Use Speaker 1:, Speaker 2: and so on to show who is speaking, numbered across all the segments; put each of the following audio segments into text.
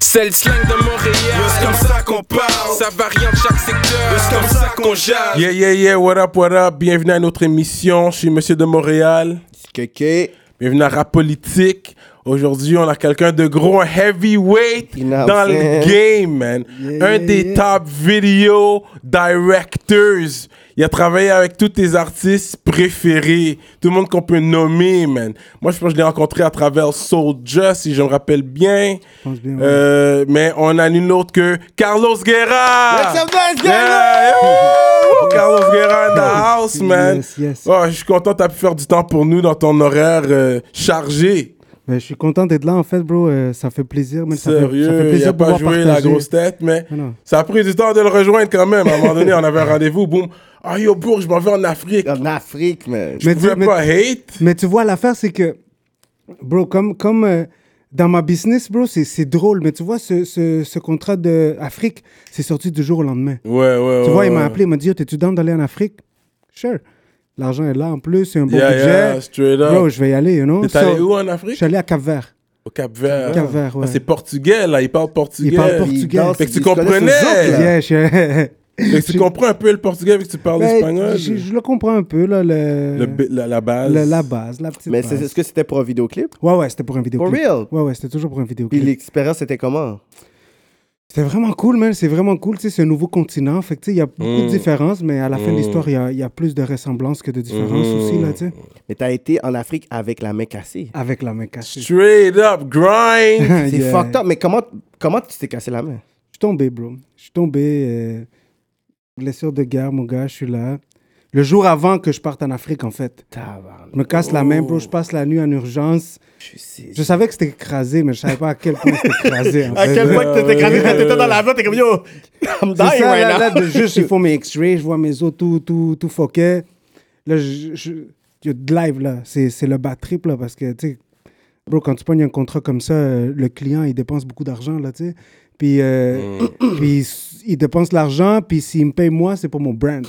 Speaker 1: C'est le slang de Montréal.
Speaker 2: C'est comme ça qu'on parle.
Speaker 1: Ça varie en chaque secteur.
Speaker 2: C'est comme ça qu'on jase.
Speaker 3: Yeah, yeah, yeah, what up, what up? Bienvenue à notre émission. Je suis Monsieur de Montréal.
Speaker 4: Kéké.
Speaker 3: Bienvenue à Rap Politique. Aujourd'hui, on a quelqu'un de gros, un heavyweight
Speaker 4: You know what
Speaker 3: dans
Speaker 4: I'm
Speaker 3: le
Speaker 4: saying?
Speaker 3: game, man.
Speaker 4: Yeah,
Speaker 3: un
Speaker 4: yeah,
Speaker 3: des
Speaker 4: yeah.
Speaker 3: top video directors. Il a travaillé avec tous tes artistes préférés, tout le monde qu'on peut nommer, man. Moi, je pense que je l'ai rencontré à travers Soulja, si je me rappelle bien.
Speaker 4: pense bien, ouais.
Speaker 3: Euh, mais on a nul autre que Carlos Guerra.
Speaker 4: What's up, guys?
Speaker 3: Yeah, yeah. Carlos Guerra in the house, man.
Speaker 4: Yes, yes.
Speaker 3: Oh, je suis content, t'as pu faire du temps pour nous dans ton horaire euh, chargé.
Speaker 4: Ben, je suis content d'être là, en fait, bro. Euh, ça fait plaisir. Mais ça fait-
Speaker 3: Sérieux,
Speaker 4: ça fait,
Speaker 3: il
Speaker 4: plaisir
Speaker 3: a
Speaker 4: de
Speaker 3: pas
Speaker 4: pouvoir
Speaker 3: joué la
Speaker 4: partager.
Speaker 3: grosse tête, mais
Speaker 4: Ah non.
Speaker 3: ça a pris du temps de le rejoindre quand même. À un moment donné, on avait un rendez-vous, boum. Ah yo, bro, je m'en vais en Afrique.
Speaker 5: En Afrique, man.
Speaker 3: Je
Speaker 4: Ah, Mais
Speaker 3: pouvais
Speaker 4: tu- mais-
Speaker 3: pas hate.
Speaker 4: Mais tu vois, l'affaire, c'est que, bro, comme, comme euh, dans ma business, bro, c'est- c'est drôle. Mais tu vois, ce, ce, ce contrat d'Afrique, c'est sorti du jour au lendemain.
Speaker 3: Ouais, ouais,
Speaker 4: Tu vois, il m'a
Speaker 3: ouais.
Speaker 4: appelé, il m'a dit, Yo, t'es-tu down d'aller en Afrique? Sure. L'argent est là en plus, c'est un bon
Speaker 3: Yeah,
Speaker 4: budget.
Speaker 3: yeah, straight up.
Speaker 4: Bro, je vais y aller, you know?
Speaker 3: T'es allé
Speaker 4: So,
Speaker 3: où en
Speaker 4: Je
Speaker 3: Afrique
Speaker 4: suis allé à Cap-Vert.
Speaker 3: Au Cap-Vert.
Speaker 4: Cap-Vert,
Speaker 3: Ah,
Speaker 4: ouais.
Speaker 3: c'est portugais, là. Il parle portugais.
Speaker 4: Il parle
Speaker 3: Fait
Speaker 4: portugais.
Speaker 3: Fait que tu comprenais.
Speaker 4: Yeah, je...
Speaker 3: que tu comprends un peu le portugais, vu que tu parles
Speaker 4: Ben,
Speaker 3: espagnol.
Speaker 4: je, je le comprends un peu, là, le...
Speaker 3: Le bi- la, la base.
Speaker 4: le- hein. la base, la petite
Speaker 5: Mais
Speaker 4: base.
Speaker 5: c'est- est-ce que c'était pour un vidéoclip?
Speaker 4: Ouais, ouais, c'était pour un vidéoclip.
Speaker 5: For real?
Speaker 4: Ouais, ouais, c'était toujours pour un
Speaker 5: Puis
Speaker 4: vidéoclip.
Speaker 5: l'expérience était comment?
Speaker 4: C'était vraiment cool, man. C'est vraiment cool. Tu sais, c'est un nouveau continent. Fait que, tu sais, il y a beaucoup
Speaker 3: Mm.
Speaker 4: de différences, mais à la fin
Speaker 3: Mm.
Speaker 4: de l'histoire, il y a, il y a plus de ressemblances que de différences
Speaker 3: Mm.
Speaker 4: aussi, là, tu sais.
Speaker 5: Mais t'as été en Afrique avec la main cassée.
Speaker 4: Avec la main cachée.
Speaker 3: Straight up, grind.
Speaker 5: C'est
Speaker 4: Ah, Yeah.
Speaker 5: fucked up. Mais comment, comment tu t'es cassé la main?
Speaker 4: Je suis tombé, bro. Je suis tombé. euh, blessure de guerre, mon gars, je suis là. Le jour avant que je parte en Afrique, en fait. Je me casse la main,
Speaker 5: Oh.
Speaker 4: bro. Je passe la nuit en urgence.
Speaker 5: Je sais.
Speaker 4: Je savais que c'était écrasé, mais je savais pas à quel point c'était écrasé. en
Speaker 5: À
Speaker 4: fait.
Speaker 5: quel point que t'étais
Speaker 3: ouais.
Speaker 5: cramé quand t'étais dans l'avion, t'es comme yo, I'm dying
Speaker 4: Euh. C'est ça,
Speaker 5: right
Speaker 4: là,
Speaker 5: now.
Speaker 4: là, de juste, ils font mes X-rays, je vois mes os tout, tout, tout foqués. Là, je, je, il y a de live, là. C'est, c'est le bad trip, là, parce que, tu sais, bro, quand tu pognes un contrat comme ça, euh, le client, il dépense beaucoup d'argent, là, tu sais. Puis, euh, puis s- il dépense l'argent, puis s'il me paye moi, c'est pour mon brand.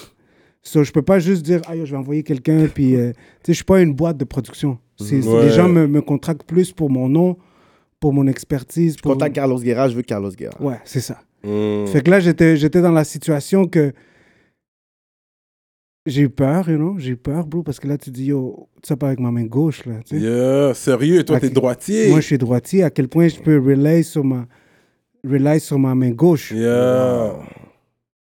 Speaker 4: So, je peux pas juste dire, ah, yo, je vais envoyer quelqu'un, puis, euh, tu sais, je suis pas une boîte de production. C'est, c'est-
Speaker 3: Ouais.
Speaker 4: Les gens me, me contractent plus pour mon nom, pour mon expertise.
Speaker 5: Je
Speaker 4: pour...
Speaker 5: contacte Carlos Guerra, je veux Carlos Guerra.
Speaker 4: Ouais, c'est ça.
Speaker 3: Mm.
Speaker 4: Fait que là, j'étais, j'étais dans la situation que j'ai eu peur, you know, j'ai eu peur, bro, parce que là, tu dis, yo, tu sais pas avec ma main gauche, là. tu sais.
Speaker 3: Yeah, sérieux, toi,
Speaker 4: Ok.
Speaker 3: t'es droitier.
Speaker 4: Moi, je suis droitier, à quel point je peux rely sur ma, rely sur ma main gauche.
Speaker 3: Yeah.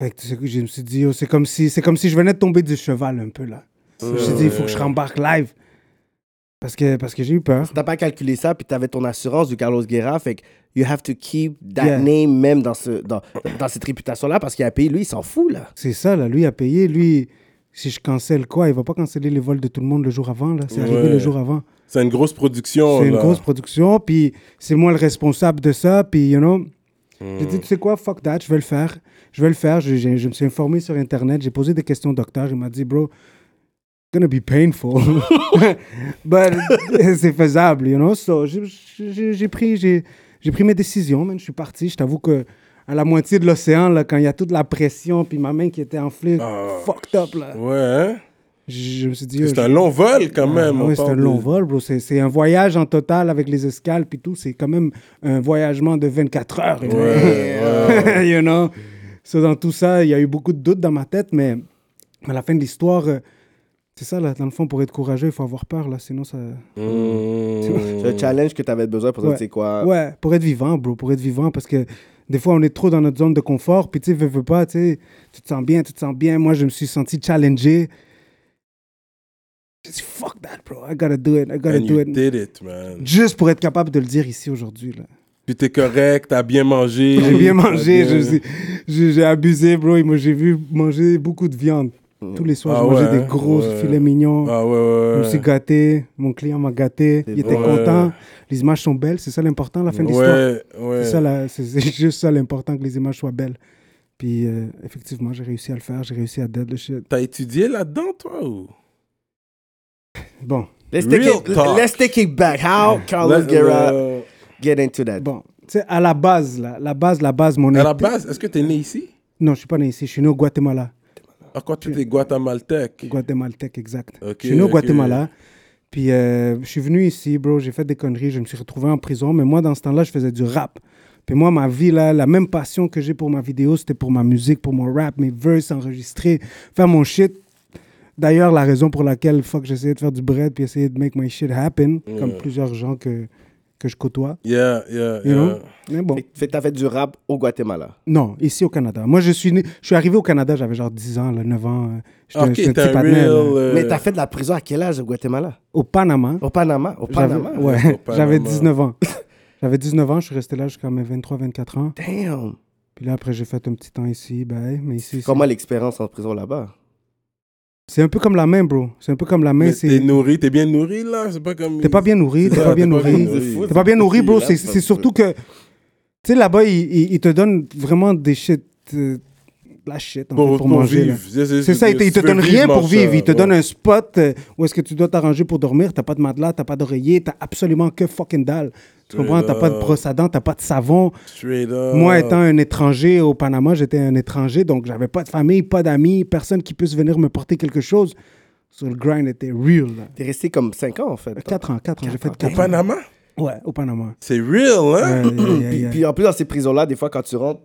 Speaker 4: Fait que tu sais, je me suis dit, yo, c'est comme, si, c'est comme si je venais de tomber du cheval un peu, là. Je me suis dit, il faut que je rembarque live. Parce que, parce que j'ai eu peur.
Speaker 5: T'as pas calculé ça, puis t'avais ton assurance du Carlos Guerra, fait que you have to keep that
Speaker 4: Yeah.
Speaker 5: name même dans, ce, dans, dans cette réputation-là, parce qu'il a payé, lui, il s'en fout, là.
Speaker 4: C'est ça, là. Lui a payé. Lui, si je cancelle quoi, il va pas canceller les vols de tout le monde le jour avant, là. C'est arrivé
Speaker 3: Ouais.
Speaker 4: le jour avant.
Speaker 3: C'est une grosse production.
Speaker 4: C'est une
Speaker 3: Oh là.
Speaker 4: grosse production, puis c'est moi le responsable de ça, puis, you know. J'ai dit, tu sais quoi, fuck that, je vais le faire. Je vais le faire. Je, je- je me suis informé sur Internet, j'ai posé des questions au docteur, il m'a dit, bro, gonna be painful. But c'est faisable, you know. So, j'ai- j'ai j'ai pris, j'ai j'ai pris mes décisions, man. Je suis parti, je t'avoue que. À la moitié de l'océan, là, quand il y a toute la pression, puis ma main qui était enflée,
Speaker 3: Ah,
Speaker 4: fucked up, là.
Speaker 3: Ouais, hein?
Speaker 4: Je, je me suis dit...
Speaker 3: C'est
Speaker 4: euh,
Speaker 3: un long vol quand
Speaker 4: ah,
Speaker 3: même. on
Speaker 4: ouais, c'est
Speaker 3: parle
Speaker 4: un long
Speaker 3: de-
Speaker 4: vol, bro. C'est c'est un voyage en total avec les escales puis tout. C'est quand même un voyagement de 24 heures. you know. you know? So, dans tout ça, il y a eu beaucoup de doutes dans ma tête, mais à la fin de l'histoire, euh, c'est ça, là, dans le fond, pour être courageux, il faut avoir peur, là, sinon ça...
Speaker 3: Mm.
Speaker 5: Le challenge que t'avais besoin pour dire,
Speaker 4: Ouais.
Speaker 5: tu sais quoi.
Speaker 4: Ouais, pour être vivant, bro, pour être vivant, parce que des fois, on est trop dans notre zone de confort, puis tu sais, veux, veux pas, tu sais, tu te sens bien, tu te sens bien. Moi, je me suis senti challengé. J'ai dit, fuck that, bro, I gotta do it, I gotta
Speaker 3: And
Speaker 4: do
Speaker 3: you
Speaker 4: it.
Speaker 3: did it, man.
Speaker 4: juste pour être capable de le dire ici aujourd'hui. là.
Speaker 3: Puis t'es correct, t'as bien mangé.
Speaker 4: J'ai bien
Speaker 3: t'as
Speaker 4: mangé,
Speaker 3: bien-
Speaker 4: je sais- j'ai j'ai abusé, bro. et moi, J'ai vu manger beaucoup de viande. Tous les soirs,
Speaker 3: Ah
Speaker 4: je mangeais
Speaker 3: ouais,
Speaker 4: des gros
Speaker 3: ouais.
Speaker 4: filets mignons.
Speaker 3: Ah ouais,
Speaker 4: Je
Speaker 3: ouais,
Speaker 4: me
Speaker 3: ouais.
Speaker 4: suis gâté, mon client m'a gâté, il était
Speaker 3: bon. Ouais.
Speaker 4: content. Les images sont belles, c'est ça l'important, la fin de l'histoire.
Speaker 3: Ouais, ouais.
Speaker 4: C'est ça la- c'est- c'est juste ça l'important, que les images soient belles. Puis euh, effectivement, j'ai réussi à le faire, j'ai réussi à dead le shit.
Speaker 3: T'as étudié là-dedans, toi, ou?
Speaker 4: Bon,
Speaker 5: Let's take,
Speaker 3: Real
Speaker 5: it,
Speaker 3: talk.
Speaker 5: let's take it back. How Carlos
Speaker 3: Là,
Speaker 5: Ah, Guerra
Speaker 3: euh,
Speaker 5: get into that?
Speaker 4: bon, tu sais, à la base, là, la base, la base, mon
Speaker 3: À la
Speaker 4: été-
Speaker 3: base, est-ce que t'es né ici?
Speaker 4: Non, je suis pas né ici, je suis né au Guatemala.
Speaker 3: À quoi tu es guatemaltèque?
Speaker 4: Guatemaltèque, exact.
Speaker 3: Ok,
Speaker 4: je suis né au
Speaker 3: ok.
Speaker 4: Guatemala. Puis euh, je suis venu ici, bro, j'ai fait des conneries, je me suis retrouvé en prison. Mais moi, dans ce temps-là, je faisais du rap. Puis moi, ma vie, là, la même passion que j'ai pour ma vidéo, c'était pour ma musique, pour mon rap, mes verses enregistrés, faire mon shit. D'ailleurs, la raison pour laquelle, fuck, j'essayais de faire du bread puis essayer de make my shit happen,
Speaker 3: Mm.
Speaker 4: comme plusieurs gens que, que je côtoie.
Speaker 3: Yeah, yeah, Ah,
Speaker 4: You know?
Speaker 3: yeah.
Speaker 4: Mais bon.
Speaker 5: Fait que t'as fait du rap au Guatemala.
Speaker 4: Non, ici au Canada. Moi, je suis, né- je suis arrivé au Canada, j'avais genre 10 ans, là, 9 ans. euh, J'étais
Speaker 3: Ok,
Speaker 4: j'étais un
Speaker 3: t'es
Speaker 4: petit
Speaker 3: un
Speaker 4: patinet,
Speaker 3: real.
Speaker 4: là.
Speaker 3: euh,
Speaker 5: Mais t'as fait de la prison à quel âge au Guatemala
Speaker 4: Au Panama.
Speaker 5: Au Panama Au
Speaker 4: j'avais-
Speaker 5: Panama
Speaker 4: Ouais,
Speaker 3: Au
Speaker 4: j'avais
Speaker 3: Panama.
Speaker 4: 19 ans. J'avais 19 ans, je suis resté là jusqu'à mes 23-24 ans.
Speaker 5: Damn
Speaker 4: Puis là, après, j'ai fait un petit temps ici. Ben, mais ici, c'est-
Speaker 5: Comment l'expérience en prison là-bas
Speaker 4: c'est un peu comme la main, bro. C'est un peu comme la main.
Speaker 3: mais
Speaker 4: c'est-
Speaker 3: t'es nourri, t'es bien nourri là, c'est pas comme.
Speaker 4: T'es pas bien nourri, t'es
Speaker 3: Ouais,
Speaker 4: pas bien nourri.
Speaker 5: nourri.
Speaker 4: T'es pas bien nourri, bro.
Speaker 5: Il a
Speaker 4: C'est
Speaker 5: pas
Speaker 4: c'est surtout que, tu sais, là-bas, ils ils- ils te donnent vraiment des shit, euh, de la shit en fait,
Speaker 3: Pour,
Speaker 4: pour, manger. là.
Speaker 3: vivre. C'est
Speaker 4: C'est ça, ils te, ils te
Speaker 3: tu veux
Speaker 4: donnent rien pour
Speaker 3: mange
Speaker 4: vivre.
Speaker 3: ça,
Speaker 4: Ils te
Speaker 3: ouais.
Speaker 4: donnent un spot euh, où est-ce que tu dois t'arranger pour dormir. T'as pas de matelas, t'as pas d'oreiller, t'as absolument que fucking dalle. Tu comprends? T'as pas de
Speaker 3: up.
Speaker 4: brosse à dents, t'as pas de savon.
Speaker 3: Straight up.
Speaker 4: Moi, étant un étranger au Panama, j'étais un étranger, donc j'avais pas de famille, pas d'amis, personne qui puisse venir me porter quelque chose. So, le grind était real. là.
Speaker 5: T'es resté comme 5 ans en fait.
Speaker 4: 4 ans, 4 ans, j'ai fait
Speaker 5: ans.
Speaker 4: 4 ans.
Speaker 3: Panama,
Speaker 4: Ouais, au Panama.
Speaker 3: c'est real, hein?
Speaker 4: Ouais, yeah, yeah,
Speaker 5: Puis,
Speaker 4: yeah.
Speaker 5: puis en plus, dans ces prisons-là, des fois, quand tu rentres,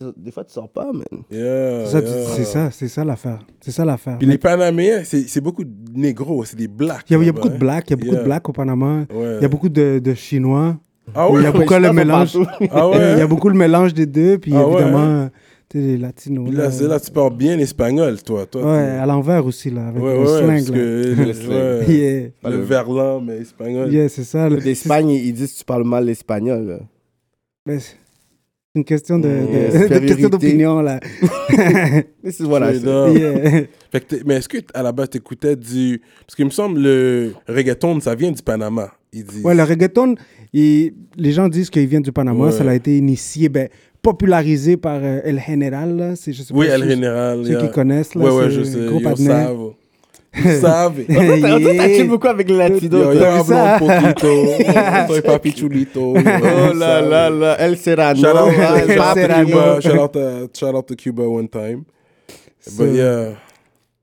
Speaker 5: tu- des fois, tu sors pas, man.
Speaker 3: Yeah,
Speaker 4: C'est ça,
Speaker 3: yeah.
Speaker 4: c'est ça, c'est ça l'affaire. C'est ça l'affaire.
Speaker 3: Puis les Panaméens, c'est c'est beaucoup de négros, c'est des blacks.
Speaker 4: Il y a, il y a
Speaker 3: là-bas,
Speaker 4: beaucoup de
Speaker 3: hein.
Speaker 4: blacks, il y a beaucoup
Speaker 3: Yeah.
Speaker 4: de blacks au Panama.
Speaker 3: Ouais.
Speaker 4: Il y a beaucoup de, de Chinois.
Speaker 3: Ah
Speaker 4: Il
Speaker 3: ouais?
Speaker 4: y a beaucoup le
Speaker 5: Chinois sont
Speaker 4: mélange.
Speaker 5: partout.
Speaker 3: Ah ouais?
Speaker 4: Il y a beaucoup le mélange des deux, puis
Speaker 3: Ah ouais,
Speaker 4: évidemment,
Speaker 3: hein?
Speaker 4: euh, tu sais, les latinos.
Speaker 3: Puis
Speaker 4: là,
Speaker 3: Là, c'est là, tu parles bien l'espagnol, toi. toi
Speaker 4: ouais, à l'envers aussi, là,
Speaker 3: tu...
Speaker 4: avec
Speaker 3: ouais,
Speaker 4: le
Speaker 3: ouais,
Speaker 4: slang.
Speaker 3: parce
Speaker 4: là.
Speaker 3: que
Speaker 5: Le
Speaker 3: le,
Speaker 5: slang.
Speaker 3: ouais,
Speaker 4: Yeah.
Speaker 3: le verlan, mais espagnol.
Speaker 4: Yeah, c'est ça. le-
Speaker 5: D'Espagne, ils disent que tu parles mal l'espagnol. là.
Speaker 4: mais C'est une question de,
Speaker 3: Eh,
Speaker 5: Yeah,
Speaker 4: de- de
Speaker 5: supériorité.
Speaker 4: question d'opinion, là.
Speaker 5: This is what I
Speaker 3: Straight
Speaker 5: said.
Speaker 3: up.
Speaker 4: Yeah.
Speaker 3: Fait que t'es- mais est-ce que t- à la base t'écoutais du parce qu'il me semble le reggaeton ça vient du Panama il dit
Speaker 4: Ouais, le reggaeton, il- les gens disent qu'il vient du Panama.
Speaker 3: Ouais.
Speaker 4: Ça a été initié, ben, popularisé par euh, El General, là. c'est- je sais pas
Speaker 3: oui
Speaker 4: si-
Speaker 3: El General
Speaker 4: Ceux
Speaker 3: yeah.
Speaker 4: qui connaissent, là,
Speaker 3: ouais ouais
Speaker 4: c'est
Speaker 3: je
Speaker 4: un
Speaker 3: sais
Speaker 4: gros
Speaker 3: ils
Speaker 4: patinet.
Speaker 3: savent ils savent
Speaker 5: On dirait- on dirait que T'as
Speaker 4: Yeah.
Speaker 5: tué beaucoup avec les latinos.
Speaker 3: Yo,
Speaker 5: toi.
Speaker 3: yo,
Speaker 4: vu ça?
Speaker 3: hablo un poquito soy papi chulito oh
Speaker 5: Oh là là là, El Serrano.
Speaker 3: shout out
Speaker 5: Ah,
Speaker 3: shout out to
Speaker 4: Serrano.
Speaker 3: Cuba shout out to- shout out to Cuba one time but yeah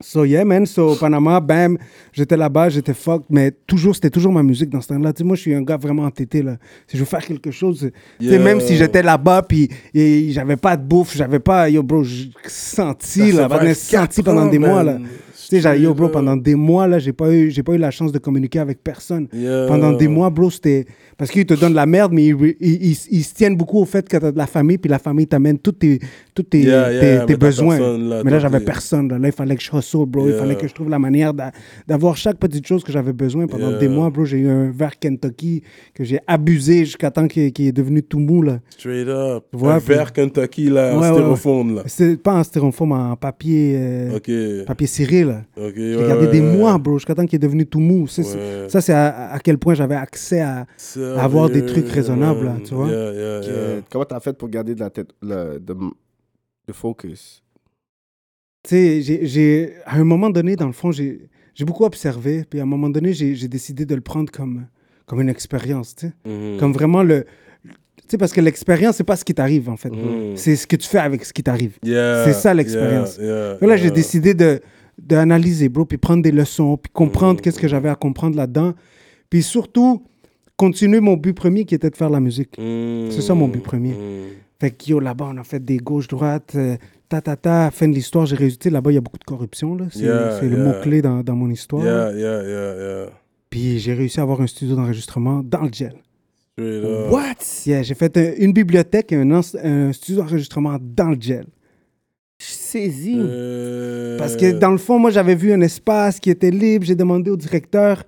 Speaker 4: So yeah, man. So Panama, bam, j'étais là-bas, j'étais fuck, mais toujours, c'était toujours ma musique dans ce temps-là. Tu sais, moi, je suis un gars vraiment entêté, là. Si je veux faire quelque chose, tu sais,
Speaker 3: Yeah.
Speaker 4: même si j'étais là-bas, puis et j'avais pas de bouffe, j'avais pas, yo, bro, j'ai senti,
Speaker 3: Ça,
Speaker 4: là,
Speaker 3: ça va
Speaker 4: pendant-
Speaker 3: être quatre
Speaker 4: senti pendant des
Speaker 3: ans,
Speaker 4: mois, là.
Speaker 3: man.
Speaker 4: Tu sais, j'ai- yo,
Speaker 3: Straight
Speaker 4: bro,
Speaker 3: up.
Speaker 4: pendant des mois, là, j'ai pas eu, j'ai pas eu la chance de communiquer avec personne.
Speaker 3: Yeah.
Speaker 4: Pendant des mois, bro, c'était, parce qu'ils te donnent la merde, mais ils, ils- ils- ils se tiennent beaucoup au fait que t'as de la famille, puis la famille t'amène tous tes, tous tes,
Speaker 3: Yeah, yeah,
Speaker 4: tes-
Speaker 3: mais
Speaker 4: tes
Speaker 3: t'as
Speaker 4: besoins.
Speaker 3: personne, là,
Speaker 4: mais là,
Speaker 3: t'as
Speaker 4: j'avais
Speaker 3: tes-
Speaker 4: personne, là. Là, il fallait que je hustle, bro. Il
Speaker 3: Yeah.
Speaker 4: fallait que je trouve la manière d'a- d'avoir chaque petite chose que j'avais besoin pendant
Speaker 3: Yeah.
Speaker 4: des mois, bro. J'ai eu un verre Kentucky que j'ai abusé jusqu'à temps qu'il qu'il est devenu tout mou, là.
Speaker 3: straight up
Speaker 4: Ouais,
Speaker 3: un
Speaker 4: puis-
Speaker 3: verre Kentucky là en
Speaker 4: Ouais, ouais, ouais.
Speaker 3: styrofoam là
Speaker 4: C'est pas en styrofoam, en papier, euh,
Speaker 3: ok
Speaker 4: papier ciré, là.
Speaker 3: ok
Speaker 4: J'ai
Speaker 3: ouais,
Speaker 4: gardé
Speaker 3: ouais,
Speaker 4: des
Speaker 3: ouais.
Speaker 4: mois, bro, jusqu'à temps qu'il est devenu tout mou. Ça, c'est-
Speaker 3: Ouais.
Speaker 4: ça, c'est à, à quel point j'avais accès à, à avoir des trucs raisonnables, là, tu vois.
Speaker 3: Yeah, yeah, yeah.
Speaker 5: Euh, Comment t'as fait pour garder de la tête, le, de, de focus
Speaker 4: tu sais, j'ai- j'ai, à un moment donné, dans le fond, j'ai, j'ai beaucoup observé, puis à un moment donné, j'ai, j'ai décidé de le prendre comme, comme une expérience, tu sais.
Speaker 3: Mhm.
Speaker 4: Comme vraiment le. Tu sais, parce que l'expérience, c'est pas ce qui t'arrive, en fait.
Speaker 3: Mhm.
Speaker 4: C'est ce que tu fais avec ce qui t'arrive.
Speaker 3: Yeah,
Speaker 4: C'est ça, l'expérience.
Speaker 3: yeah, yeah,
Speaker 4: Là, j'ai
Speaker 3: yeah.
Speaker 4: décidé de, d'analyser, bro, puis prendre des leçons, puis
Speaker 3: Mm.
Speaker 4: comprendre qu'est-ce que j'avais à comprendre là-dedans. Puis surtout, continuer mon but premier qui était de faire la musique.
Speaker 3: Mhm.
Speaker 4: C'est ça, mon but premier.
Speaker 3: Mhm.
Speaker 4: Fait que yo, là-bas, on a fait des gauches-droites, euh, ta ta ta, fin de l'histoire, j'ai réussi. Tu sais, Là-bas, il y a beaucoup de corruption, là. C'est,
Speaker 3: Yeah,
Speaker 4: c'est le
Speaker 3: yeah.
Speaker 4: mot-clé dans, dans mon histoire.
Speaker 3: Yeah, yeah, yeah, yeah.
Speaker 4: Puis j'ai réussi à avoir un studio d'enregistrement dans le gel.
Speaker 3: Straight up.
Speaker 4: Yeah, j'ai fait un- une bibliothèque et un, ans- un studio d'enregistrement dans le gel.
Speaker 5: Saisi.
Speaker 3: Euh,
Speaker 4: Parce que dans le fond, moi, j'avais vu un espace qui était libre. J'ai demandé au directeur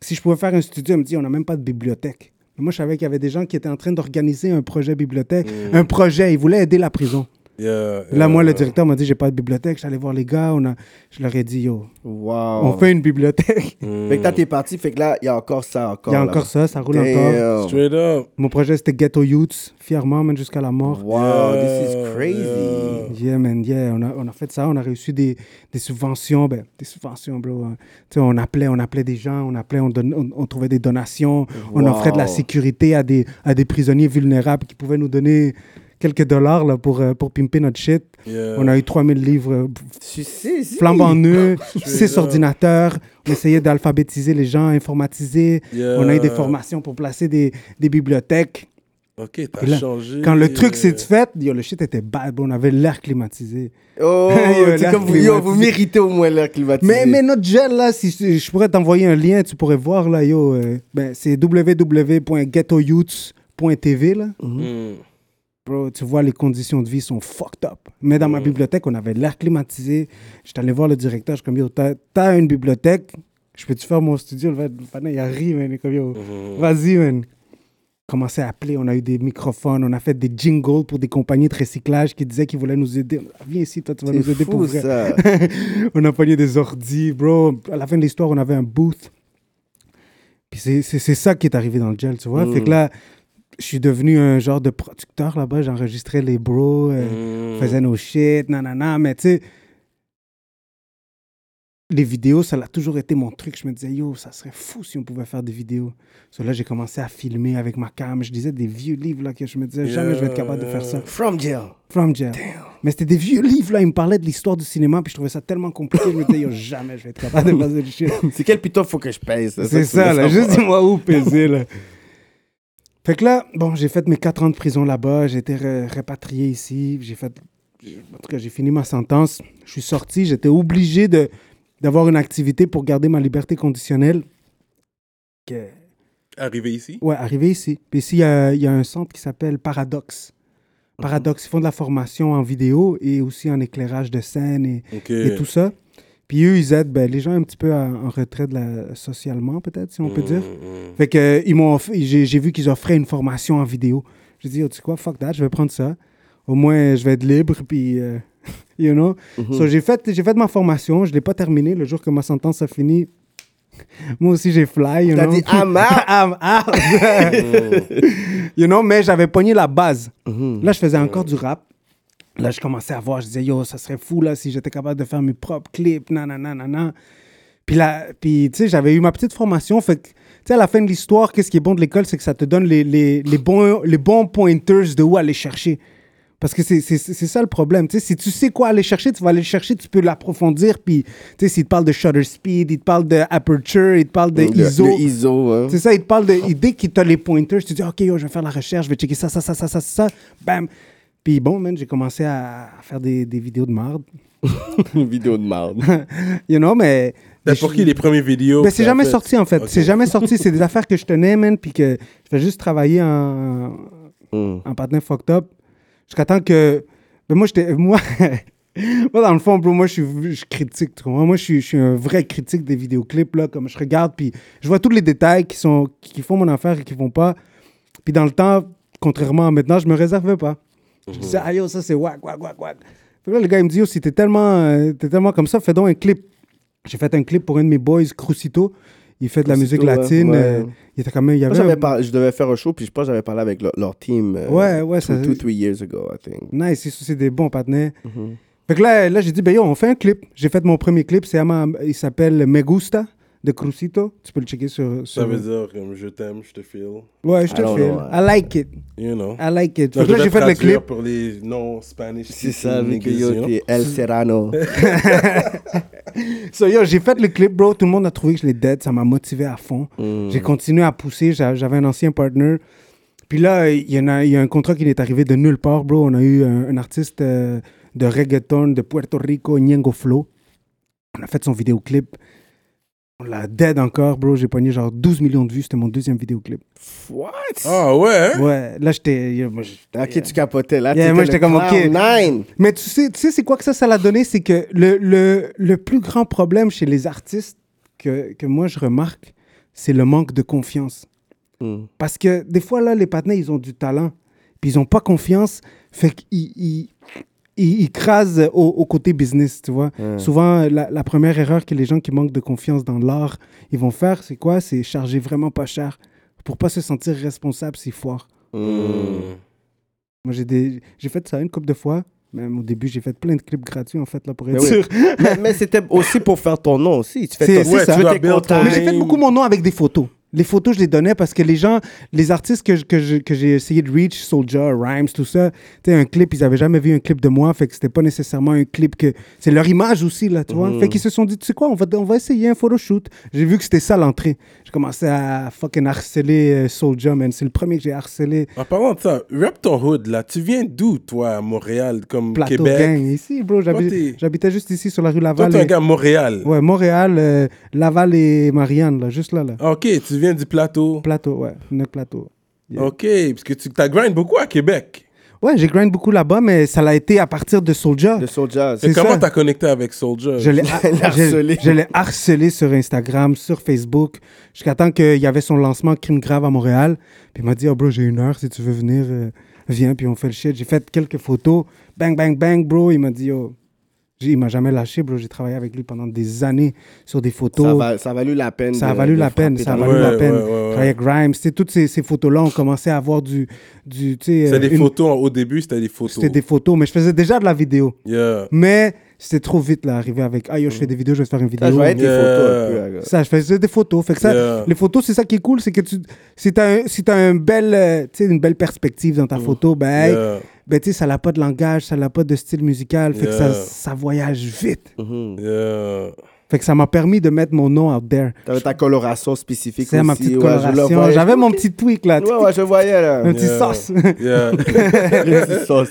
Speaker 4: si je pouvais faire un studio. Il me dit, on n'a même pas de bibliothèque. Mais moi, je savais qu'il y avait des gens qui étaient en train d'organiser un projet bibliothèque. Un projet, ils voulaient aider la prison.
Speaker 3: Yeah,
Speaker 4: Là,
Speaker 3: yeah.
Speaker 4: moi, le directeur m'a dit, j'ai pas de bibliothèque. J'allais voir les gars. On a... Je leur ai dit, yo,
Speaker 5: Wow.
Speaker 4: on fait une bibliothèque.
Speaker 5: Fait que là, t'es parti, fait que là, il y a encore ça. Encore,
Speaker 4: Il y a
Speaker 5: là.
Speaker 4: encore ça, ça roule encore.
Speaker 5: Damn.
Speaker 3: Straight up.
Speaker 4: Mon projet, c'était Ghetto Youths, fièrement, man, jusqu'à la mort.
Speaker 5: Wow,
Speaker 3: Yeah,
Speaker 5: this is crazy.
Speaker 3: yeah.
Speaker 4: Euh, Yeah, man, yeah, on a, on a fait ça, on a reçu des, des subventions, ben, des subventions, bro. hein. Tu sais, on appelait, on appelait des gens, on appelait, on, donnait- on, on trouvait des donations, on
Speaker 5: Wow.
Speaker 4: offrait de la sécurité à des, à des prisonniers vulnérables qui pouvaient nous donner quelques dollars là, pour, euh, pour pimper notre shit.
Speaker 3: Yeah.
Speaker 4: On a eu 3000 livres euh,
Speaker 5: Tu sais, si.
Speaker 4: flambant neufs,
Speaker 3: là.
Speaker 4: 6 ordinateurs, on essayait d'alphabétiser les gens, informatiser,
Speaker 3: Yeah.
Speaker 4: on a eu des formations pour placer des, des bibliothèques.
Speaker 3: Ok,
Speaker 4: Puis
Speaker 3: t'as
Speaker 4: là,
Speaker 3: changé.
Speaker 4: quand le truc
Speaker 3: euh,
Speaker 4: s'est fait, yo, le shit était bad, bro. On avait l'air climatisé.
Speaker 5: Oh,
Speaker 4: Yo,
Speaker 5: c'est
Speaker 4: l'air
Speaker 5: comme vous, yo, vous
Speaker 4: climatisé.
Speaker 5: méritez au moins l'air climatisé.
Speaker 4: Mais, mais notre gel, là, si je je pourrais t'envoyer un lien, tu pourrais voir, là, yo. euh, ben, c'est www.ghettoyouths.tv, là.
Speaker 5: Mhm.
Speaker 3: hmm.
Speaker 4: Bro, tu vois, les conditions de vie sont fucked up. Mais dans ma bibliothèque, on avait l'air climatisé. J'étais allé voir le directeur, je suis comme, yo, t'as t'as une bibliothèque, je peux-tu faire mon studio? Le mec, le panneau, il arrive, man. Il est comme, yo,
Speaker 5: Mhm.
Speaker 4: vas-y, man. Commencé à appeler, on a eu des microphones, on a fait des jingles pour des compagnies de recyclage qui disaient qu'ils voulaient nous aider. Viens ici, toi, tu vas
Speaker 5: c'est
Speaker 4: nous aider pour
Speaker 5: fou,
Speaker 4: vrai.
Speaker 5: ça.
Speaker 4: on a pogné des ordi, bro. À la fin de l'histoire, on avait un booth. Puis c'est- c'est c'est ça qui est arrivé dans le gel, tu vois. Fait que là, je suis devenu un genre de producteur là-bas. J'enregistrais les bros, euh, faisais nos shit, nanana. Mais tu sais, les vidéos, ça l'a toujours été mon truc. Je me disais, yo, ça serait fou si on pouvait faire des vidéos. So, là, j'ai commencé à filmer avec ma cam. Je disais des vieux livres là que je me disais, jamais je vais être capable de faire ça.
Speaker 5: From jail.
Speaker 4: From Jail. Mais c'était des vieux livres, là. Ils me parlaient de l'histoire du cinéma, puis je trouvais ça tellement compliqué. Je me disais, yo, jamais je vais être capable de passer le shit.
Speaker 5: C'est quel putain faut que je paye, ça.
Speaker 4: C'est
Speaker 5: tu veux
Speaker 4: ça, là.
Speaker 5: savoir.
Speaker 4: Juste dis-moi où peser, là. Fait que là, bon, j'ai fait mes 4 ans de prison là-bas. J'ai été ré- répatrié ici. J'ai fait. En tout cas, j'ai fini ma sentence. Je suis sorti. J'étais obligé de d'avoir une activité pour garder ma liberté conditionnelle. Que-
Speaker 3: Arrivé ici.
Speaker 4: Ouais, arrivé ici. Puis ici, il y a, il y a un centre qui s'appelle Paradox. Paradox, ils font de la formation en vidéo et aussi en éclairage de scène et,
Speaker 3: Ok.
Speaker 4: et tout ça. Puis eux, ils aident ben, les gens un petit peu à- en retrait de la- socialement, peut-être, si on peut dire.
Speaker 5: Mm.
Speaker 4: Fait que euh, ils m'ont off- j'ai j'ai vu qu'ils offraient une formation en vidéo. J'ai dit, Oh, tu sais quoi, fuck that, je vais prendre ça. Au moins, je vais être libre, puis, euh, you know.
Speaker 5: Mm-hmm.
Speaker 4: So, j'ai fait, j'ai fait ma formation, je ne l'ai pas terminée. Le jour que ma sentence a fini, moi aussi, j'ai fly, you
Speaker 5: T'as
Speaker 4: know.
Speaker 5: dit, ah, I'm out.
Speaker 4: I'm out. hein.
Speaker 5: Mm.
Speaker 4: you know, mais j'avais pogné la base.
Speaker 5: Mm-hmm.
Speaker 4: Là, je faisais encore
Speaker 5: Mm.
Speaker 4: du rap. Là, je commençais à voir, je disais, yo, ça serait fou, là, si j'étais capable de faire mes propres clips, nanana, nanana. Puis là, puis, tu sais, j'avais eu ma petite formation. Fait que, tu sais, à la fin de l'histoire, qu'est-ce qui est bon de l'école, c'est que ça te donne les, les, les bons, les bons pointers de où aller chercher. Parce que c'est c'est- c'est ça le problème. Tu sais, si tu sais quoi aller chercher, tu vas aller le chercher, tu peux l'approfondir. Puis, tu sais, s'il te parle de shutter speed, il te parle de aperture, il te parle de
Speaker 5: Mm, Le-
Speaker 4: ISO.
Speaker 5: le ISO, hein.
Speaker 4: C'est ça, il te parle de. il- Dès qu'il t'a les pointers, tu dis, OK, yo, je vais faire la recherche, je vais checker ça, ça, ça, ça, ça, ça. Bam. Puis bon, man, j'ai commencé à faire des, des vidéos de marde.
Speaker 5: une vidéo de merde.
Speaker 4: you know, mais.
Speaker 3: T'as Ben, pour qui les premières vidéos
Speaker 4: Ben, c'est
Speaker 3: que t'as
Speaker 4: jamais
Speaker 3: faites?
Speaker 4: sorti, en fait.
Speaker 3: Ok.
Speaker 4: C'est jamais sorti. C'est des affaires que je tenais, man, puis que je fais juste travailler en, en partenaire fucked up. Jusqu'à temps que. Ben, moi, j'étais. Moi. Moi, dans le fond, bro, moi, je, suis, je critique. tu comprends? Moi, je suis, je suis un vrai critique des vidéoclips, là, comme je regarde, puis je vois tous les détails qui, sont, qui font mon affaire et qui font pas. Puis dans le temps, contrairement à maintenant, je me réservais pas. Je
Speaker 5: Mhm.
Speaker 4: disais, ah yo, ça c'est wack, wack, wack, wack. Fait que là, le gars, il me dit, yo, si t'es tellement, euh, t'es tellement comme ça, fais donc un clip. J'ai fait un clip pour un de mes boys, Crucito. Il fait de la musique
Speaker 5: Crucito, ouais,
Speaker 4: latine.
Speaker 5: ouais.
Speaker 4: euh, il était quand même. Il y
Speaker 5: Moi,
Speaker 4: avait
Speaker 5: j'avais
Speaker 4: un-
Speaker 5: par- Je devais faire un show, puis je pense que j'avais parlé avec leur, leur team. euh,
Speaker 4: Ouais, ouais, ça-
Speaker 5: Two, two, three years ago, I think.
Speaker 4: Nice, c'est- c'est des bons partenaires.
Speaker 5: Mhm.
Speaker 4: Fait que là, là j'ai dit, ben yo, on fait un clip. J'ai fait mon premier clip, c'est à ma- il s'appelle Me Gusta de Crucito. Tu peux le checker sur. sur-
Speaker 3: Ça veut dire comme je t'aime, je te feel.
Speaker 4: Ouais, je te
Speaker 5: I
Speaker 4: le
Speaker 5: don't
Speaker 4: fais.
Speaker 5: know,
Speaker 4: I like it.
Speaker 3: You know.
Speaker 4: I like it. Fait
Speaker 3: Non, je
Speaker 4: que là,
Speaker 3: vais
Speaker 4: j'ai fait le
Speaker 3: traduire
Speaker 4: clip.
Speaker 3: pour les non-spanish.
Speaker 5: C'est ça, vu
Speaker 3: speaking
Speaker 5: que
Speaker 3: niggas,
Speaker 5: yo,
Speaker 3: you know.
Speaker 5: t'es El Serrano.
Speaker 4: So, yo, j'ai fait le clip, bro. Tout le monde a trouvé que je l'ai dead. Ça m'a motivé à fond. J'ai continué à pousser. J'a- J'avais un ancien partner. Puis là, il y, en a, il y a un contrat qui est arrivé de nulle part, bro. On a eu un, un artiste euh, de reggaeton de Puerto Rico, Ñengo Flow. On a fait son vidéoclip. On l'a dead encore, bro. J'ai pogné genre 12 millions de vues. C'était mon deuxième vidéoclip.
Speaker 5: What?
Speaker 4: Oh.
Speaker 5: Ah,
Speaker 3: Ah ouais, hein?
Speaker 4: Ouais, là, j'étais. yo, moi, j'-
Speaker 5: Ok, tu capotais là.
Speaker 4: Yeah,
Speaker 5: t'étais
Speaker 4: moi,
Speaker 5: le
Speaker 4: j'étais comme,
Speaker 5: clown
Speaker 4: ok.
Speaker 5: Nine.
Speaker 4: Mais tu sais, tu sais c'est quoi que ça, ça l'a donné? C'est que le, le, le plus grand problème chez les artistes que, que moi je remarque, c'est le manque de confiance. Parce que des fois, là, les patinets, ils ont du talent, puis ils n'ont pas confiance, fait qu'ils ils, ils- ils crasent au, au côté business, tu vois. Souvent, la, la première erreur que les gens qui manquent de confiance dans l'art, ils vont faire, c'est quoi? C'est charger vraiment pas cher pour pas se sentir responsable s'ils foirent.
Speaker 5: Mm.
Speaker 4: Moi, j'ai des... j'ai fait ça une couple de fois. Même au début, j'ai fait plein de clips gratuits, en fait, là, pour être
Speaker 5: oui.
Speaker 4: sûr.
Speaker 5: mais mais c'était aussi pour faire ton nom aussi. Tu fais
Speaker 4: C'est-
Speaker 5: ton
Speaker 4: c'est
Speaker 5: tu
Speaker 4: ça.
Speaker 5: veux
Speaker 3: Tu
Speaker 5: tes
Speaker 3: dois build ton
Speaker 5: contacts.
Speaker 4: Mais j'ai fait beaucoup mon nom avec des photos. Les photos, je les donnais parce que les gens, les artistes que, je- que, je- que j'ai essayé de reach, Soldier, Rhymes, tout ça, tu sais, un clip, ils avaient jamais vu un clip de moi, fait que c'était pas nécessairement un clip que. C'est leur image aussi, là, tu
Speaker 3: Mhm.
Speaker 4: vois. Fait qu'ils se sont dit, tu sais quoi, on va, on va essayer un photoshoot. J'ai vu que c'était ça l'entrée. J'ai commencé à fucking harceler euh, Soldier, man. C'est le premier que j'ai harcelé.
Speaker 3: En parlant de ça, rap ton hood, là. Tu viens d'où, toi, à Montréal, comme
Speaker 4: Plateau
Speaker 3: Québec
Speaker 4: Gang, ici, bro. j'habite-
Speaker 3: t'es-
Speaker 4: J'habitais juste ici, sur la rue
Speaker 3: Toi,
Speaker 4: Laval.
Speaker 3: t'es un
Speaker 4: et-
Speaker 3: gars à Montréal.
Speaker 4: Ouais, Montréal, euh, Laval et Marianne, là, juste là,
Speaker 5: Oh.
Speaker 4: là.
Speaker 3: Ok, tu viens du plateau.
Speaker 4: Plateau, ouais, notre plateau. Yeah.
Speaker 3: Ok, parce que tu t'as grind beaucoup à Québec.
Speaker 4: Ouais, j'ai grind beaucoup là-bas, mais ça l'a été à partir de Soulja.
Speaker 5: de Soulja.
Speaker 3: Et
Speaker 4: C'est
Speaker 3: comment
Speaker 4: ça.
Speaker 3: t'as connecté avec Soldier
Speaker 4: Je l'ai
Speaker 5: l'ai harcelé.
Speaker 4: harcelé. Je l'ai harcelé sur Instagram, sur Facebook, jusqu'à temps qu'il y avait son lancement Crime Grave à Montréal. Puis il m'a dit, oh bro, j'ai une heure, si tu veux venir, euh, viens, puis on fait le shit. J'ai fait quelques photos. Bang, bang, bang, bro. Il m'a dit, oh. Il m'a jamais lâché, bro. J'ai travaillé avec lui pendant des années sur des photos.
Speaker 5: Ça, va, ça a valu la peine.
Speaker 4: Ça a
Speaker 5: de-
Speaker 4: valu
Speaker 5: de
Speaker 4: la peine,
Speaker 5: frapper
Speaker 4: ça a
Speaker 5: dans
Speaker 4: valu
Speaker 5: le-
Speaker 4: la
Speaker 3: Ouais,
Speaker 4: peine.
Speaker 3: ouais, ouais, ouais.
Speaker 4: Travailler avec Grimes, tu sais, toutes ces, ces photos-là, on commençait à avoir du. du tu sais, euh,
Speaker 3: C'était des
Speaker 4: une-
Speaker 3: photos, au début, c'était des photos.
Speaker 4: C'était des photos, mais je faisais déjà de la vidéo.
Speaker 3: Yeah.
Speaker 4: Mais c'était trop vite, là, arrivé avec. Ah yo, je fais des vidéos, je vais te faire une vidéo.
Speaker 5: Mm. Ça, je voyais tes
Speaker 3: Yeah.
Speaker 5: photos un peu.
Speaker 4: Ça, je faisais des photos. Fait que ça,
Speaker 3: Yeah.
Speaker 4: les photos, c'est ça qui est cool, c'est que tu, si t'as un, si t'as un bel, euh, tu sais, une belle perspective dans ta photo, ben, hey,
Speaker 3: Yeah.
Speaker 4: ben, tu sais, ça n'a pas de langage, ça n'a pas de style musical, fait que ça,
Speaker 3: Yeah.
Speaker 4: ça voyage vite.
Speaker 5: Mm-hmm.
Speaker 3: Yeah.
Speaker 4: Fait que ça m'a permis de mettre mon nom out there.
Speaker 5: T'avais ta coloration spécifique
Speaker 4: C'est ma
Speaker 5: aussi,
Speaker 4: petite
Speaker 5: ouais, je le
Speaker 4: coloration.
Speaker 5: voyais.
Speaker 4: J'avais mon petit tweak là.
Speaker 5: Ouais, ouais, je le voyais, là.
Speaker 4: Un petit
Speaker 3: Yeah.
Speaker 4: sauce.
Speaker 3: Yeah.
Speaker 5: Le petit sauce.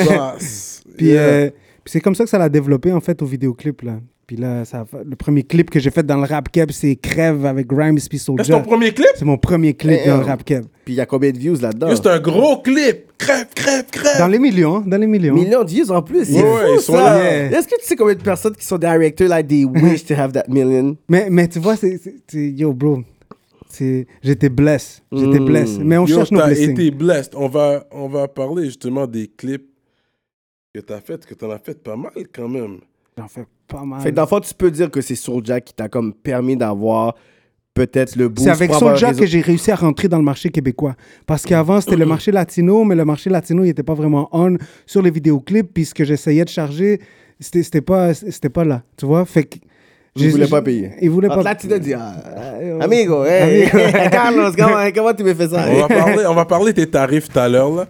Speaker 3: Sauce.
Speaker 4: Puis,
Speaker 3: Yeah.
Speaker 4: euh, puis c'est comme ça que ça l'a développé en fait au vidéoclip là. Puis là, ça, a fait- le premier clip que j'ai fait dans le rap keb, c'est Crève avec Grimes puis
Speaker 3: C'est
Speaker 4: Soulja.
Speaker 3: ton premier clip
Speaker 4: C'est mon premier clip
Speaker 5: Eh,
Speaker 4: dans le
Speaker 5: eh,
Speaker 4: rap keb.
Speaker 5: Puis il y a combien de views là-dedans
Speaker 3: Yo, C'est un gros clip. Crève, crève, crève.
Speaker 4: Dans les millions, hein, dans les millions.
Speaker 5: Millions de views en plus. c'est
Speaker 3: Ouais, ouais,
Speaker 5: fou,
Speaker 3: ils sont
Speaker 5: ça.
Speaker 4: là. Yeah.
Speaker 5: Est-ce que tu sais combien de personnes qui sont directeurs, like, they wish to have that million?
Speaker 4: Mais, mais tu vois, c'est, c'est- c'est- yo bro, c'est, j'étais blessé, j'étais
Speaker 5: Mm.
Speaker 4: blessé. Mais on
Speaker 3: Yo,
Speaker 4: cherche nos
Speaker 3: t'as
Speaker 4: blessings.
Speaker 3: été blessed. On va, on va parler justement des clips que t'as fait, que t'en as fait pas mal quand même.
Speaker 4: J'en fais pas mal.
Speaker 5: Fait que dans le fond, tu peux dire que c'est Soulja qui t'a comme permis d'avoir peut-être le boost.
Speaker 4: C'est avec
Speaker 5: pour avoir un
Speaker 4: Soulja
Speaker 5: réseau-
Speaker 4: que j'ai réussi à rentrer dans le marché québécois. Parce qu'avant, c'était le marché latino, mais le marché latino, il n'était pas vraiment on sur les vidéoclips. Puis ce que j'essayais de charger, c'était c'était pas, c'était pas là. Tu vois? Fait que.
Speaker 5: Ils
Speaker 4: j'ai-
Speaker 5: voulaient
Speaker 4: j'ai-
Speaker 5: pas payer.
Speaker 4: Ils voulaient
Speaker 5: Ah,
Speaker 4: pas
Speaker 5: Là, tu te dis, ah, amigo, hey, Carlos, comment, comment tu me fais ça?
Speaker 3: On va parler, on va parler des tarifs tout à l'heure là.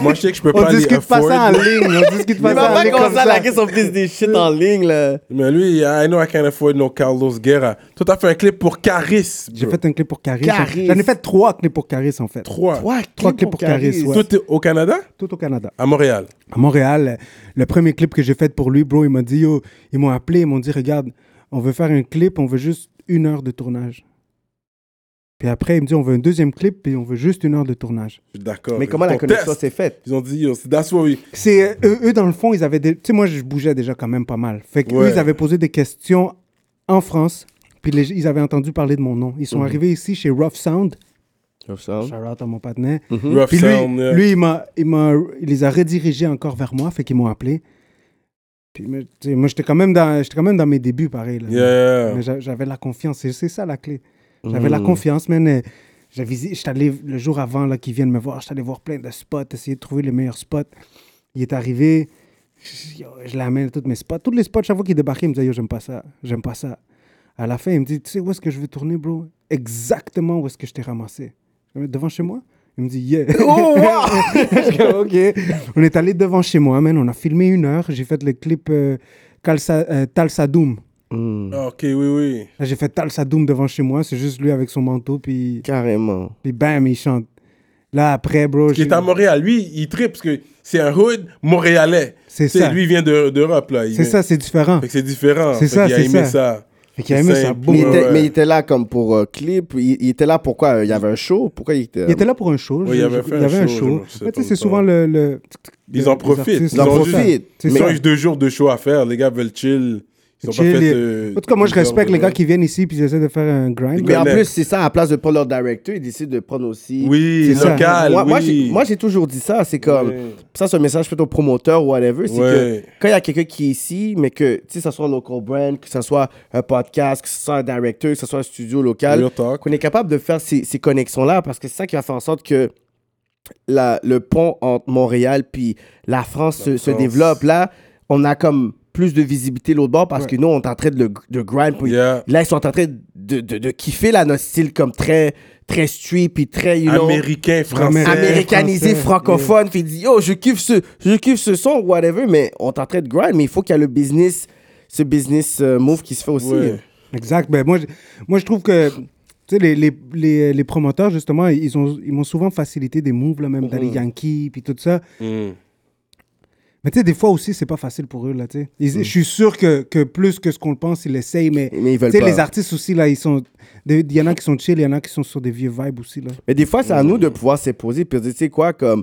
Speaker 3: Moi je sais que je peux pas
Speaker 4: On
Speaker 3: les
Speaker 4: discute pas
Speaker 3: afford.
Speaker 4: ça en ligne. On discute pas
Speaker 5: Il va
Speaker 4: ça en
Speaker 5: pas
Speaker 4: ligne. comme
Speaker 5: commencer à
Speaker 4: ça.
Speaker 5: laquer son fils des shit en ligne, là.
Speaker 3: Mais lui, I know I can't afford no Carlos Guerra. Toi t'as fait un clip pour Caris.
Speaker 4: J'ai fait un clip pour Caris.
Speaker 5: Caris.
Speaker 4: J'en ai fait trois clips pour Caris, en fait.
Speaker 3: trois.
Speaker 4: Trois clips pour Caris, ouais.
Speaker 3: Tout au Canada,
Speaker 4: Tout au Canada.
Speaker 3: à Montréal.
Speaker 4: à Montréal, le premier clip que j'ai fait pour lui, bro, il m'a dit, yo, ils m'ont appelé, ils m'ont dit, regarde, on veut faire un clip, on veut juste une heure de tournage. Puis après, il me dit, on veut un deuxième clip, puis on veut juste une heure de tournage.
Speaker 3: Je suis D'accord.
Speaker 5: Mais comment la
Speaker 3: Ton
Speaker 5: connexion
Speaker 3: test.
Speaker 5: s'est faite?
Speaker 3: Ils ont dit yo, c'est that's what we-
Speaker 4: C'est euh, eux, eux, dans le fond, ils avaient des... Tu sais, moi, je bougeais déjà quand même pas mal. Fait que
Speaker 3: Ouais.
Speaker 4: eux, ils avaient posé des questions en France, puis les- ils avaient entendu parler de mon nom. Ils sont arrivés ici chez Rough Sound. Shout out à mon partenaire.
Speaker 3: Rough
Speaker 4: Hmm. Puis lui,
Speaker 3: sound, yeah.
Speaker 4: lui, il, m'a, il, m'a, il les a redirigés encore vers moi, fait qu'ils m'ont appelé. Puis mais, tu sais, moi, j'étais quand, même dans, j'étais quand même dans mes débuts, pareil. là.
Speaker 3: Yeah.
Speaker 4: Mais j'a- j'avais la confiance, et c'est ça la clé. J'avais
Speaker 5: Hmm.
Speaker 4: la confiance, man. euh, J'avais, j'étais allé le jour avant là, qu'ils viennent me voir, j'étais allé voir plein de spots, essayer de trouver les meilleurs spots. Il est arrivé, je, yo, je l'amène à tous mes spots. Tous les spots, chaque fois qu'il débarquait, il me disait Yo, j'aime pas ça, j'aime pas ça. À la fin, il me dit Tu sais où est-ce que je veux tourner, bro Exactement où est-ce que je t'ai ramassé. Je me dis, Devant chez moi Il me dit Yeah.
Speaker 5: Oh, wow!
Speaker 4: Je suis comme, ok. On est allé devant chez moi, man. On a filmé une heure. J'ai fait le clip euh, Kalsa- euh, Talsadoum.
Speaker 3: Ah, Ok, oui, oui.
Speaker 4: Là, j'ai fait Talsadoum devant chez moi. C'est juste lui avec son manteau, puis,
Speaker 5: Carrément.
Speaker 4: puis bam, il chante. Là, après, bro,
Speaker 3: Qui
Speaker 4: j'ai-
Speaker 3: est à Montréal. Lui, il tripe parce que c'est un hood montréalais.
Speaker 4: C'est
Speaker 3: Tu sais,
Speaker 4: ça.
Speaker 3: Lui, il vient de- d'Europe, là. Il
Speaker 4: c'est
Speaker 3: vient-
Speaker 4: ça, c'est différent.
Speaker 3: Fait que c'est différent.
Speaker 4: C'est
Speaker 3: Fait
Speaker 4: ça,
Speaker 3: qu'il a
Speaker 4: c'est
Speaker 3: aimé
Speaker 4: ça.
Speaker 3: ça.
Speaker 4: Fait qu'il a aimé
Speaker 3: C'est
Speaker 4: ça.
Speaker 3: simple.
Speaker 4: boum.
Speaker 5: Mais,
Speaker 3: Ouais,
Speaker 5: il était,
Speaker 3: ouais.
Speaker 5: mais il était là comme pour euh, clip. Il, il était là pourquoi euh, Il y avait un show Pourquoi il était. euh,
Speaker 4: Il était là pour un show.
Speaker 3: Ouais,
Speaker 4: Je-
Speaker 3: il avait
Speaker 4: je-
Speaker 3: fait un show, je sais
Speaker 4: Mais tu
Speaker 3: pas
Speaker 4: sais, c'est
Speaker 3: encore.
Speaker 4: souvent le. le-
Speaker 3: Ils
Speaker 4: le-
Speaker 3: en
Speaker 4: les
Speaker 3: profitent.
Speaker 4: artistes,
Speaker 3: Ils en
Speaker 4: c'est ça.
Speaker 5: profitent.
Speaker 4: C'est
Speaker 3: Ils
Speaker 5: Mais-
Speaker 4: ça.
Speaker 3: ont eu deux jours de show à faire. Les gars veulent chill. Ils ont pas
Speaker 4: Chill,
Speaker 3: fait.
Speaker 4: les-
Speaker 3: euh,
Speaker 4: En tout cas, moi, je
Speaker 3: deux heures
Speaker 4: respecte
Speaker 3: de
Speaker 4: les gars
Speaker 3: rap.
Speaker 4: qui viennent ici puis ils essaient de faire un grind.
Speaker 5: Mais en
Speaker 3: Connect.
Speaker 5: plus, c'est ça, à la place de prendre leur directeur, ils décident de prendre aussi.
Speaker 3: Oui,
Speaker 4: C'est ça.
Speaker 3: local.
Speaker 5: Moi, moi,
Speaker 3: oui.
Speaker 5: j'ai- moi, j'ai toujours dit ça. C'est comme.
Speaker 3: Ouais.
Speaker 5: Ça, c'est un message fait au promoteur ou whatever. C'est
Speaker 3: Ouais.
Speaker 5: que quand il y a quelqu'un qui est ici, mais que, tu sais, ça soit un local brand, que ça soit un podcast, que ça soit un directeur, que ça soit un studio local,
Speaker 3: Real talk.
Speaker 5: qu'on est capable de faire ces, ces connexions-là parce que c'est ça qui va faire en sorte que. la- le pont entre Montréal puis la France se, se
Speaker 3: France.
Speaker 5: développe là, on a comme plus de visibilité l'autre bord parce que nous, on est en train de, le- de grind. puis
Speaker 3: Yeah.
Speaker 5: Là, ils sont en train de, de, de kiffer là, notre style comme très, très street puis très, you know,
Speaker 3: Américain, français.
Speaker 5: américanisé,
Speaker 4: français,
Speaker 5: francophone. Puis il dit, yo, je kiffe ce, je kiffe ce son, whatever, mais on est en train de grind, mais il faut qu'il y ait le business, ce business euh, move qui se fait aussi.
Speaker 3: Ouais.
Speaker 4: Exact. Ben, moi, je, moi, je trouve que tu sais, les, les, les, les promoteurs, justement, ils ont- ils m'ont souvent facilité des moves, là,
Speaker 3: Mhm.
Speaker 4: même dans les Yankees, puis tout ça. Mais tu sais, des fois aussi, c'est pas facile pour eux, là, tu sais.
Speaker 3: Mhm.
Speaker 4: Ils- Je suis sûr que, que plus que ce qu'on le pense, ils essayent, mais,
Speaker 5: Mais ils veulent
Speaker 4: tu sais,
Speaker 5: pas.
Speaker 4: les artistes aussi, là, ils sont... Il y en a qui sont chill, il y en a qui sont sur des vieux vibes aussi, là.
Speaker 5: Mais des fois, c'est à nous de pouvoir se poser puis de dire, tu sais quoi, comme,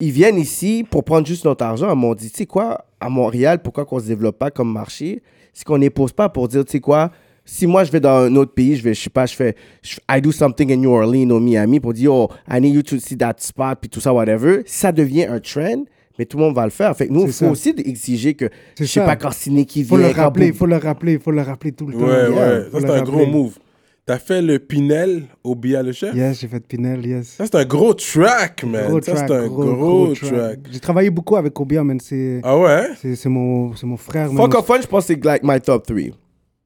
Speaker 5: ils viennent ici pour prendre juste notre argent. Mais on dit, tu sais quoi, à Montréal, pourquoi qu'on se développe pas comme marché? C'est qu'on n'impose pas pour dire, tu sais quoi, si moi je vais dans un autre pays, je vais, je sais pas, je fais, je- I do something in New Orleans ou Miami pour dire, oh, I need you to see that spot puis tout ça, whatever. Ça devient un trend. Mais tout le monde va le faire. Fait que nous, il
Speaker 4: C'est
Speaker 5: faut
Speaker 4: ça.
Speaker 5: aussi exiger que, je
Speaker 4: C'est
Speaker 5: sais
Speaker 4: ça.
Speaker 5: pas, quand Sinéki
Speaker 4: Faut
Speaker 5: vient,
Speaker 4: le
Speaker 5: quand
Speaker 4: rappeler,
Speaker 5: Bob-
Speaker 4: faut le rappeler, faut le rappeler tout le temps.
Speaker 3: Ouais, ouais.
Speaker 4: Faut
Speaker 3: Ça,
Speaker 4: le
Speaker 3: c'est un gros
Speaker 4: rappeler.
Speaker 3: move. T'as fait le Pinel au Bia le chef?
Speaker 4: Yes, j'ai fait Pinel, yes.
Speaker 3: Ça, c'est un gros track, man.
Speaker 4: Gros
Speaker 3: ça,
Speaker 4: track,
Speaker 3: c'est un
Speaker 4: gros,
Speaker 3: gros,
Speaker 4: gros
Speaker 3: track.
Speaker 4: track. J'ai travaillé beaucoup avec Obia, man. C'est
Speaker 3: Ah ouais?
Speaker 4: c'est- c'est mon, c'est mon frère. man.
Speaker 5: Francophone, je pense que c'est like my top 3.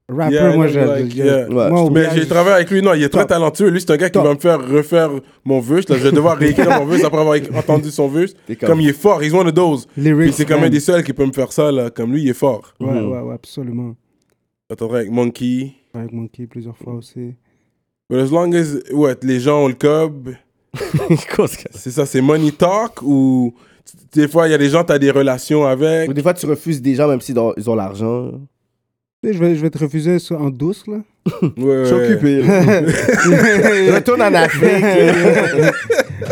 Speaker 4: Rapper,
Speaker 3: Yeah,
Speaker 4: moi,
Speaker 3: no,
Speaker 4: je.
Speaker 3: like,
Speaker 4: je-
Speaker 3: yeah.
Speaker 4: moi,
Speaker 5: Ouais.
Speaker 4: Obia,
Speaker 3: Mais j'ai
Speaker 4: Oh, je-
Speaker 3: travaillé avec lui, non, il est très
Speaker 4: Top.
Speaker 3: talentueux. Lui, c'est un gars qui
Speaker 4: Top.
Speaker 3: va me faire refaire mon verse. Là, je vais devoir réécrire mon verse après avoir éc- entendu son verse.
Speaker 5: T'es comme-
Speaker 3: Comme il est fort, he's one of those.
Speaker 4: Lyrics,
Speaker 3: Puis c'est quand
Speaker 4: man.
Speaker 3: même des seuls qui peut me faire ça, là. Comme lui, il est fort.
Speaker 4: Ouais, ouais, ouais, absolument.
Speaker 3: J'ai travaillé avec Monkey.
Speaker 4: Avec Monkey plusieurs fois aussi.
Speaker 3: But as long as, ouais, les gens ont le cob, c'est ça, c'est money talk ou des fois, il y a des gens, t'as des relations avec.
Speaker 5: Ou des fois, tu refuses des gens même s'ils ont ils ont l'argent.
Speaker 4: Tu sais, Je vais, je vais te refuser sur- en douce, là.
Speaker 5: Je
Speaker 3: Ouais,
Speaker 5: suis
Speaker 3: ouais.
Speaker 5: occupé. Retourne en Afrique.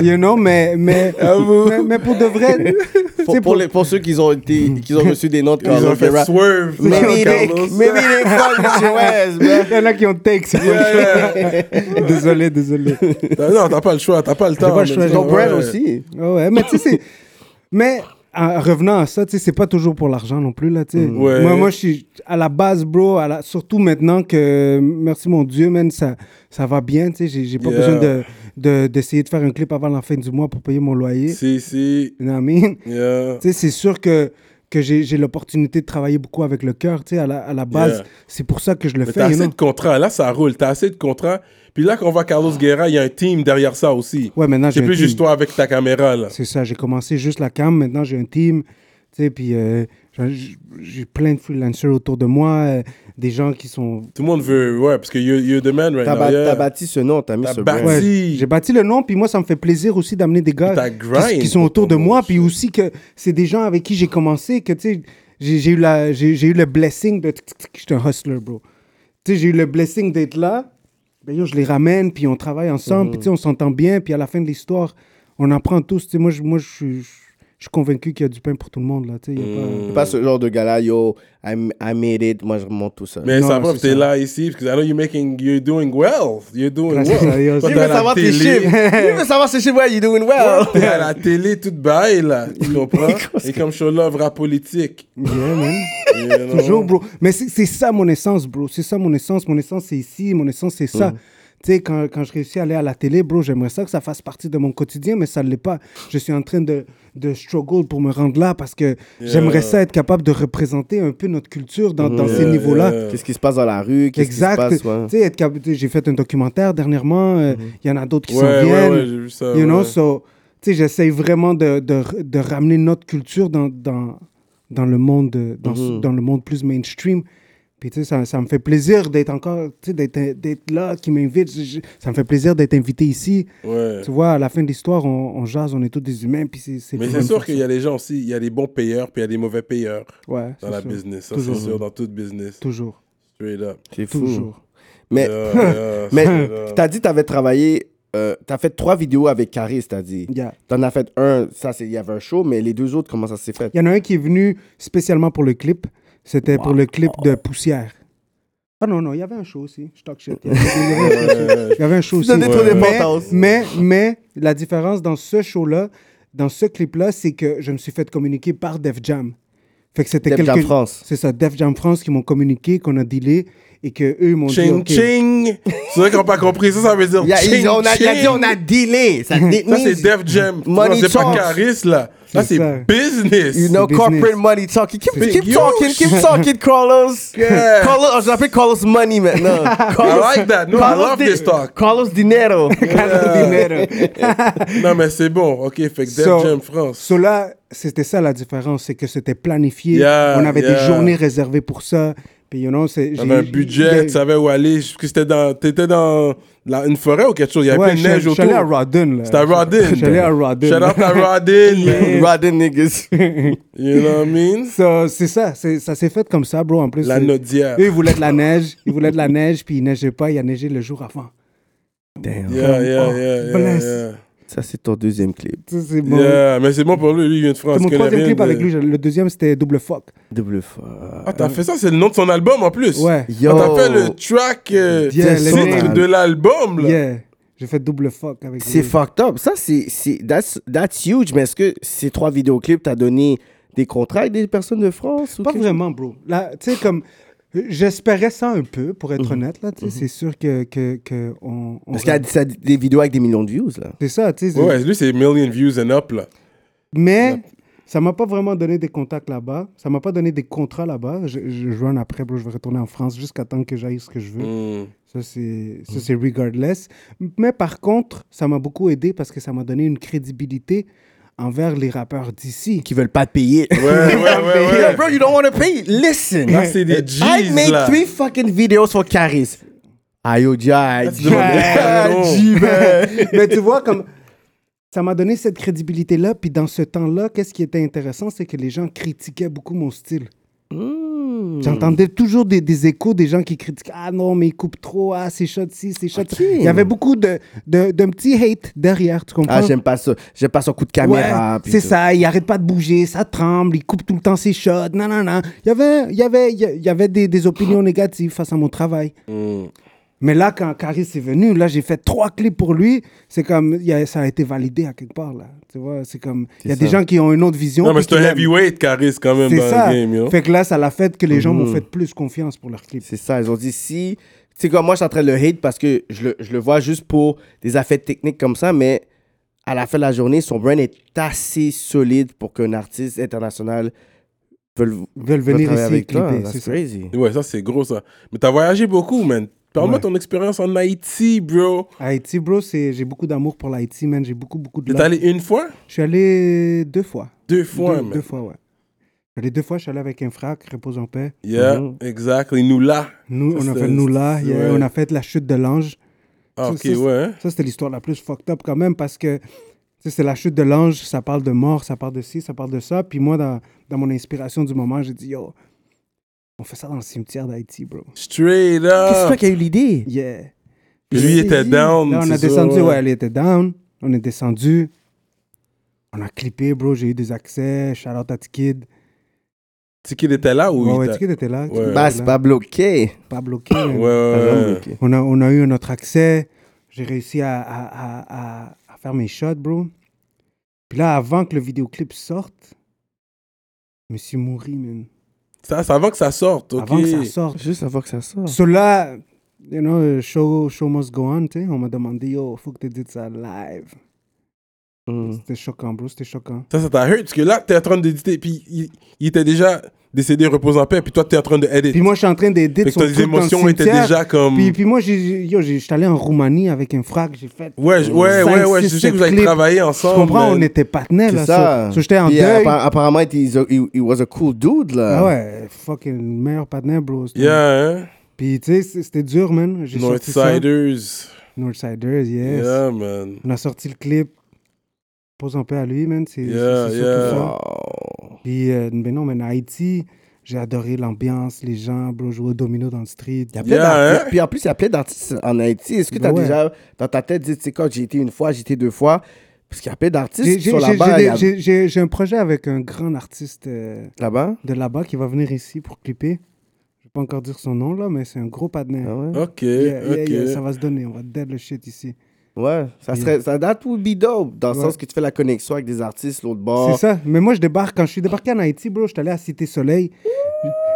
Speaker 4: you know, mais, mais,
Speaker 3: Avoue.
Speaker 4: mais, mais pour de vrai. tu
Speaker 5: pour,
Speaker 4: sais,
Speaker 5: pour les- pour ceux qui ont, été, qui ont reçu des notes
Speaker 3: Ils ont fait swerve.
Speaker 5: Maybe they,
Speaker 3: Carlos.
Speaker 5: maybe they fuck with your ass, man.
Speaker 4: Il y en a qui ont take. c'est
Speaker 3: Yeah, yeah.
Speaker 4: bon. désolé, désolé.
Speaker 3: T'as- Non, t'as pas le choix, t'as pas le temps.
Speaker 4: pas le choix,
Speaker 3: mais-
Speaker 4: j'ai
Speaker 5: Ton
Speaker 4: Ouais.
Speaker 5: brand aussi.
Speaker 4: Ah ouais, mais tu sais, c'est- Mais en revenant à ça, tu sais, c'est pas toujours pour l'argent non plus, là, tu sais.
Speaker 3: Mm. Ouais.
Speaker 4: Moi, moi, je suis à la base, bro, à la- surtout maintenant que, merci mon Dieu, man, ça, ça va bien, tu sais. J'ai- J'ai pas
Speaker 3: Yeah.
Speaker 4: besoin de- de- d'essayer de, faire un clip avant la fin du mois pour payer mon loyer.
Speaker 3: Si, si.
Speaker 4: You know what I mean?
Speaker 3: Yeah.
Speaker 4: Tu sais, c'est sûr que, que j'ai j'ai l'opportunité de travailler beaucoup avec le cœur, tu sais, à la, à la base.
Speaker 3: Yeah.
Speaker 4: C'est pour ça que je le
Speaker 3: Mais
Speaker 4: fais,
Speaker 3: t'as
Speaker 4: you
Speaker 3: assez
Speaker 4: know?
Speaker 3: de contrats. Là, ça roule. T'as assez de contrats. Puis là, quand on voit Carlos Guerra, il y a un team derrière ça aussi.
Speaker 4: Ah. Ouais, maintenant, j'ai
Speaker 3: C'est
Speaker 4: un
Speaker 3: plus
Speaker 4: team.
Speaker 3: juste toi avec ta caméra, là.
Speaker 4: C'est ça, j'ai commencé juste la cam, maintenant j'ai un team, tu sais, puis euh, j'ai- j'ai plein de freelancers autour de moi, euh, des gens qui sont...
Speaker 3: Tout le monde veut. Ouais, parce que you're, you're the man right
Speaker 5: T'as
Speaker 3: now.
Speaker 5: ba-
Speaker 3: yeah.
Speaker 5: t'as bâti ce nom, t'as mis
Speaker 3: T'as
Speaker 5: ce
Speaker 3: bâti.
Speaker 5: brand.
Speaker 3: Ouais.
Speaker 4: Ouais,
Speaker 3: Si.
Speaker 4: j'ai bâti le nom, puis moi, ça me fait plaisir aussi d'amener des gars
Speaker 3: T'as
Speaker 4: qui,
Speaker 3: grind
Speaker 4: qui sont
Speaker 3: pour
Speaker 4: autour de
Speaker 3: ton
Speaker 4: moi,
Speaker 3: monde,
Speaker 4: puis aussi que c'est des gens avec qui j'ai commencé, que tu sais, j'ai j'ai eu, la- j'ai- j'ai eu le blessing de... J'étais un hustler, bro. Tu sais, j'ai eu le blessing d'être là, ben, yo, je les ramène, puis on travaille ensemble, puis tu sais, on s'entend bien, puis à la fin de l'histoire, on apprend tous, tu sais, moi, je moi, je suis... Je suis convaincu qu'il y a du pain pour tout le monde, là, tu sais, il y a pas...
Speaker 5: C'est Pas ce genre de gars-là, yo, I, I made it, moi je remonte tout ça.
Speaker 3: Mais
Speaker 4: Non,
Speaker 3: ça
Speaker 4: non,
Speaker 3: prouve que
Speaker 4: c'est
Speaker 3: t'es
Speaker 4: ça.
Speaker 3: là ici, parce que I know you're making, you're doing well. You're doing
Speaker 4: Grâce à
Speaker 3: well.
Speaker 4: Dieu.
Speaker 3: Toi,
Speaker 5: Je
Speaker 3: t'es
Speaker 5: veux
Speaker 3: à la
Speaker 5: savoir tes
Speaker 3: télé.
Speaker 5: chiffres. Je veux savoir tes chiffres, ouais, you doing well.
Speaker 3: T'es à la télé, toute baille, là. Tu comprends? Et comme show love, rap politique.
Speaker 4: Yeah, man.
Speaker 3: You know?
Speaker 4: Toujours, bro. Mais c'est c'est ça mon essence, bro. C'est ça mon essence. Mon essence, c'est ici. Mon essence, c'est
Speaker 3: Mmh.
Speaker 4: ça. Tu sais, quand, quand je réussis à aller à la télé, bro, j'aimerais ça que ça fasse partie de mon quotidien, mais ça ne l'est pas. Je suis en train de, de struggle pour me rendre là parce que j'aimerais ça être capable de représenter un peu notre culture dans, dans ces
Speaker 3: Mmh. Yeah,
Speaker 4: niveaux-là.
Speaker 3: yeah.
Speaker 5: Qu'est-ce qui se passe dans la rue? Qu'est-ce qui se
Speaker 4: Exact.
Speaker 5: passe? ouais.
Speaker 4: Tu sais, être capable- J'ai fait un documentaire dernièrement. euh, Il y en a d'autres qui
Speaker 3: Mmh. Ouais,
Speaker 4: s'en
Speaker 3: ouais,
Speaker 4: viennent.
Speaker 3: ouais, j'ai vu ça,
Speaker 4: You know,
Speaker 3: ouais.
Speaker 4: so, tu sais, j'essaye vraiment de, de, de ramener notre culture dans, dans, dans, le, monde, euh, dans, ce-
Speaker 3: Mm-hmm.
Speaker 4: dans le monde plus mainstream. Puis, tu sais, ça, ça me fait plaisir d'être encore, tu sais, d'être d'être là, qui m'invite. Je- je- Ça me fait plaisir d'être invité ici.
Speaker 3: Ouais.
Speaker 4: Tu vois, à la fin de l'histoire, on, on jase, on est tous des humains. Puis, c'est- c'est
Speaker 3: Mais
Speaker 4: le
Speaker 3: c'est
Speaker 4: fun
Speaker 3: sûr
Speaker 4: de
Speaker 3: qu'il y a des gens aussi, il y a des bons payeurs, puis il y a des mauvais payeurs
Speaker 4: faire ça. Ouais,
Speaker 3: dans
Speaker 4: c'est
Speaker 3: la
Speaker 4: sûr.
Speaker 3: business. Ça, c'est
Speaker 4: Toujours.
Speaker 3: sûr, dans toute business.
Speaker 4: Toujours.
Speaker 3: Straight up.
Speaker 5: C'est fou.
Speaker 4: Toujours.
Speaker 5: Mais,
Speaker 3: Yeah, yeah,
Speaker 5: mais
Speaker 3: straight up.
Speaker 5: t'as dit t'avais travaillé, euh, t'as fait trois vidéos avec Caris, t'as dit.
Speaker 4: Yeah.
Speaker 5: T'en as fait un, ça c'est, il y avait un show, mais les deux autres, comment ça s'est fait?
Speaker 4: Il y en a un qui est venu spécialement pour le clip. C'était pour le clip de Poussière. Ah non, non, il y avait un show aussi. Je talk shit. Il y avait, il y avait un show aussi. Il y avait un show
Speaker 5: Ça
Speaker 4: aussi.
Speaker 5: donnait trop d'importance.
Speaker 4: mais, mais, mais la différence dans ce show-là, dans ce clip-là, c'est que je me suis fait communiquer par Def Jam. Fait que c'était
Speaker 5: Def Jam
Speaker 4: quelqu'un-
Speaker 5: France.
Speaker 4: C'est ça, Def Jam France qui m'ont communiqué, qu'on a dealé. et que eux m'ont dit.
Speaker 3: Ching
Speaker 4: OK.
Speaker 3: ching. C'est vrai qu'on n'a pas compris ça, ça veut dire
Speaker 5: Il a,
Speaker 3: ching
Speaker 5: ils- on a, il a
Speaker 3: ching.
Speaker 5: dit on a dealé. Ça, did
Speaker 3: Ça, c'est
Speaker 5: means-
Speaker 3: Def Jam.
Speaker 5: Money
Speaker 3: Non, C'est pas
Speaker 5: talks.
Speaker 3: Caris, là. Là,
Speaker 4: C'est
Speaker 3: c'est
Speaker 4: ça.
Speaker 3: business.
Speaker 5: You know,
Speaker 4: business.
Speaker 5: corporate money talking. Keep, keep
Speaker 3: yo,
Speaker 5: talking, keep talking, Carlos.
Speaker 3: Yeah.
Speaker 5: Carlos, oh, je l'appelle Carlos Money maintenant.
Speaker 3: I like that. No, I love
Speaker 5: Di-
Speaker 3: this talk.
Speaker 5: Carlos Dinero.
Speaker 4: Dinero.
Speaker 3: Non, mais c'est bon. OK, fait que Def
Speaker 4: So-
Speaker 3: Jam France.
Speaker 4: So là, c'était ça la différence, c'est que c'était planifié.
Speaker 3: Yeah,
Speaker 4: on avait des
Speaker 3: yeah.
Speaker 4: journées réservées pour ça. Puis, you know, c'est.
Speaker 3: T'avais un budget, tu savais où aller. Parce que c'était dans, t'étais dans la- une forêt ou quelque chose. Il y avait plein de neige autour.
Speaker 4: J'allais à Rodden. là.
Speaker 3: C'était à Rodin.
Speaker 4: J'allais à Rodden.
Speaker 3: Shout out à Rodin. man.
Speaker 5: Rodden niggas.
Speaker 3: You know what I mean?
Speaker 4: So, c'est ça, c'est- ça s'est fait comme ça, bro. En plus,
Speaker 3: La
Speaker 4: c'est-
Speaker 3: Nodière.
Speaker 4: eux, ils voulaient de la neige, ils voulaient de la neige, puis il neigeait pas, il a neigé le jour avant.
Speaker 3: Yeah, yeah, yeah,
Speaker 4: Oh,
Speaker 3: yeah,
Speaker 4: bless.
Speaker 3: yeah.
Speaker 5: Ça, c'est ton deuxième clip.
Speaker 4: Ça, c'est mon,
Speaker 3: Yeah, mais c'est bon pour lui. Lui, il vient de France.
Speaker 4: c'est mon
Speaker 3: il connaît
Speaker 4: troisième
Speaker 3: rien
Speaker 4: clip
Speaker 3: de-
Speaker 4: avec lui. Le deuxième, c'était Double Fuck.
Speaker 5: Double fois.
Speaker 3: Ah, t'as fait ça, c'est le nom de son album en plus.
Speaker 4: Ouais.
Speaker 5: Yo.
Speaker 3: Ah, t'as fait le track euh,
Speaker 4: Yeah,
Speaker 3: titre
Speaker 4: le
Speaker 5: name.
Speaker 3: de l'album, là.
Speaker 4: Yeah. J'ai fait Double Fuck avec
Speaker 5: C'est
Speaker 4: lui.
Speaker 5: fucked up. Ça, c'est. c'est- That's, that's huge. Mais est-ce que ces trois vidéoclips, t'as donné des contrats avec des personnes de France ou
Speaker 4: Pas
Speaker 5: quelque-
Speaker 4: vraiment, bro. Là, tu sais, comme. J'espérais ça un peu, pour
Speaker 3: Mhm.
Speaker 4: être honnête. Là, tu sais, c'est sûr que, que, que on, on-
Speaker 5: Parce qu'il y a des- ça- des vidéos avec des millions de views, là.
Speaker 4: c'est ça, tu sais.
Speaker 3: Ouais, lui, c'est Million Views and Up, là.
Speaker 4: Mais ça m'a pas vraiment donné des contacts là-bas. Ça m'a pas donné des contrats là-bas. Je, je, je run après, bro. Je vais retourner en France jusqu'à temps que j'aille ce que je veux.
Speaker 3: Mm.
Speaker 4: Ça, c'est ça, c'est regardless. Mais par contre, ça m'a beaucoup aidé parce que ça m'a donné une crédibilité envers les rappeurs d'ici.
Speaker 5: Qui veulent pas te payer.
Speaker 3: Ouais, ouais, ouais,
Speaker 5: Yo,
Speaker 3: ouais.
Speaker 5: bro, you don't want to pay. Listen.
Speaker 3: Là, c'est des G's,
Speaker 5: I made
Speaker 3: là.
Speaker 5: three fucking videos for Caris. Ayo, Jai.
Speaker 3: That's the one. Yeah, G,
Speaker 4: Mais tu vois, comme ça m'a donné cette crédibilité-là. Puis dans ce temps-là, qu'est-ce qui était intéressant, c'est que les gens critiquaient beaucoup mon style. J'entendais toujours des, des échos des gens qui critiquaient Ah non, mais il coupe trop, ah c'est shot ci, c'est shot ça. Il y avait beaucoup de, de, d'un petit hate derrière, tu comprends?
Speaker 5: Ah, j'aime pas ça. J'aime pas son coup de caméra.
Speaker 4: Ouais,
Speaker 5: puis
Speaker 4: c'est
Speaker 5: tout.
Speaker 4: ça, il arrête pas de bouger, ça tremble, il coupe tout le temps ses shots, non, non, non. Il y avait, il y avait, il y avait des, des opinions négatives face à mon travail.
Speaker 3: Mm.
Speaker 4: Mais là, quand Caris est venu, là, j'ai fait trois clips pour lui. C'est comme, il y a- ça a été validé à quelque part, là. Tu vois, c'est comme, il y a des gens qui ont une autre vision.
Speaker 3: Non, mais
Speaker 4: puis
Speaker 3: c'est
Speaker 4: qui
Speaker 3: un
Speaker 4: l'aiment.
Speaker 3: heavyweight, Caris, quand même, dans
Speaker 4: C'est ça.
Speaker 3: le game, yo.
Speaker 4: Fait que là, ça l'a fait que les gens
Speaker 5: Mm.
Speaker 4: m'ont fait plus confiance pour leurs clips.
Speaker 5: C'est ça. Ils ont dit si. Tu sais, comme moi, je suis en train de le hate parce que je le, je le vois juste pour des affaires techniques comme ça, mais à la fin de la journée, son brand est assez solide pour qu'un artiste international veuille,
Speaker 4: Veulent venir
Speaker 5: travailler
Speaker 4: ici
Speaker 5: avec toi.
Speaker 4: clipper,
Speaker 5: That's
Speaker 4: c'est ça.
Speaker 5: crazy.
Speaker 3: Ouais, ça, c'est gros, ça. Mais t'as voyagé beaucoup, man. Parle-moi
Speaker 4: Ouais.
Speaker 3: de ton expérience en Haïti, bro.
Speaker 4: Haïti, bro, c'est, j'ai beaucoup d'amour pour l'Haïti, man. J'ai beaucoup, beaucoup de
Speaker 3: T'es
Speaker 4: love.
Speaker 3: allé une fois?
Speaker 4: Je suis allé deux fois.
Speaker 3: Deux fois,
Speaker 4: deux,
Speaker 3: man.
Speaker 4: deux fois, ouais. J'allais deux fois, je suis allé avec un frac, repose en paix.
Speaker 3: Yeah,
Speaker 4: Mm-hmm.
Speaker 3: exactly. Nous, là.
Speaker 4: Nous, on
Speaker 3: Ça,
Speaker 4: a
Speaker 3: c'est-
Speaker 4: fait nous là,
Speaker 3: c'est-
Speaker 4: yeah,
Speaker 3: ouais.
Speaker 4: on a fait la chute de l'ange.
Speaker 3: Ah,
Speaker 4: Ça,
Speaker 3: OK,
Speaker 4: ça, c'est-
Speaker 3: ouais. hein.
Speaker 4: Ça, c'était l'histoire la plus fucked up quand même parce que tu sais, c'est la chute de l'ange, ça parle de mort, ça parle de ci, ça parle de ça. Puis moi, dans, dans mon inspiration du moment, j'ai dit, yo, on fait ça dans le cimetière d'Haïti, bro.
Speaker 3: Straight
Speaker 5: Qu'est-ce
Speaker 3: up.
Speaker 5: qui a eu l'idée
Speaker 4: Yeah.
Speaker 3: Puis Ah. lui, il était down.
Speaker 4: Là, on
Speaker 3: c'est
Speaker 4: a
Speaker 3: ça,
Speaker 4: descendu,
Speaker 3: ouais.
Speaker 4: ouais, elle était down. On est descendu. On a clippé, bro. J'ai eu des accès. Shout out à Tikid.
Speaker 3: Tikid était là ou
Speaker 4: ouais,
Speaker 3: il
Speaker 4: ouais,
Speaker 3: était-
Speaker 4: Tikid était là. Tikid
Speaker 3: Ouais.
Speaker 4: était
Speaker 5: Bah,
Speaker 4: là.
Speaker 5: c'est pas bloqué. Ah,
Speaker 4: pas bloqué.
Speaker 3: Ah, Ouais,
Speaker 4: mais-
Speaker 5: Pas
Speaker 3: ouais, ouais.
Speaker 5: bloqué.
Speaker 4: On a, on a eu notre accès. J'ai réussi à, à- à- à- à faire mes shots, bro. Puis là, avant que le vidéoclip sorte, je me suis mouru, man.
Speaker 3: Ça, c'est avant que ça sorte, OK.
Speaker 4: Avant que ça sorte.
Speaker 5: Juste avant que ça sorte.
Speaker 4: Cela, you know, euh, show, show must go on, tu sais. On m'a demandé, yo, faut que tu dises ça live.
Speaker 5: Hmm.
Speaker 3: Mm.
Speaker 4: C'était choquant, bro. C'était choquant.
Speaker 3: Ça, ça t'a hurt, parce que là, t'es en train d'éditer, puis il, il était déjà décédé, repose en paix, puis toi, t'es en train de aider.
Speaker 4: Puis moi, je suis en train d'aider
Speaker 3: Fait que
Speaker 4: son
Speaker 3: tes
Speaker 4: truc dans le
Speaker 3: émotions étaient
Speaker 4: cimetière.
Speaker 3: déjà comme...
Speaker 4: Puis, puis moi, j'ai- j'ai- yo, j'ai- j'étais allé en Roumanie avec un frac, j'ai fait.
Speaker 3: ouais, je- ouais,
Speaker 4: cinq,
Speaker 3: ouais, ouais,
Speaker 4: six,
Speaker 3: je sais que
Speaker 4: sept
Speaker 3: vous avez
Speaker 4: clips.
Speaker 3: travaillé ensemble.
Speaker 4: Tu comprends, on
Speaker 3: man.
Speaker 4: était partenaires, là.
Speaker 5: C'est ça.
Speaker 4: So- so j'étais en
Speaker 5: Puis, euh, ah, bah,
Speaker 4: deuil.
Speaker 5: appa- Apparemment, he's a- he, he was a cool dude, là.
Speaker 4: Ah ouais, fucking meilleur partenaire, bro. C'était-
Speaker 3: Yeah, hein?
Speaker 4: Puis, tu sais, c- c'était dur, man. J'ai sorti ça.
Speaker 3: Northsiders.
Speaker 4: Northsiders, yes.
Speaker 3: Yeah, man.
Speaker 4: On a sorti le clip. Pose en paix à lui, man. C'est
Speaker 3: Yeah,
Speaker 4: c'est surtout
Speaker 3: yeah.
Speaker 4: ça.
Speaker 5: Wow.
Speaker 4: Puis, euh, ben non, mais en Haïti, j'ai adoré l'ambiance, les gens, bro, jouer au domino dans le street.
Speaker 5: Il y a plein
Speaker 3: Yeah,
Speaker 5: d'artistes-
Speaker 3: hein?
Speaker 5: Puis en plus, il y a plein d'artistes en Haïti. Est-ce que tu as
Speaker 4: Ben ouais.
Speaker 5: déjà dans ta tête dit, tu sais, quand j'ai été une fois, j'ai été deux fois? Parce qu'il y a plein d'artistes
Speaker 4: J'ai-
Speaker 5: qui
Speaker 4: j'ai-
Speaker 5: sont
Speaker 4: j'ai-
Speaker 5: là-bas. il y
Speaker 4: j'ai
Speaker 5: a-
Speaker 4: des- j'ai- J'ai j'ai un projet avec un grand artiste euh,
Speaker 5: Là-bas?
Speaker 4: de là-bas qui va venir ici pour clipper. Je vais pas encore dire son nom, là, mais c'est un gros partenaire.
Speaker 5: Ah ouais?
Speaker 3: OK,
Speaker 4: Yeah, yeah,
Speaker 3: OK.
Speaker 4: yeah, ça va se donner, on va dead le shit ici.
Speaker 5: Ouais. Ça serait. Ça, that would be dope. Dans le
Speaker 4: Ouais.
Speaker 5: sens que tu fais la connexion avec des artistes, l'autre
Speaker 4: C'est
Speaker 5: bord.
Speaker 4: ça. Mais moi, je débarque. Quand je suis débarqué en Haïti, bro, je suis allé à Cité Soleil.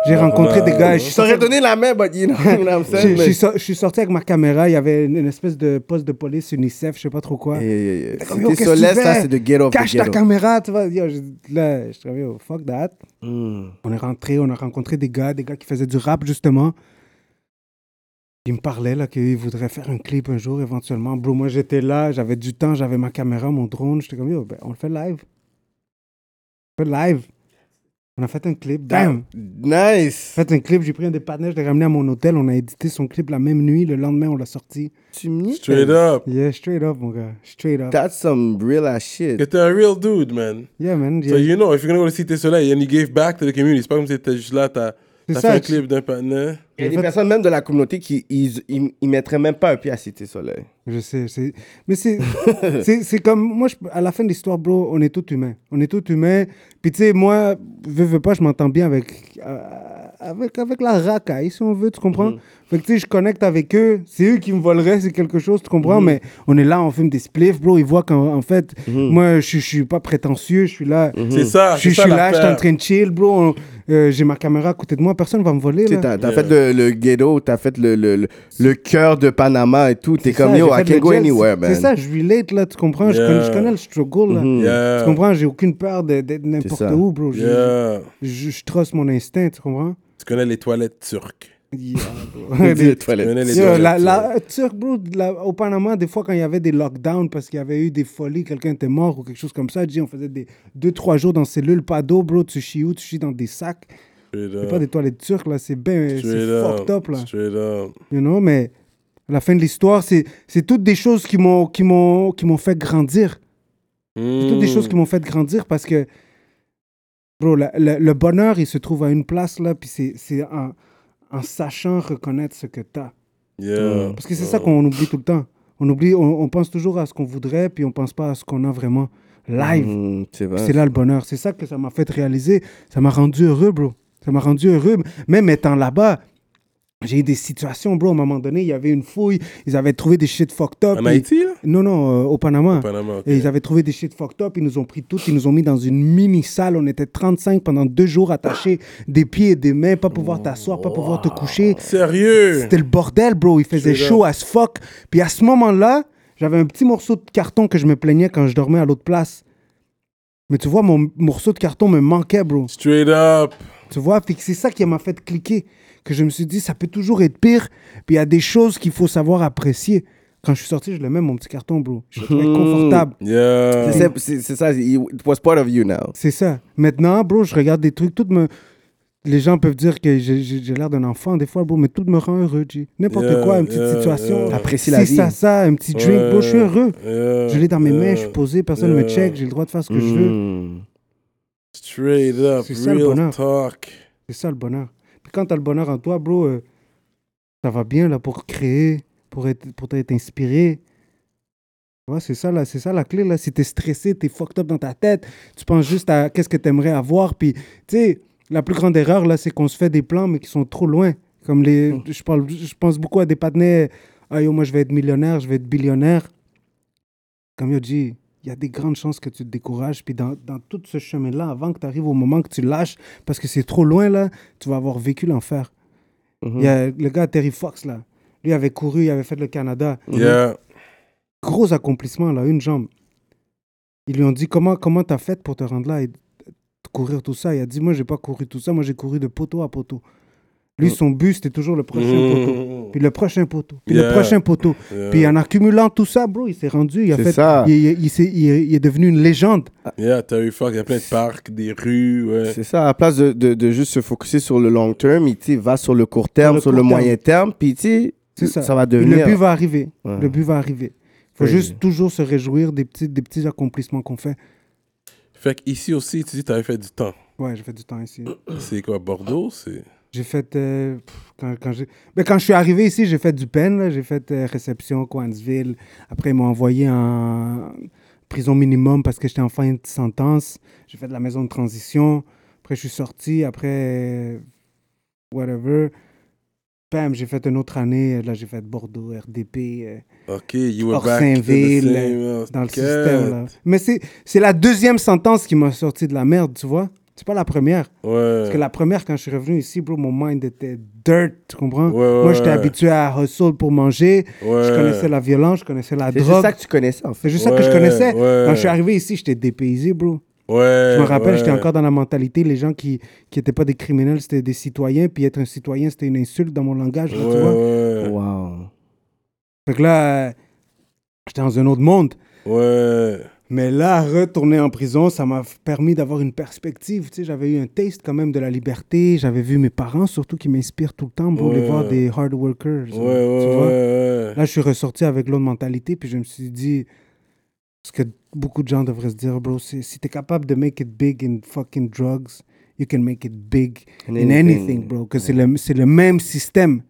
Speaker 4: J'ai rencontré des gars. et Je suis
Speaker 5: Je t'aurais donné la main, but you know, you know what I'm
Speaker 4: Je,
Speaker 5: saying?
Speaker 4: je
Speaker 5: mais-
Speaker 4: suis so- je suis sorti avec ma caméra, il y avait une, une espèce de poste de police, UNICEF, je sais pas trop quoi.
Speaker 5: Yeah, yeah, yeah.
Speaker 4: T'es
Speaker 5: Si
Speaker 4: comme, yo,
Speaker 5: t'es
Speaker 4: qu'est-ce que tu
Speaker 5: soleste, ça,
Speaker 4: fais?
Speaker 5: c'est de get off the
Speaker 4: Cache ta
Speaker 5: oh, ghetto.
Speaker 4: caméra, tu vois. Yo, je- là, je travaille au fuck that.
Speaker 5: Hmm.
Speaker 4: On est rentré, on a rencontré des gars, des gars qui faisaient du rap, justement. Ils me parlaient, là, qu'ils voudraient faire un clip un jour, éventuellement. Bro, moi, j'étais là, j'avais du temps, j'avais ma caméra, mon drone. J'étais comme, yo, ben, on le fait live. On le fait live. On a fait un clip. Damn!
Speaker 5: Nice.
Speaker 4: fait un clip, j'ai pris un des partenaires, je l'ai ramené à mon hôtel, on a édité son clip la même nuit, le lendemain on l'a sorti.
Speaker 5: Tu m'y
Speaker 3: Straight up.
Speaker 4: Yeah, straight up mon gars, straight up.
Speaker 5: That's some real ass shit.
Speaker 3: T'étais un real dude, man.
Speaker 4: Yeah man, yeah.
Speaker 3: So you know, if you're gonna go to Cité Soleil and you gave back to the community, c'est pas comme si t'étais juste là, t'as
Speaker 4: C'est
Speaker 3: t'as fait
Speaker 4: ça,
Speaker 3: un
Speaker 4: tu-
Speaker 3: clip d'un partenaire.
Speaker 5: Il y a des personnes même de la communauté qui ils, ils, ils mettraient même pas un pied à Cité Soleil.
Speaker 4: je sais, c'est... mais c'est, c'est, c'est comme, moi je- à la fin de l'histoire bro, on est tous humains, on est tous humains, puis tu sais moi, veux, veux pas, je m'entends bien avec, euh, avec, avec la racaille si on veut, tu comprends?
Speaker 3: Mhm.
Speaker 4: Fait que tu sais, je connecte avec eux, c'est eux qui me voleraient, c'est quelque chose, tu comprends?
Speaker 3: Mhm.
Speaker 4: Mais on est là, on fume des spliffs bro, ils voient qu'en en fait, moi je, je suis pas prétentieux, je suis là...
Speaker 3: Mhm. C'est ça,
Speaker 4: je suis,
Speaker 3: c'est ça
Speaker 4: je suis là, je suis en
Speaker 3: l'affaire.
Speaker 4: train de chill, bro. On- euh, J'ai ma caméra à côté de moi, personne va me voler.
Speaker 5: Tu sais, t'as
Speaker 4: Là.
Speaker 5: t'as fait le, le ghetto, t'as fait le, le, le, le cœur de Panama et tout. T'es
Speaker 4: C'est ça,
Speaker 5: comme, yo,
Speaker 4: j'ai
Speaker 5: I
Speaker 4: fait
Speaker 5: can
Speaker 4: le
Speaker 5: go
Speaker 4: gel,
Speaker 5: anywhere,
Speaker 4: c'est-
Speaker 5: man. Mm-hmm.
Speaker 4: C'est ça, je relate, là, tu comprends? Je,
Speaker 3: Yeah.
Speaker 4: connais, je connais le struggle, là.
Speaker 3: Yeah.
Speaker 4: Tu comprends? J'ai aucune peur de- d'être n'importe
Speaker 5: ça.
Speaker 4: où, bro. Je,
Speaker 3: Yeah.
Speaker 4: je, je trosse mon instinct, tu comprends?
Speaker 3: Tu connais les toilettes turques.
Speaker 4: Yeah, bro.
Speaker 5: Dis les
Speaker 4: Des-
Speaker 3: Tu connais
Speaker 5: toilettes.
Speaker 3: les
Speaker 4: Yo,
Speaker 3: toilettes
Speaker 4: la,
Speaker 3: turques.
Speaker 4: la, Turc, bro, la- au Panama, des fois, quand il y avait des lockdowns parce qu'il y avait eu des folies, quelqu'un était mort ou quelque chose comme ça, dis, on faisait des 2-3 jours dans cellule, pas d'eau, bro, tu chies où? Tu chies dans des sacs.
Speaker 3: Straight
Speaker 4: C'est
Speaker 3: up.
Speaker 4: pas des toilettes turques, là, c'est ben,
Speaker 3: Straight
Speaker 4: c'est fucked up, là.
Speaker 3: Straight up.
Speaker 4: You know, mais à la fin de l'histoire, c'est, c'est toutes des choses qui m'ont, qui m'ont, qui m'ont fait grandir. C'est
Speaker 3: Hmm,
Speaker 4: toutes des choses qui m'ont fait grandir parce que, bro, la- la- le bonheur, il se trouve à une place, là, puis c'est, c'est en, en sachant reconnaître ce que t'as.
Speaker 3: Yeah.
Speaker 4: Parce que euh, c'est ça qu'on oublie tout le temps. On oublie, on, on pense toujours à ce qu'on voudrait, puis on pense pas à ce qu'on a vraiment live.
Speaker 5: Mhm, c'est vrai.
Speaker 4: C'est là le bonheur. C'est ça que ça m'a fait réaliser. Ça m'a rendu heureux, bro. Ça m'a rendu heureux. Même étant là-bas, j'ai eu des situations, bro. À un moment donné, il y avait une fouille. Ils avaient trouvé des shit fucked up.
Speaker 3: En
Speaker 4: et-
Speaker 3: Haïti, là?
Speaker 4: Non, non, euh, au Panama.
Speaker 3: Panama, ok.
Speaker 4: Et ils avaient trouvé des shit fucked up. Ils nous ont pris tout. Ils nous ont mis dans une mini-salle. On était 35 pendant deux jours attachés des pieds et des mains. Pas pouvoir t'asseoir, pas pouvoir te coucher.
Speaker 3: Sérieux?
Speaker 4: C'était le bordel, bro. Il faisait
Speaker 3: Straight
Speaker 4: chaud as fuck. Puis à ce moment-là, j'avais un petit morceau de carton que je me plaignais quand je dormais à l'autre place. Mais tu vois, mon morceau de carton me manquait, bro.
Speaker 3: Straight up.
Speaker 4: Tu vois, puis que c'est ça qui m'a fait cliquer. Que je me suis dit, ça peut toujours être pire. Puis il y a des choses qu'il faut savoir apprécier. Quand je suis sorti, je le mets, mon petit carton, bro. Je le trouvais confortable.
Speaker 3: Yeah.
Speaker 5: C'est- Mm. C'est c'est ça, it was part of you now.
Speaker 4: C'est ça. Maintenant, bro, je regarde des trucs, tout me. Les gens peuvent dire que j'ai j'ai- j'ai l'air d'un enfant des fois, bro, mais tout me rend heureux, G. N'importe
Speaker 3: Yeah,
Speaker 4: quoi, une petite
Speaker 3: yeah,
Speaker 4: situation.
Speaker 3: yeah.
Speaker 5: Apprécie la
Speaker 4: si
Speaker 5: vie.
Speaker 4: ça, ça, un petit drink, bro, je suis heureux.
Speaker 3: Yeah.
Speaker 4: Je l'ai dans mes
Speaker 3: Yeah.
Speaker 4: mains, je suis posé, personne ne me
Speaker 3: Yeah. Mm.
Speaker 4: check, j'ai le droit de faire ce que je veux.
Speaker 5: Mhm.
Speaker 3: Straight up.
Speaker 4: C'est ça, le
Speaker 3: Real
Speaker 4: bonheur.
Speaker 3: talk.
Speaker 4: C'est ça le bonheur. Puis quand t'as le bonheur en toi, bro, euh, ça va bien là pour créer, pour être, pour être inspiré. Tu vois, c'est ça là, c'est ça la clé là. Si t'es stressé, t'es fucked up dans ta tête, tu penses juste à qu'est-ce que t'aimerais avoir. Puis, tu sais, la plus grande erreur là, c'est qu'on se fait des plans mais qui sont trop loin. Comme les, je parle, je pense beaucoup à des patinets. Ah yo, moi je vais être millionnaire, je vais être billionnaire. Comme yo dit, il y a des grandes chances que tu te décourages. Puis dans, dans tout ce chemin-là, avant que tu arrives au moment que tu lâches, parce que c'est trop loin, là, tu vas avoir vécu l'enfer.
Speaker 5: Mm-hmm.
Speaker 4: Il y
Speaker 5: Mm.
Speaker 4: a le gars Terry Fox, là. Lui avait couru, il avait fait le Canada.
Speaker 3: Yeah.
Speaker 4: Gros accomplissement, là, une jambe. Ils lui ont dit Comment comment t'as fait pour te rendre là et de courir tout ça Il a dit Moi, j'ai pas couru tout ça, moi, j'ai couru de poteau à poteau.
Speaker 5: Mm.
Speaker 4: Lui, son but, c'était toujours le prochain poteau. Puis le prochain poteau. Puis
Speaker 3: Hmm. Yeah.
Speaker 4: le prochain poteau. Puis en accumulant tout ça, bro, il s'est rendu. Il, a
Speaker 5: C'est
Speaker 4: fait,
Speaker 5: ça.
Speaker 4: il, il- il s'est- il est- il est devenu une légende.
Speaker 3: Yeah, Terry Fox, il y a plein de parcs, des rues. Ouais.
Speaker 5: C'est ça, à la place de, de, de juste se focuser sur le long terme, il tu sais, va sur le court terme,
Speaker 4: le
Speaker 5: sur
Speaker 4: court
Speaker 5: le
Speaker 4: terme.
Speaker 5: moyen terme, puis tu sais,
Speaker 4: C'est
Speaker 5: ça.
Speaker 4: ça.
Speaker 5: va
Speaker 4: Et
Speaker 5: devenir.
Speaker 4: Le but va arriver.
Speaker 5: Ouais.
Speaker 4: Le but va arriver. Il faut
Speaker 5: Crazy.
Speaker 4: juste toujours se réjouir des petits, des petits accomplissements qu'on fait.
Speaker 3: Fait qu'ici aussi, tu dis que t'avais fait du temps.
Speaker 4: Ouais, j'ai fait du temps ici.
Speaker 3: C'est quoi, Bordeaux? C'est...
Speaker 4: J'ai fait. euh, pff, quand, quand, j'ai- ben, quand je suis arrivé ici, j'ai fait du pen. là. J'ai fait euh, réception, Coansville. Après, ils m'ont envoyé en prison minimum parce que j'étais en fin de sentence. J'ai fait de la maison de transition. Après, je suis sorti. Après, euh, whatever. Bam, j'ai fait une autre année. Là, j'ai fait Bordeaux, RDP. euh,
Speaker 3: OK, you were
Speaker 4: Hors
Speaker 3: back
Speaker 4: Saint-Ville,
Speaker 3: in the same, uh,
Speaker 4: dans le
Speaker 3: cat.
Speaker 4: système. là. Mais c'est c'est la deuxième sentence qui m'a sorti de la merde, tu vois. C'est pas la première. Parce que
Speaker 3: Ouais.
Speaker 4: la première, quand je suis revenu ici, bro, mon mind était dirt, tu comprends?
Speaker 3: ouais,
Speaker 4: Moi, j'étais
Speaker 3: ouais.
Speaker 4: habitué à hustle pour manger.
Speaker 3: Ouais.
Speaker 4: Je connaissais la violence, je connaissais la
Speaker 5: C'est juste
Speaker 4: drogue.
Speaker 5: ça que tu connaissais, en fait.
Speaker 4: C'est juste ça que je
Speaker 3: Ouais,
Speaker 4: connaissais.
Speaker 3: ouais.
Speaker 4: Quand je suis arrivé ici, j'étais dépaysé, bro.
Speaker 3: Ouais.
Speaker 4: Je me rappelle,
Speaker 3: ouais.
Speaker 4: j'étais encore dans la mentalité, les gens qui n'étaient pas des criminels, c'était des citoyens, puis être un citoyen, c'était une insulte dans mon langage, là,
Speaker 3: Ouais,
Speaker 4: tu vois.
Speaker 3: ouais.
Speaker 5: Wow.
Speaker 4: Fait que là, euh, j'étais dans un autre monde.
Speaker 3: Ouais.
Speaker 4: Mais là, retourner en prison, ça m'a permis d'avoir une perspective. Tu sais, j'avais eu un taste quand même de la liberté. J'avais vu mes parents, surtout, qui m'inspirent tout le temps, pour les
Speaker 3: Ouais.
Speaker 4: voir des hard workers.
Speaker 3: Ouais,
Speaker 4: hein,
Speaker 3: ouais,
Speaker 4: tu vois.
Speaker 3: ouais, ouais.
Speaker 4: Là, je suis ressorti avec l'autre mentalité, puis je me suis dit, ce que beaucoup de gens devraient se dire, bro, c'est si t'es capable de make it big in fucking drugs, you can make it big
Speaker 5: In
Speaker 4: in,
Speaker 5: anything.
Speaker 4: anything. bro. Que c'est le, c'est le même système.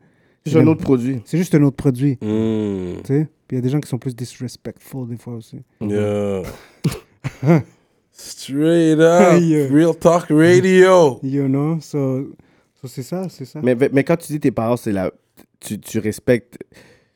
Speaker 5: C'est juste un autre produit.
Speaker 4: C'est juste un autre produit,
Speaker 3: Mm.
Speaker 4: tu sais. Puis il y a des gens qui sont plus disrespectful des fois aussi.
Speaker 3: Hmm, Yeah. Straight up.
Speaker 4: Yeah.
Speaker 3: Real Talk Radio.
Speaker 4: You know, so, so c'est ça, c'est ça.
Speaker 5: Mais, mais quand tu dis tes parents, c'est la... tu, tu respectes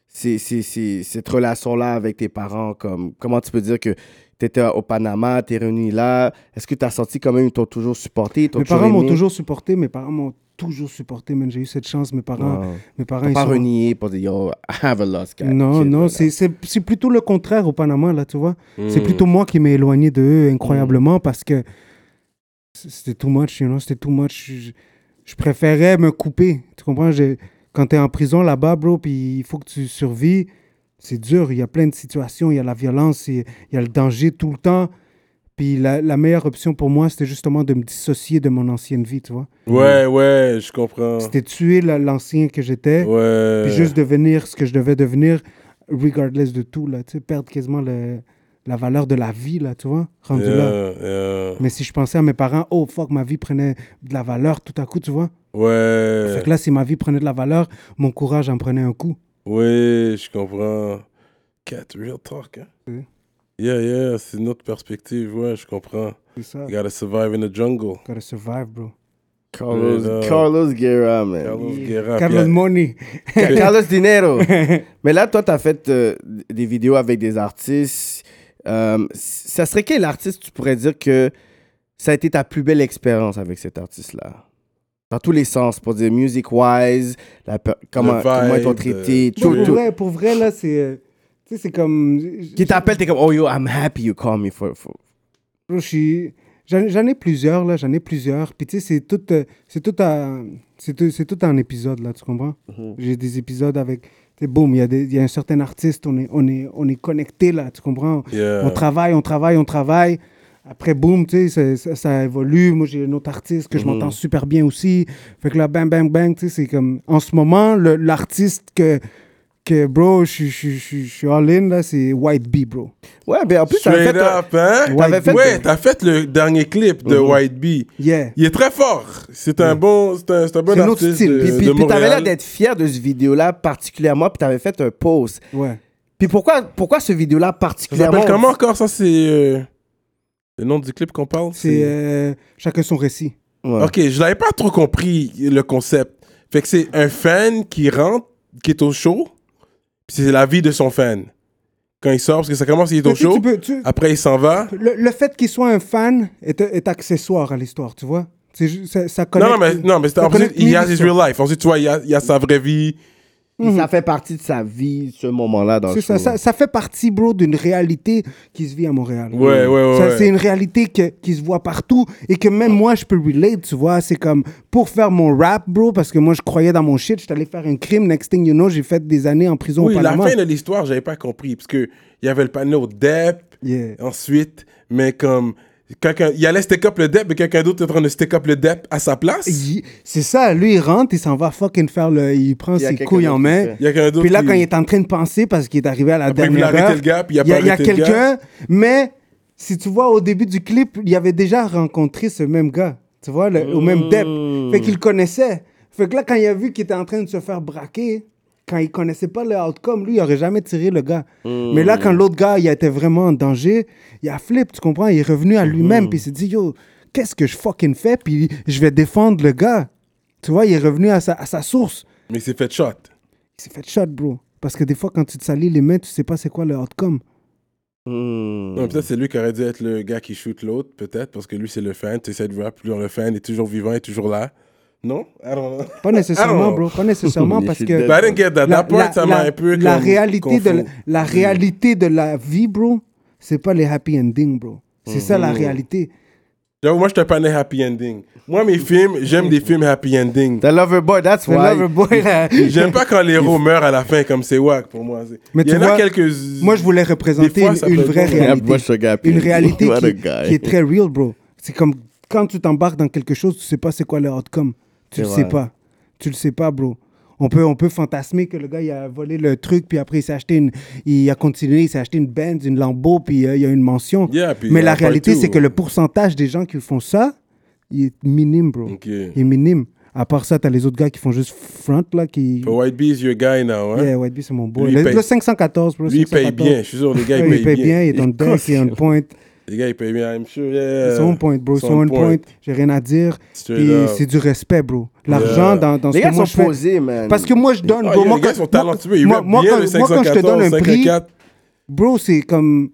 Speaker 5: ces- ces- ces- cette relation-là avec tes parents. Comme, comment tu peux dire que tu étais au Panama, tu es réuni là? Est-ce que tu as senti quand même qu'ils t'ont toujours supporté? ils t'ont
Speaker 4: Mes parents m'ont
Speaker 5: aimé?
Speaker 4: toujours supporté, mes parents m'ont toujours supporté, man. J'ai eu cette chance, mes parents,
Speaker 5: Wow.
Speaker 4: mes parents,
Speaker 5: T'as
Speaker 4: Ah, ils
Speaker 5: pas
Speaker 4: sont-
Speaker 5: renié pour dire yo, I have a lost guy.
Speaker 4: Non,
Speaker 5: Shit,
Speaker 4: non,
Speaker 5: voilà. Hmm.
Speaker 4: c'est- c'est c'est plutôt le contraire au Panama, là, tu vois.
Speaker 3: Hmm.
Speaker 4: C'est plutôt moi qui m'ai éloigné de eux incroyablement parce que c- c'était too much, you know, c'était too much. Je, je préférais me couper, tu comprends? J'ai- Quand t'es en prison là-bas, bro, puis il faut que tu survis, c'est dur. Il y a plein de situations, il y a la violence, il il y a le danger tout le temps. Puis la, la meilleure option pour moi, c'était justement de me dissocier de mon ancienne vie, tu vois.
Speaker 3: Ouais, ouais, je comprends.
Speaker 4: C'était tuer la- l'ancien que j'étais.
Speaker 3: Ouais.
Speaker 4: Puis juste devenir ce que je devais devenir, regardless de tout, là, tu sais, perdre quasiment le- la valeur de la vie, là, tu vois, rendu là.
Speaker 3: Yeah, yeah.
Speaker 4: Mais si je pensais à mes parents, oh fuck, ma vie prenait de la valeur tout à coup, tu vois. Fait
Speaker 3: Ouais.
Speaker 4: que là, si ma vie prenait de la valeur, mon courage en prenait un coup.
Speaker 3: Oui, je comprends. Cat, real talk, hein?
Speaker 4: Oui.
Speaker 3: Yeah, yeah, c'est notre perspective, ouais, je comprends.
Speaker 4: C'est ça.
Speaker 3: You gotta survive in the jungle.
Speaker 4: Gotta survive, bro.
Speaker 5: Carlos,
Speaker 3: Yeah.
Speaker 5: Carlos Guerra, man.
Speaker 3: Carlos Guerra.
Speaker 4: Carlos
Speaker 3: Ah, puis- euh,
Speaker 4: Money.
Speaker 5: Carlos Dinero. Mais là, toi, t'as fait euh, des vidéos avec des artistes. Euh, ça serait quel artiste tu pourrais dire que ça a été ta plus belle expérience avec cet artiste-là? Dans tous les sens, pour dire music-wise, la per- comment,
Speaker 3: vibe, euh,
Speaker 5: comment ils t'ont traité,
Speaker 4: Bro,
Speaker 5: tout,
Speaker 4: pour,
Speaker 5: tout.
Speaker 4: vrai, pour vrai, là, c'est. euh, Tu sais, c'est comme. j-
Speaker 5: Qui t'appelle, t'es comme, oh yo, I'm happy you call me for. for-
Speaker 4: Bro, je suis- J'en j'en ai plusieurs, là, j'en ai plusieurs. Puis tu sais, c'est tout, euh, c'est tout, à- c'est tout, c'est tout en épisode, là, tu comprends? J'ai des épisodes avec... Tu sais, boum, il y, a des- il y a un certain artiste, on est, on est, on est connecté, là, tu comprends?
Speaker 3: Yeah.
Speaker 4: On travaille, on travaille, on travaille. Après, boum, tu sais, ça, ça- ça évolue. Moi, j'ai un autre artiste que je m'entends super bien aussi. Fait que là, bang, bang, bang, tu sais, c'est comme... En ce moment, le- l'artiste que... Que bro, je suis- je suis- je suis je suis all in là, c'est White B, bro.
Speaker 5: Ouais, ben en plus, t'as
Speaker 3: Straight
Speaker 5: fait. un-
Speaker 3: up, hein?
Speaker 5: White
Speaker 3: T'avais
Speaker 5: Bee.
Speaker 3: ouais, t'as fait le dernier clip de White Bee.
Speaker 4: Yeah.
Speaker 3: Il est très fort. C'est un bon, c'est un, c'est un bon
Speaker 4: C'est un autre
Speaker 3: artiste
Speaker 4: style.
Speaker 3: de,
Speaker 5: Puis, puis,
Speaker 3: de
Speaker 5: puis t'avais l'air
Speaker 3: Montréal.
Speaker 5: d'être fier de cette vidéo-là particulièrement, puis t'avais fait un post.
Speaker 4: Ouais.
Speaker 5: Puis pourquoi, pourquoi ce vidéo-là
Speaker 3: Ça s'appelle
Speaker 5: particulièrement
Speaker 3: comment encore ça C'est euh, le nom du clip qu'on parle.
Speaker 4: C'est euh, chacun son récit.
Speaker 5: Ouais.
Speaker 3: Ok, je l'avais pas trop compris le concept. Fait que c'est un fan qui rentre, qui est au show, puis c'est la vie de son fan. Quand il sort, parce que ça commence, il est au
Speaker 4: Tu- tu-
Speaker 3: show, Ah.
Speaker 4: tu peux- tu-
Speaker 3: après il s'en va.
Speaker 4: le, le fait qu'il soit un fan est, est accessoire à l'histoire, tu vois. C'est ju- ça, ça
Speaker 3: Non, non,
Speaker 4: connecte-
Speaker 3: mais, non, mais c'est
Speaker 4: ça
Speaker 3: ensuite,
Speaker 4: connecte
Speaker 3: il y a
Speaker 4: mille
Speaker 3: his
Speaker 4: histoires.
Speaker 3: real life. Ensuite, tu vois, il y a, il y a sa vraie vie.
Speaker 5: Puis Ça fait partie de sa vie, ce moment-là, dans le
Speaker 4: C'est ça,
Speaker 5: show.
Speaker 4: ça, ça fait partie, bro, d'une réalité qui se vit à Montréal.
Speaker 3: Ouais, ouais, ouais,
Speaker 4: Ça,
Speaker 3: ouais.
Speaker 4: C'est une réalité que- qui se voit partout et que même moi, je peux relate, tu vois. C'est comme pour faire mon rap, bro, parce que moi, je croyais dans mon shit, je suis allé faire un crime. Next thing you know, j'ai fait des années en prison
Speaker 3: Oui,
Speaker 4: au
Speaker 3: la
Speaker 4: Panama.
Speaker 3: fin de l'histoire, j'avais pas compris. Parce qu'il y avait le panneau DEP,
Speaker 4: Yeah.
Speaker 3: ensuite, mais comme. quelqu'un- Il allait stick up le DEP, mais quelqu'un d'autre était en train de stick up le DEP à sa place. Il
Speaker 4: Il- C'est ça, lui, il rentre, il s'en va fucking faire le. Il prend
Speaker 5: y a
Speaker 4: ses
Speaker 5: quelqu'un
Speaker 4: couilles
Speaker 5: d'autre
Speaker 4: en
Speaker 5: qui
Speaker 4: main.
Speaker 5: fait.
Speaker 3: y a quelqu'un d'autre
Speaker 4: Puis là,
Speaker 3: qui-
Speaker 4: quand il est en train de penser, parce qu'il est arrivé à la
Speaker 3: Après, il voulait
Speaker 4: dernière
Speaker 3: arrêter
Speaker 4: heure,
Speaker 3: le gars, puis il a
Speaker 4: il y a,
Speaker 3: pas
Speaker 4: il y a
Speaker 3: arrêté le gars.
Speaker 4: quelqu'un, mais si tu vois au début du clip, il avait déjà rencontré ce même gars, tu vois, le- au même dep.
Speaker 3: Hmm.
Speaker 4: Fait qu'il le connaissait. Fait que là, quand il a vu qu'il était en train de se faire braquer, quand il connaissait pas le outcome, lui, il aurait jamais tiré le gars.
Speaker 3: Hmm.
Speaker 4: Mais là, quand l'autre gars, il était vraiment en danger, il a flip, tu comprends? Il est revenu à lui-même,
Speaker 3: Hmm.
Speaker 4: puis il s'est dit, yo, qu'est-ce que je fucking fais? Puis je vais défendre le gars. Tu vois, il est revenu à sa- à sa source.
Speaker 3: Mais il s'est fait shot.
Speaker 4: Il s'est fait shot, bro. Parce que des fois, quand tu te salis les mains, tu sais pas c'est quoi le outcome.
Speaker 5: Hmm.
Speaker 3: Non, mais peut-être c'est lui qui aurait dû être le gars qui shoot l'autre, peut-être, parce que lui, c'est le fan. Tu essaies de voir, plus le fan est toujours vivant, est toujours là. Non? I don't know.
Speaker 4: Pas nécessairement,
Speaker 3: know.
Speaker 4: bro. Pas nécessairement
Speaker 5: Il
Speaker 4: parce
Speaker 5: est
Speaker 4: que.
Speaker 5: fidèle.
Speaker 3: But I didn't get that.
Speaker 4: la,
Speaker 3: That part,
Speaker 4: la-
Speaker 3: ça
Speaker 4: la-
Speaker 3: m'a un peu
Speaker 4: la
Speaker 3: comme
Speaker 4: réalité de la,
Speaker 3: confus.
Speaker 4: la réalité de la vie, bro, c'est pas les happy endings, bro. C'est ça la réalité.
Speaker 3: J'avoue, moi, je te parle d'un happy ending. Moi, mes films, j'aime des films happy ending.
Speaker 5: The Lover Boy, that's
Speaker 4: Le
Speaker 5: why.
Speaker 4: Loverboy, là.
Speaker 3: J'aime pas quand l'héros meurt à la fin, comme c'est wack pour moi. C'est-
Speaker 4: Mais
Speaker 3: Il y
Speaker 4: tu
Speaker 3: en a
Speaker 4: vois,
Speaker 3: quelques.
Speaker 4: Moi, je voulais représenter
Speaker 3: Des fois,
Speaker 4: une,
Speaker 3: ça
Speaker 4: une
Speaker 3: peut
Speaker 4: vraie
Speaker 3: être bon.
Speaker 5: Yeah, moi, je suis un gars
Speaker 4: réalité. Une
Speaker 5: piégé.
Speaker 4: réalité
Speaker 5: What a
Speaker 4: qui,
Speaker 5: guy.
Speaker 4: qui est très real, bro. C'est comme quand tu t'embarques dans quelque chose, tu sais pas c'est quoi le outcome. Tu le
Speaker 5: C'est
Speaker 4: sais
Speaker 5: vrai.
Speaker 4: pas. Tu le sais pas, bro. On peut, on peut fantasmer que le gars il a volé le truc, puis après il s'est acheté une. Il a continué, il s'est acheté une Benz, une Lambo, puis euh, il y a une mention.
Speaker 3: Yeah, puis
Speaker 4: Mais
Speaker 3: un
Speaker 4: la
Speaker 3: part
Speaker 4: réalité,
Speaker 3: two.
Speaker 4: c'est que le pourcentage des gens qui font ça, il est minime, bro.
Speaker 3: Ok.
Speaker 4: Il est minime. À part ça, t'as les autres gars qui font juste front, là, qui.
Speaker 3: But White Bee is your guy now, hein?
Speaker 4: Yeah, White Bee, c'est mon boy.
Speaker 3: Lui, il
Speaker 4: Le,
Speaker 3: paye-
Speaker 4: le 514, bro.
Speaker 3: Lui, il paye
Speaker 4: 514.
Speaker 3: bien. Je suis sûr, les gars,
Speaker 4: Ouais,
Speaker 3: ils payent bien.
Speaker 4: il est on deck, il est on point.
Speaker 3: Les gars, ils payent bien, I'm sure. Yeah.
Speaker 4: It's on point, bro.
Speaker 3: It's
Speaker 4: It's on point. J'ai rien à dire.
Speaker 3: Straight
Speaker 4: Puis
Speaker 3: up.
Speaker 4: c'est du respect, bro. L'argent
Speaker 3: Yeah.
Speaker 4: dans, dans
Speaker 5: Les
Speaker 4: ce que
Speaker 5: gars
Speaker 4: moi
Speaker 5: sont
Speaker 4: je fais.
Speaker 5: posés, man.
Speaker 4: Parce que moi, je donne.
Speaker 3: Ah,
Speaker 4: bro,
Speaker 3: yo,
Speaker 4: moi,
Speaker 3: les gars
Speaker 4: quand-
Speaker 3: sont talentueux. Ils
Speaker 4: moi,
Speaker 3: rappent
Speaker 4: moi,
Speaker 3: bien,
Speaker 4: quand,
Speaker 3: le
Speaker 4: moi, quand je te donne un
Speaker 3: 514,
Speaker 4: prix,
Speaker 3: 514.
Speaker 4: bro, c'est comme.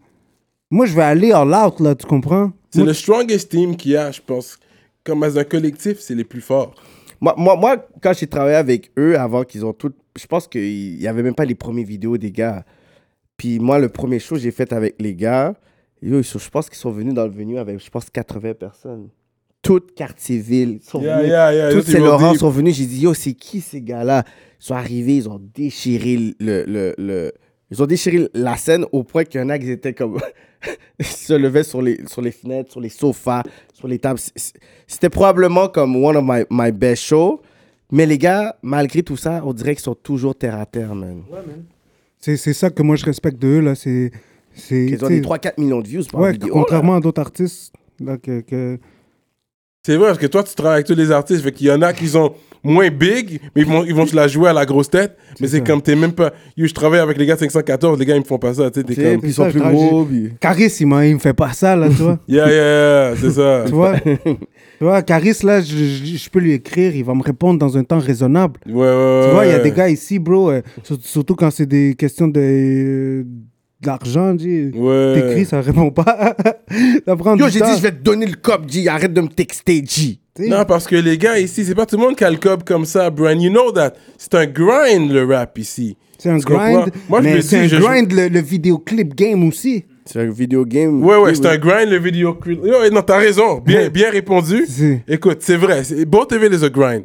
Speaker 4: Moi, je vais aller all out, là, tu comprends?
Speaker 3: C'est le strongest team qu'il y a, je pense. Comme dans un collectif, c'est les plus forts.
Speaker 5: Moi, moi, moi, quand j'ai travaillé avec eux avant qu'ils ont tout. Je pense qu'il n'y avait même pas les premières vidéos des gars. Puis moi, le premier show que j'ai fait avec les gars, yo, ils sont- je pense qu'ils sont venus dans le venue avec, je pense, 80 personnes. Toutes quartier-ville.
Speaker 4: Oh,
Speaker 5: sont
Speaker 3: Yeah,
Speaker 5: venus.
Speaker 3: yeah, yeah.
Speaker 5: Toutes
Speaker 3: Ils
Speaker 5: ces
Speaker 3: vont
Speaker 5: Laurent
Speaker 3: dire-
Speaker 5: sont venus. J'ai dit, yo, c'est qui ces gars-là Ils sont arrivés, ils ont déchiré le. le, le- ils ont déchiré la scène au point qu'il y en a qui étaient comme. ils se levaient sur les, sur les fenêtres, sur les sofas, sur les tables. C- c- C'était probablement comme one of my, my best shows. Mais les gars, malgré tout ça, on dirait qu'ils sont toujours terre à terre, man.
Speaker 4: C'est c'est ça que moi, je respecte de eux, là. C'est. c'est-
Speaker 5: Ils ont
Speaker 4: tu
Speaker 5: des
Speaker 4: sais,
Speaker 5: 3-4 millions de views par
Speaker 4: Ouais,
Speaker 5: vidéo.
Speaker 4: contrairement à d'autres artistes, là, que. que-
Speaker 3: C'est vrai, parce que toi, tu travailles avec tous les artistes. Fait qu'il y en a qui sont moins big, mais ils vont, ils vont se la jouer à la grosse tête. Mais c'est comme t'es même pas. Yo, je travaille avec les gars de 514, les gars, ils me font pas ça. Tu sais, t'es
Speaker 5: Tu sais,
Speaker 3: comme.
Speaker 5: puis ils
Speaker 4: C'est ça,
Speaker 5: sont
Speaker 4: je
Speaker 5: plus
Speaker 4: travaille-
Speaker 5: gros. puis-
Speaker 4: Caris, il m'a- il me fait pas ça, là, tu vois.
Speaker 3: Yeah, yeah, yeah, c'est ça.
Speaker 4: Tu vois, tu vois, Caris, là, je, je- je peux lui écrire, il va me répondre dans un temps raisonnable.
Speaker 3: Ouais, ouais,
Speaker 4: Tu
Speaker 3: ouais.
Speaker 4: vois, il y a des gars ici, bro, euh, sur- surtout quand c'est des questions de, d'argent, tu sais,
Speaker 3: Ouais.
Speaker 4: t'écris, ça répond pas. ça prend
Speaker 5: Yo,
Speaker 4: du
Speaker 5: j'ai
Speaker 4: temps.
Speaker 5: dit, je vais te donner le cop, G. Arrête de me texter, G.
Speaker 4: tu sais.
Speaker 3: Non, parce que les gars ici, c'est pas tout le monde qui a le cob comme ça, bro. And you know that. C'est un grind, le rap ici.
Speaker 4: C'est un
Speaker 3: Tu comprends?
Speaker 4: grind,
Speaker 3: Moi, je me
Speaker 4: mais
Speaker 3: dis,
Speaker 4: c'est un
Speaker 3: je-
Speaker 4: grind, le, le vidéoclip game aussi.
Speaker 5: C'est un vidéo game.
Speaker 3: Ouais, ouais, c'est un grind, le vidéo. cri- Ouais, non, t'as raison. Bien, bien répondu.
Speaker 4: C'est-
Speaker 3: Écoute, c'est vrai. c'est- Bon TV, les a grind.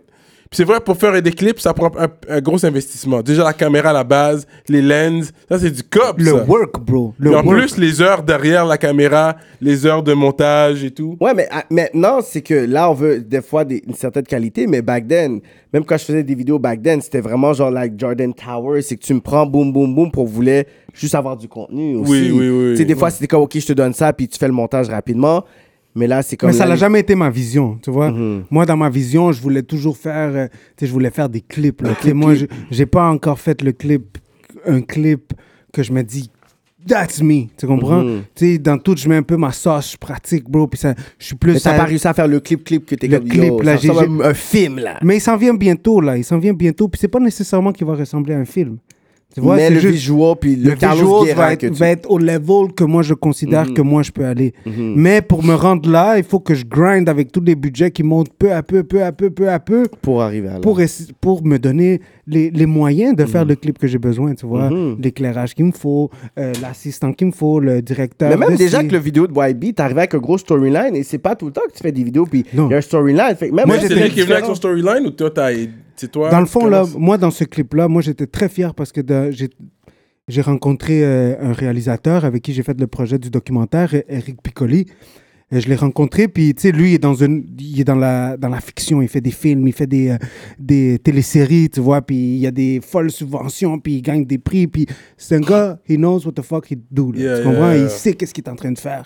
Speaker 3: Puis c'est vrai, pour faire des clips, ça prend un, un gros investissement. Déjà, la caméra à la base, les lens, ça, c'est du cop,
Speaker 4: Le
Speaker 3: ça.
Speaker 4: work, bro.
Speaker 3: Et
Speaker 4: Le
Speaker 3: en
Speaker 4: work.
Speaker 3: plus, les heures derrière la caméra, les heures de montage et tout.
Speaker 5: Ouais, mais ah, maintenant, c'est que là, on veut des fois des- une certaine qualité, mais back then, même quand je faisais des vidéos back then, c'était vraiment genre like Jordan Tower, c'est que tu me prends boum boum boum pour vouloir juste avoir du contenu aussi.
Speaker 3: Oui, oui, oui.
Speaker 5: Tu sais, des fois, c'était comme, ok, je te donne ça, puis tu fais le montage rapidement, mais là, c'est comme. Mhm.
Speaker 4: mais ça
Speaker 5: là,
Speaker 4: n'a
Speaker 5: les-
Speaker 4: jamais été ma vision, tu vois. Moi, dans ma vision, je voulais toujours faire, euh, tu sais, je voulais faire des clips. Là, Tu sais, moi, je- j'ai pas encore fait le clip, un clip que je me dis, that's me, tu comprends?
Speaker 5: Mhm.
Speaker 4: Tu sais, dans tout, je mets un peu ma sauce, je pratique, bro, puis ça, je suis plus.
Speaker 5: Mais t'as
Speaker 4: à-
Speaker 5: pas réussi à faire le clip-clip que t'es
Speaker 4: Le
Speaker 5: comme
Speaker 4: clip,
Speaker 5: yo,
Speaker 4: là,
Speaker 5: ça
Speaker 4: j'ai-
Speaker 5: ressemble à un film, là.
Speaker 4: Mais il s'en vient bientôt, là, il s'en vient bientôt, puis c'est pas nécessairement qu'il va ressembler à un film. Tu vois,
Speaker 5: mais
Speaker 4: c'est
Speaker 5: le
Speaker 4: juste-
Speaker 5: visual, puis le,
Speaker 4: le
Speaker 5: Carlos
Speaker 4: visual va
Speaker 5: Guerra que
Speaker 4: être, ben
Speaker 5: tu. Mhm.
Speaker 4: va être au level que moi je considère que moi je peux aller. Mais pour me rendre là, il faut que je grind avec tous les budgets qui montent peu à peu, peu à peu, peu à peu.
Speaker 5: Pour arriver à là.
Speaker 4: pour, essa- pour me donner les, les moyens de
Speaker 5: Mhm.
Speaker 4: faire le clip que j'ai besoin, tu vois. L'éclairage qu'il me faut, euh, l'assistant qu'il me faut, le directeur.
Speaker 5: Mais même
Speaker 4: de
Speaker 5: déjà
Speaker 4: ci.
Speaker 5: que le vidéo de YB, t'arrives avec un gros storyline et c'est pas tout le temps que tu fais des vidéos, puis
Speaker 4: Non.
Speaker 5: il y a un storyline. Fait que même
Speaker 4: Moi,
Speaker 5: là,
Speaker 3: C'est
Speaker 4: j'étais
Speaker 5: très
Speaker 3: lui qui venait avec
Speaker 5: différent.
Speaker 3: son storyline ou toi, t'as. C'est toi.
Speaker 4: Dans le fond, là,
Speaker 3: comment-
Speaker 4: moi, dans ce clip-là, moi, j'étais très fier parce que de- j'ai- j'ai rencontré euh, un réalisateur avec qui j'ai fait le projet du documentaire, E- Eric Piccoli. Et je l'ai rencontré, puis, tu sais, lui, il est, dans, une, il est dans, la, dans la fiction, il fait des films, il fait des, euh, des téléséries, tu vois, puis il y a des folles subventions, puis il gagne des prix, puis c'est un gars, he knows what the fuck he do, là,
Speaker 3: Yeah,
Speaker 4: tu comprends?
Speaker 3: yeah, yeah.
Speaker 4: Il sait qu'est-ce qu'il est en train de faire.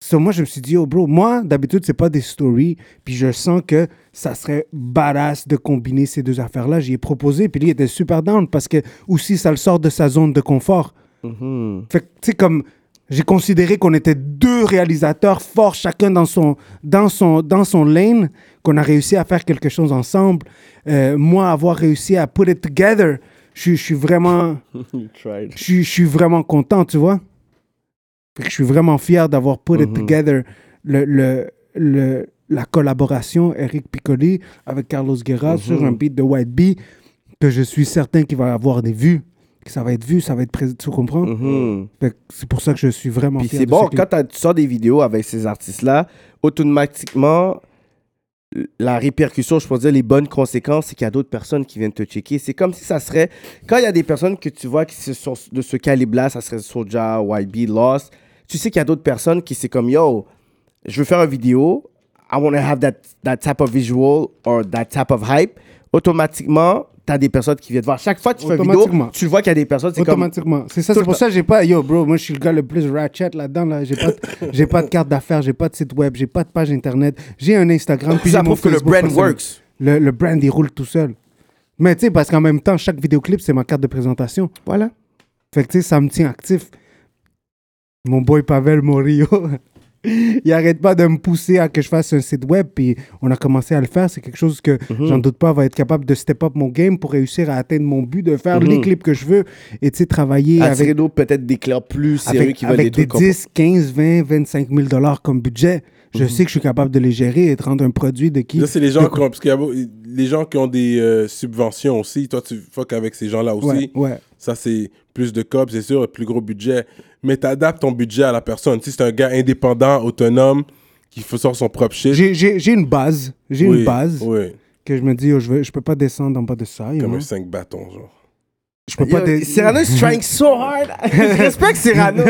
Speaker 4: So, moi, je me suis dit, oh, bro, moi, d'habitude, c'est pas des stories. Puis je sens que ça serait badass de combiner ces deux affaires-là. J'y ai proposé, puis lui, il était super down parce que aussi, ça le sort de sa zone de confort.
Speaker 5: Hmm.
Speaker 4: Fait que, tu sais, comme j'ai considéré qu'on était deux réalisateurs forts, chacun dans son, dans son, dans son lane, qu'on a réussi à faire quelque chose ensemble. Euh, moi, avoir réussi à put it together, je suis- je suis vraiment,
Speaker 5: You tried.
Speaker 4: je suis- je suis vraiment content, tu vois. Fait que je suis vraiment fier d'avoir put
Speaker 5: Mhm.
Speaker 4: it together. Le, le, le- la collaboration Eric Piccoli avec Carlos Guerra
Speaker 5: Mhm.
Speaker 4: sur un beat de White Bee que je suis certain qu'il va avoir des vues. Que ça va être vu, ça va être présent, tu comprends?
Speaker 5: Mhm.
Speaker 4: Fait que C'est pour ça que je suis vraiment
Speaker 5: Puis
Speaker 4: fier
Speaker 5: c'est
Speaker 4: de
Speaker 5: bon,
Speaker 4: ce clip.
Speaker 5: quand t'as- tu sors des vidéos avec ces artistes-là, automatiquement, la répercussion, je pourrais dire, les bonnes conséquences, c'est qu'il y a d'autres personnes qui viennent te checker. C'est comme si ça serait. Quand il y a des personnes que tu vois qui se sont de ce calibre-là, ça serait Soja, YB, Lost, tu sais qu'il y a d'autres personnes qui c'est comme Yo, je veux faire une vidéo, I want to have that, that type of visual or that type of hype. Automatiquement, tu as des personnes qui viennent te voir. Chaque fois que tu fais une vidéo,
Speaker 4: Automatiquement.
Speaker 5: tu vois qu'il y a des personnes, c'est comme.
Speaker 4: Automatiquement. C'est ça,
Speaker 5: Tout
Speaker 4: c'est
Speaker 5: le
Speaker 4: pour
Speaker 5: temps.
Speaker 4: ça que j'ai pas. Yo, bro, moi je suis le gars le plus ratchet là-dedans. Là. J'ai pas, de- j'ai pas de carte d'affaires, j'ai pas de site web, j'ai pas de page internet, j'ai un Instagram. Puis
Speaker 5: Ça
Speaker 4: j'ai mon
Speaker 5: prouve que le
Speaker 4: Facebook
Speaker 5: brand
Speaker 4: personnel.
Speaker 5: works.
Speaker 4: Le, le brand, il roule tout seul. Mais tu sais, parce qu'en même temps, chaque vidéoclip, c'est ma carte de présentation.
Speaker 5: Voilà.
Speaker 4: Fait que tu sais, ça me tient actif. Mon boy Pavel Morillo, il arrête pas de me pousser à que je fasse un site web. Puis on a commencé à le faire. C'est quelque chose que
Speaker 3: Mhm.
Speaker 4: j'en doute pas va être capable de step up mon game pour réussir à atteindre mon but de
Speaker 3: Mhm.
Speaker 4: faire les clips que je veux et tu sais, travailler
Speaker 5: Attirer
Speaker 4: avec,
Speaker 5: d'autres Ah, peut-être des clients plus sérieux
Speaker 4: avec,
Speaker 5: qui veulent
Speaker 4: avec
Speaker 5: des
Speaker 4: des
Speaker 5: trucs. comme-
Speaker 4: 10, 15, 20, 25 000 dollars comme budget. Je sais que je suis capable de les gérer et de rendre un produit de qui.
Speaker 3: Mhm. Là, c'est les gens qui ont, parce qu'il y a beau- les gens qui ont des euh, subventions aussi. Toi, tu fuck avec ces gens-là aussi.
Speaker 4: Ouais, ouais.
Speaker 3: Ça, c'est plus de cob, c'est sûr, plus gros budget. Mais t'adaptes ton budget à la personne. Si c'est un gars indépendant, autonome, qui fait- sort son propre shit.
Speaker 4: J'ai- J'ai j'ai une base. J'ai
Speaker 3: Oui,
Speaker 4: une base
Speaker 3: Oui,
Speaker 4: que je me dis, oh, je, veux, je peux pas descendre en bas de ça. you
Speaker 3: comme
Speaker 4: know.
Speaker 3: un 5 bâtons, genre.
Speaker 4: Je peux pas
Speaker 5: Yo,
Speaker 4: dé-
Speaker 5: Cyrano is trying so hard. Je respecte Cyrano.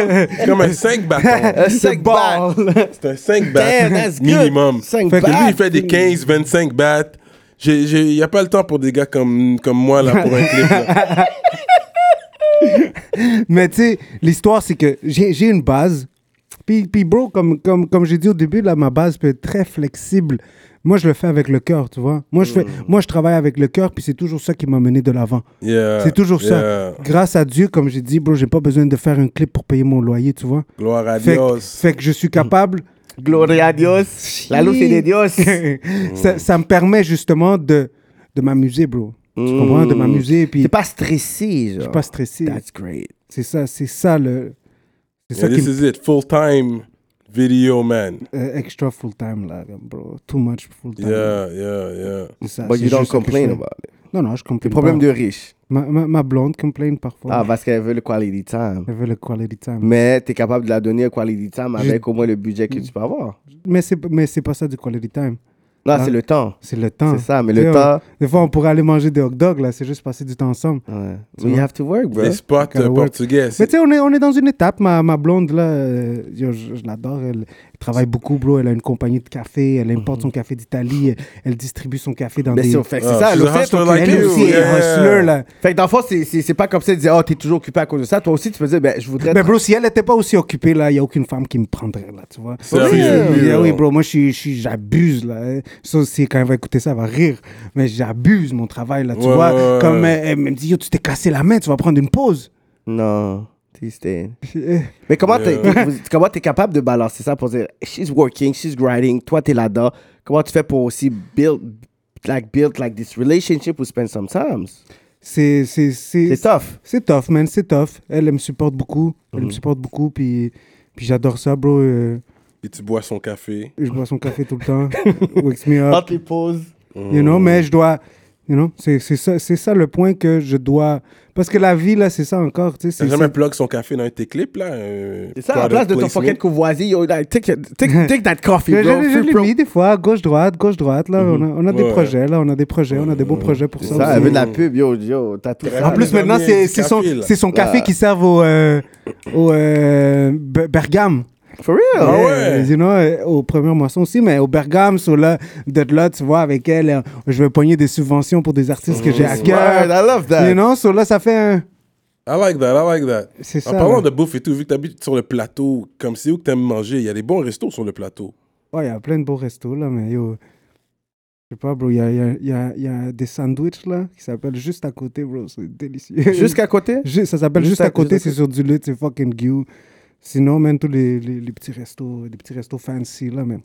Speaker 3: comme un 5 bâtons.
Speaker 5: Un cinq
Speaker 4: Ball.
Speaker 5: balles.
Speaker 3: C'est un
Speaker 5: Damn,
Speaker 3: 5 bâtons
Speaker 5: that's good.
Speaker 3: minimum.
Speaker 5: Cinq
Speaker 3: Fait que lui,
Speaker 5: battes.
Speaker 3: il fait des 15, 25 battes. Il n'y a pas le temps pour des gars comme, comme moi, là, pour un clip. là.
Speaker 4: Mais tu sais, l'histoire, c'est que j'ai j'ai une base. Puis, puis bro, comme, comme, comme j'ai dit au début, là, ma base peut être très flexible. Moi, je le fais avec le cœur, tu vois. Moi, je, fais,
Speaker 3: Hmm.
Speaker 4: moi, je travaille avec le cœur, puis c'est toujours ça qui m'a mené de l'avant.
Speaker 3: Yeah,
Speaker 4: C'est toujours
Speaker 3: yeah.
Speaker 4: ça. Grâce à Dieu, comme j'ai dit, bro, j'ai pas besoin de faire un clip pour payer mon loyer, tu vois.
Speaker 3: Gloire à
Speaker 4: Fait, que-
Speaker 3: Dios.
Speaker 4: fait que je suis capable.
Speaker 5: Gloria a Dios. La luz de Dios.
Speaker 4: ça, ça me permet justement de, de m'amuser, bro. Tu
Speaker 3: Hmm.
Speaker 4: comprends? De m'amuser, puis
Speaker 5: T'es pas stressé, genre.
Speaker 4: je suis pas stressé.
Speaker 5: That's great.
Speaker 4: C'est ça, c'est ça le. C'est ça
Speaker 3: Yeah,
Speaker 4: qui
Speaker 3: this
Speaker 4: me
Speaker 3: is it. Full time video man.
Speaker 4: euh, extra full time là, bro. Too much full time.
Speaker 3: Yeah, yeah, yeah.
Speaker 4: C'est ça,
Speaker 5: But
Speaker 4: Ah, c'est
Speaker 5: you don't
Speaker 4: juste ça que je
Speaker 5: complain
Speaker 4: fais.
Speaker 5: about it.
Speaker 4: Non, non, je complain.
Speaker 5: Le problème
Speaker 4: pas.
Speaker 5: de riche.
Speaker 4: Ma, ma, ma blonde complain parfois.
Speaker 5: Ah, parce qu'elle veut le quality time.
Speaker 4: Elle veut le quality time.
Speaker 5: Mais t'es capable de la donner un quality time avec au moins le budget que tu peux avoir.
Speaker 4: Mais c'est mais c'est pas ça du quality time.
Speaker 5: Non,
Speaker 4: Ah.
Speaker 5: c'est le temps.
Speaker 4: C'est le temps.
Speaker 5: C'est ça, mais le
Speaker 4: Tu sais,
Speaker 5: temps-
Speaker 4: on- Des fois, on pourrait aller manger des hot dogs là, c'est juste passer du temps ensemble.
Speaker 5: Ouais. We have to work, bro.
Speaker 3: Les spots
Speaker 4: gotta
Speaker 3: euh,
Speaker 4: work.
Speaker 3: portugais.
Speaker 4: Mais
Speaker 3: c'est-
Speaker 4: tu sais, on est, on est dans une étape. Ma, ma blonde, là, euh, yo, je, je l'adore. Elle, elle travaille beaucoup, bro. Elle a une compagnie de café. Elle importe son café d'Italie. Elle, elle distribue son café dans
Speaker 5: Mhm. Mais
Speaker 4: des...
Speaker 5: c'est fait, c'est
Speaker 3: Ah,
Speaker 5: ça,
Speaker 3: she's
Speaker 5: le
Speaker 3: a
Speaker 5: fait.
Speaker 3: hustler
Speaker 5: donc,
Speaker 3: like
Speaker 5: elle
Speaker 4: Elle
Speaker 3: you.
Speaker 5: aussi
Speaker 4: aussi
Speaker 5: est
Speaker 4: elle est
Speaker 3: Yeah.
Speaker 4: hustler, là.
Speaker 5: Fait que dans le fond, c'est- c'est c'est pas comme ça de dire, oh, t'es toujours occupé à cause de ça. Toi aussi, tu peux dire, ben, je voudrais.
Speaker 4: Mais bro, si elle n'était pas aussi occupée, là, il n'y a aucune femme qui me prendrait, là, tu vois.
Speaker 3: Sérieux?
Speaker 4: Oui,
Speaker 3: Sérieux?
Speaker 4: yeah, oui, bro, moi, je suis- je suis- j'abuse, là. hein. Ça aussi, quand elle va écouter ça, elle va rire. Mais j'abuse mon travail, là, tu
Speaker 3: Ouais,
Speaker 4: vois.
Speaker 3: ouais, ouais.
Speaker 4: Comme euh, elle me dit, yo, tu t'es cassé la main, tu vas prendre une pause.
Speaker 5: Non, t'es staying. Mais comment t'es vous- comment t'es capable de balancer ça pour dire she's working, she's grinding, toi t'es là-dedans. Comment tu fais pour aussi build like build like this relationship we spend sometimes?
Speaker 4: C'est c'est- c'est-
Speaker 5: C'est tough.
Speaker 4: C'est tough, man, c'est tough. Elle, elle me supporte beaucoup. Elle
Speaker 3: Mhm.
Speaker 4: me supporte beaucoup, puis, puis j'adore ça, bro. Euh,
Speaker 3: Et tu bois son café.
Speaker 4: je bois son café tout le temps. Wakes me up.
Speaker 5: les pauses.
Speaker 4: You know,
Speaker 3: Mhm.
Speaker 4: mais je dois. You know, c'est c'est ça, c'est ça le point que je dois. Parce que la vie, là, c'est ça encore. Tu sais,
Speaker 3: T'as
Speaker 4: c'est-
Speaker 3: jamais
Speaker 4: c'est-
Speaker 3: plug son café dans un de tes clips, là? euh,
Speaker 5: C'est ça, à la place
Speaker 3: product
Speaker 5: de ton
Speaker 3: placement?
Speaker 5: fucking courvoisier, yo, like, take, your- take, take that coffee,
Speaker 4: Je,
Speaker 5: bro.
Speaker 4: je- je
Speaker 5: free
Speaker 4: l'ai
Speaker 5: pro.
Speaker 4: mis des fois, gauche-droite, gauche-droite. Là,
Speaker 3: Mhm.
Speaker 4: on a, on a des
Speaker 3: Ouais.
Speaker 4: projets, là, on a des projets, on a des beaux projets pour
Speaker 5: Ça,
Speaker 4: ça. aussi.
Speaker 5: elle veut de la pub, yo, yo, t'as tout ça.
Speaker 4: En plus,
Speaker 3: Mhm. Ah, les
Speaker 4: maintenant,
Speaker 3: derniers
Speaker 4: c'est
Speaker 3: du
Speaker 4: c'est
Speaker 3: café,
Speaker 4: son,
Speaker 3: là.
Speaker 4: c'est son café
Speaker 5: Ah.
Speaker 4: qui sert au, euh, au euh, Be- Bergame.
Speaker 5: for real.
Speaker 3: Ah ouais?
Speaker 4: Euh, you know, euh, aux premières moissons aussi, mais au Bergame, so là, d'être là, tu vois, avec elle, euh, je vais pogner des subventions pour des artistes que j'ai à
Speaker 5: Word,
Speaker 4: cœur.
Speaker 5: I love that.
Speaker 4: You know, so là, ça fait un.
Speaker 3: I like that, I like that.
Speaker 4: C'est
Speaker 3: En
Speaker 4: ça,
Speaker 3: parlant
Speaker 4: là.
Speaker 3: de bouffe et tout, vu que t'habites sur le plateau, comme c'est où que t'aimes manger, il y a des bons restos sur le plateau.
Speaker 4: Ouais, il y a plein de beaux restos, là, mais yo. Je sais pas, bro, il y a, il y a- il y a- il y a des sandwichs, là, qui s'appellent juste à côté, bro. C'est délicieux.
Speaker 5: Jusqu'à côté?
Speaker 4: Ju- ça s'appelle
Speaker 5: Juste
Speaker 4: juste
Speaker 5: à-
Speaker 4: à côté,
Speaker 5: juste à
Speaker 4: c'est sur du lit, c'est fucking gueux. Sinon, même tous les, les, les petits restos, les petits restos fancy, là, mais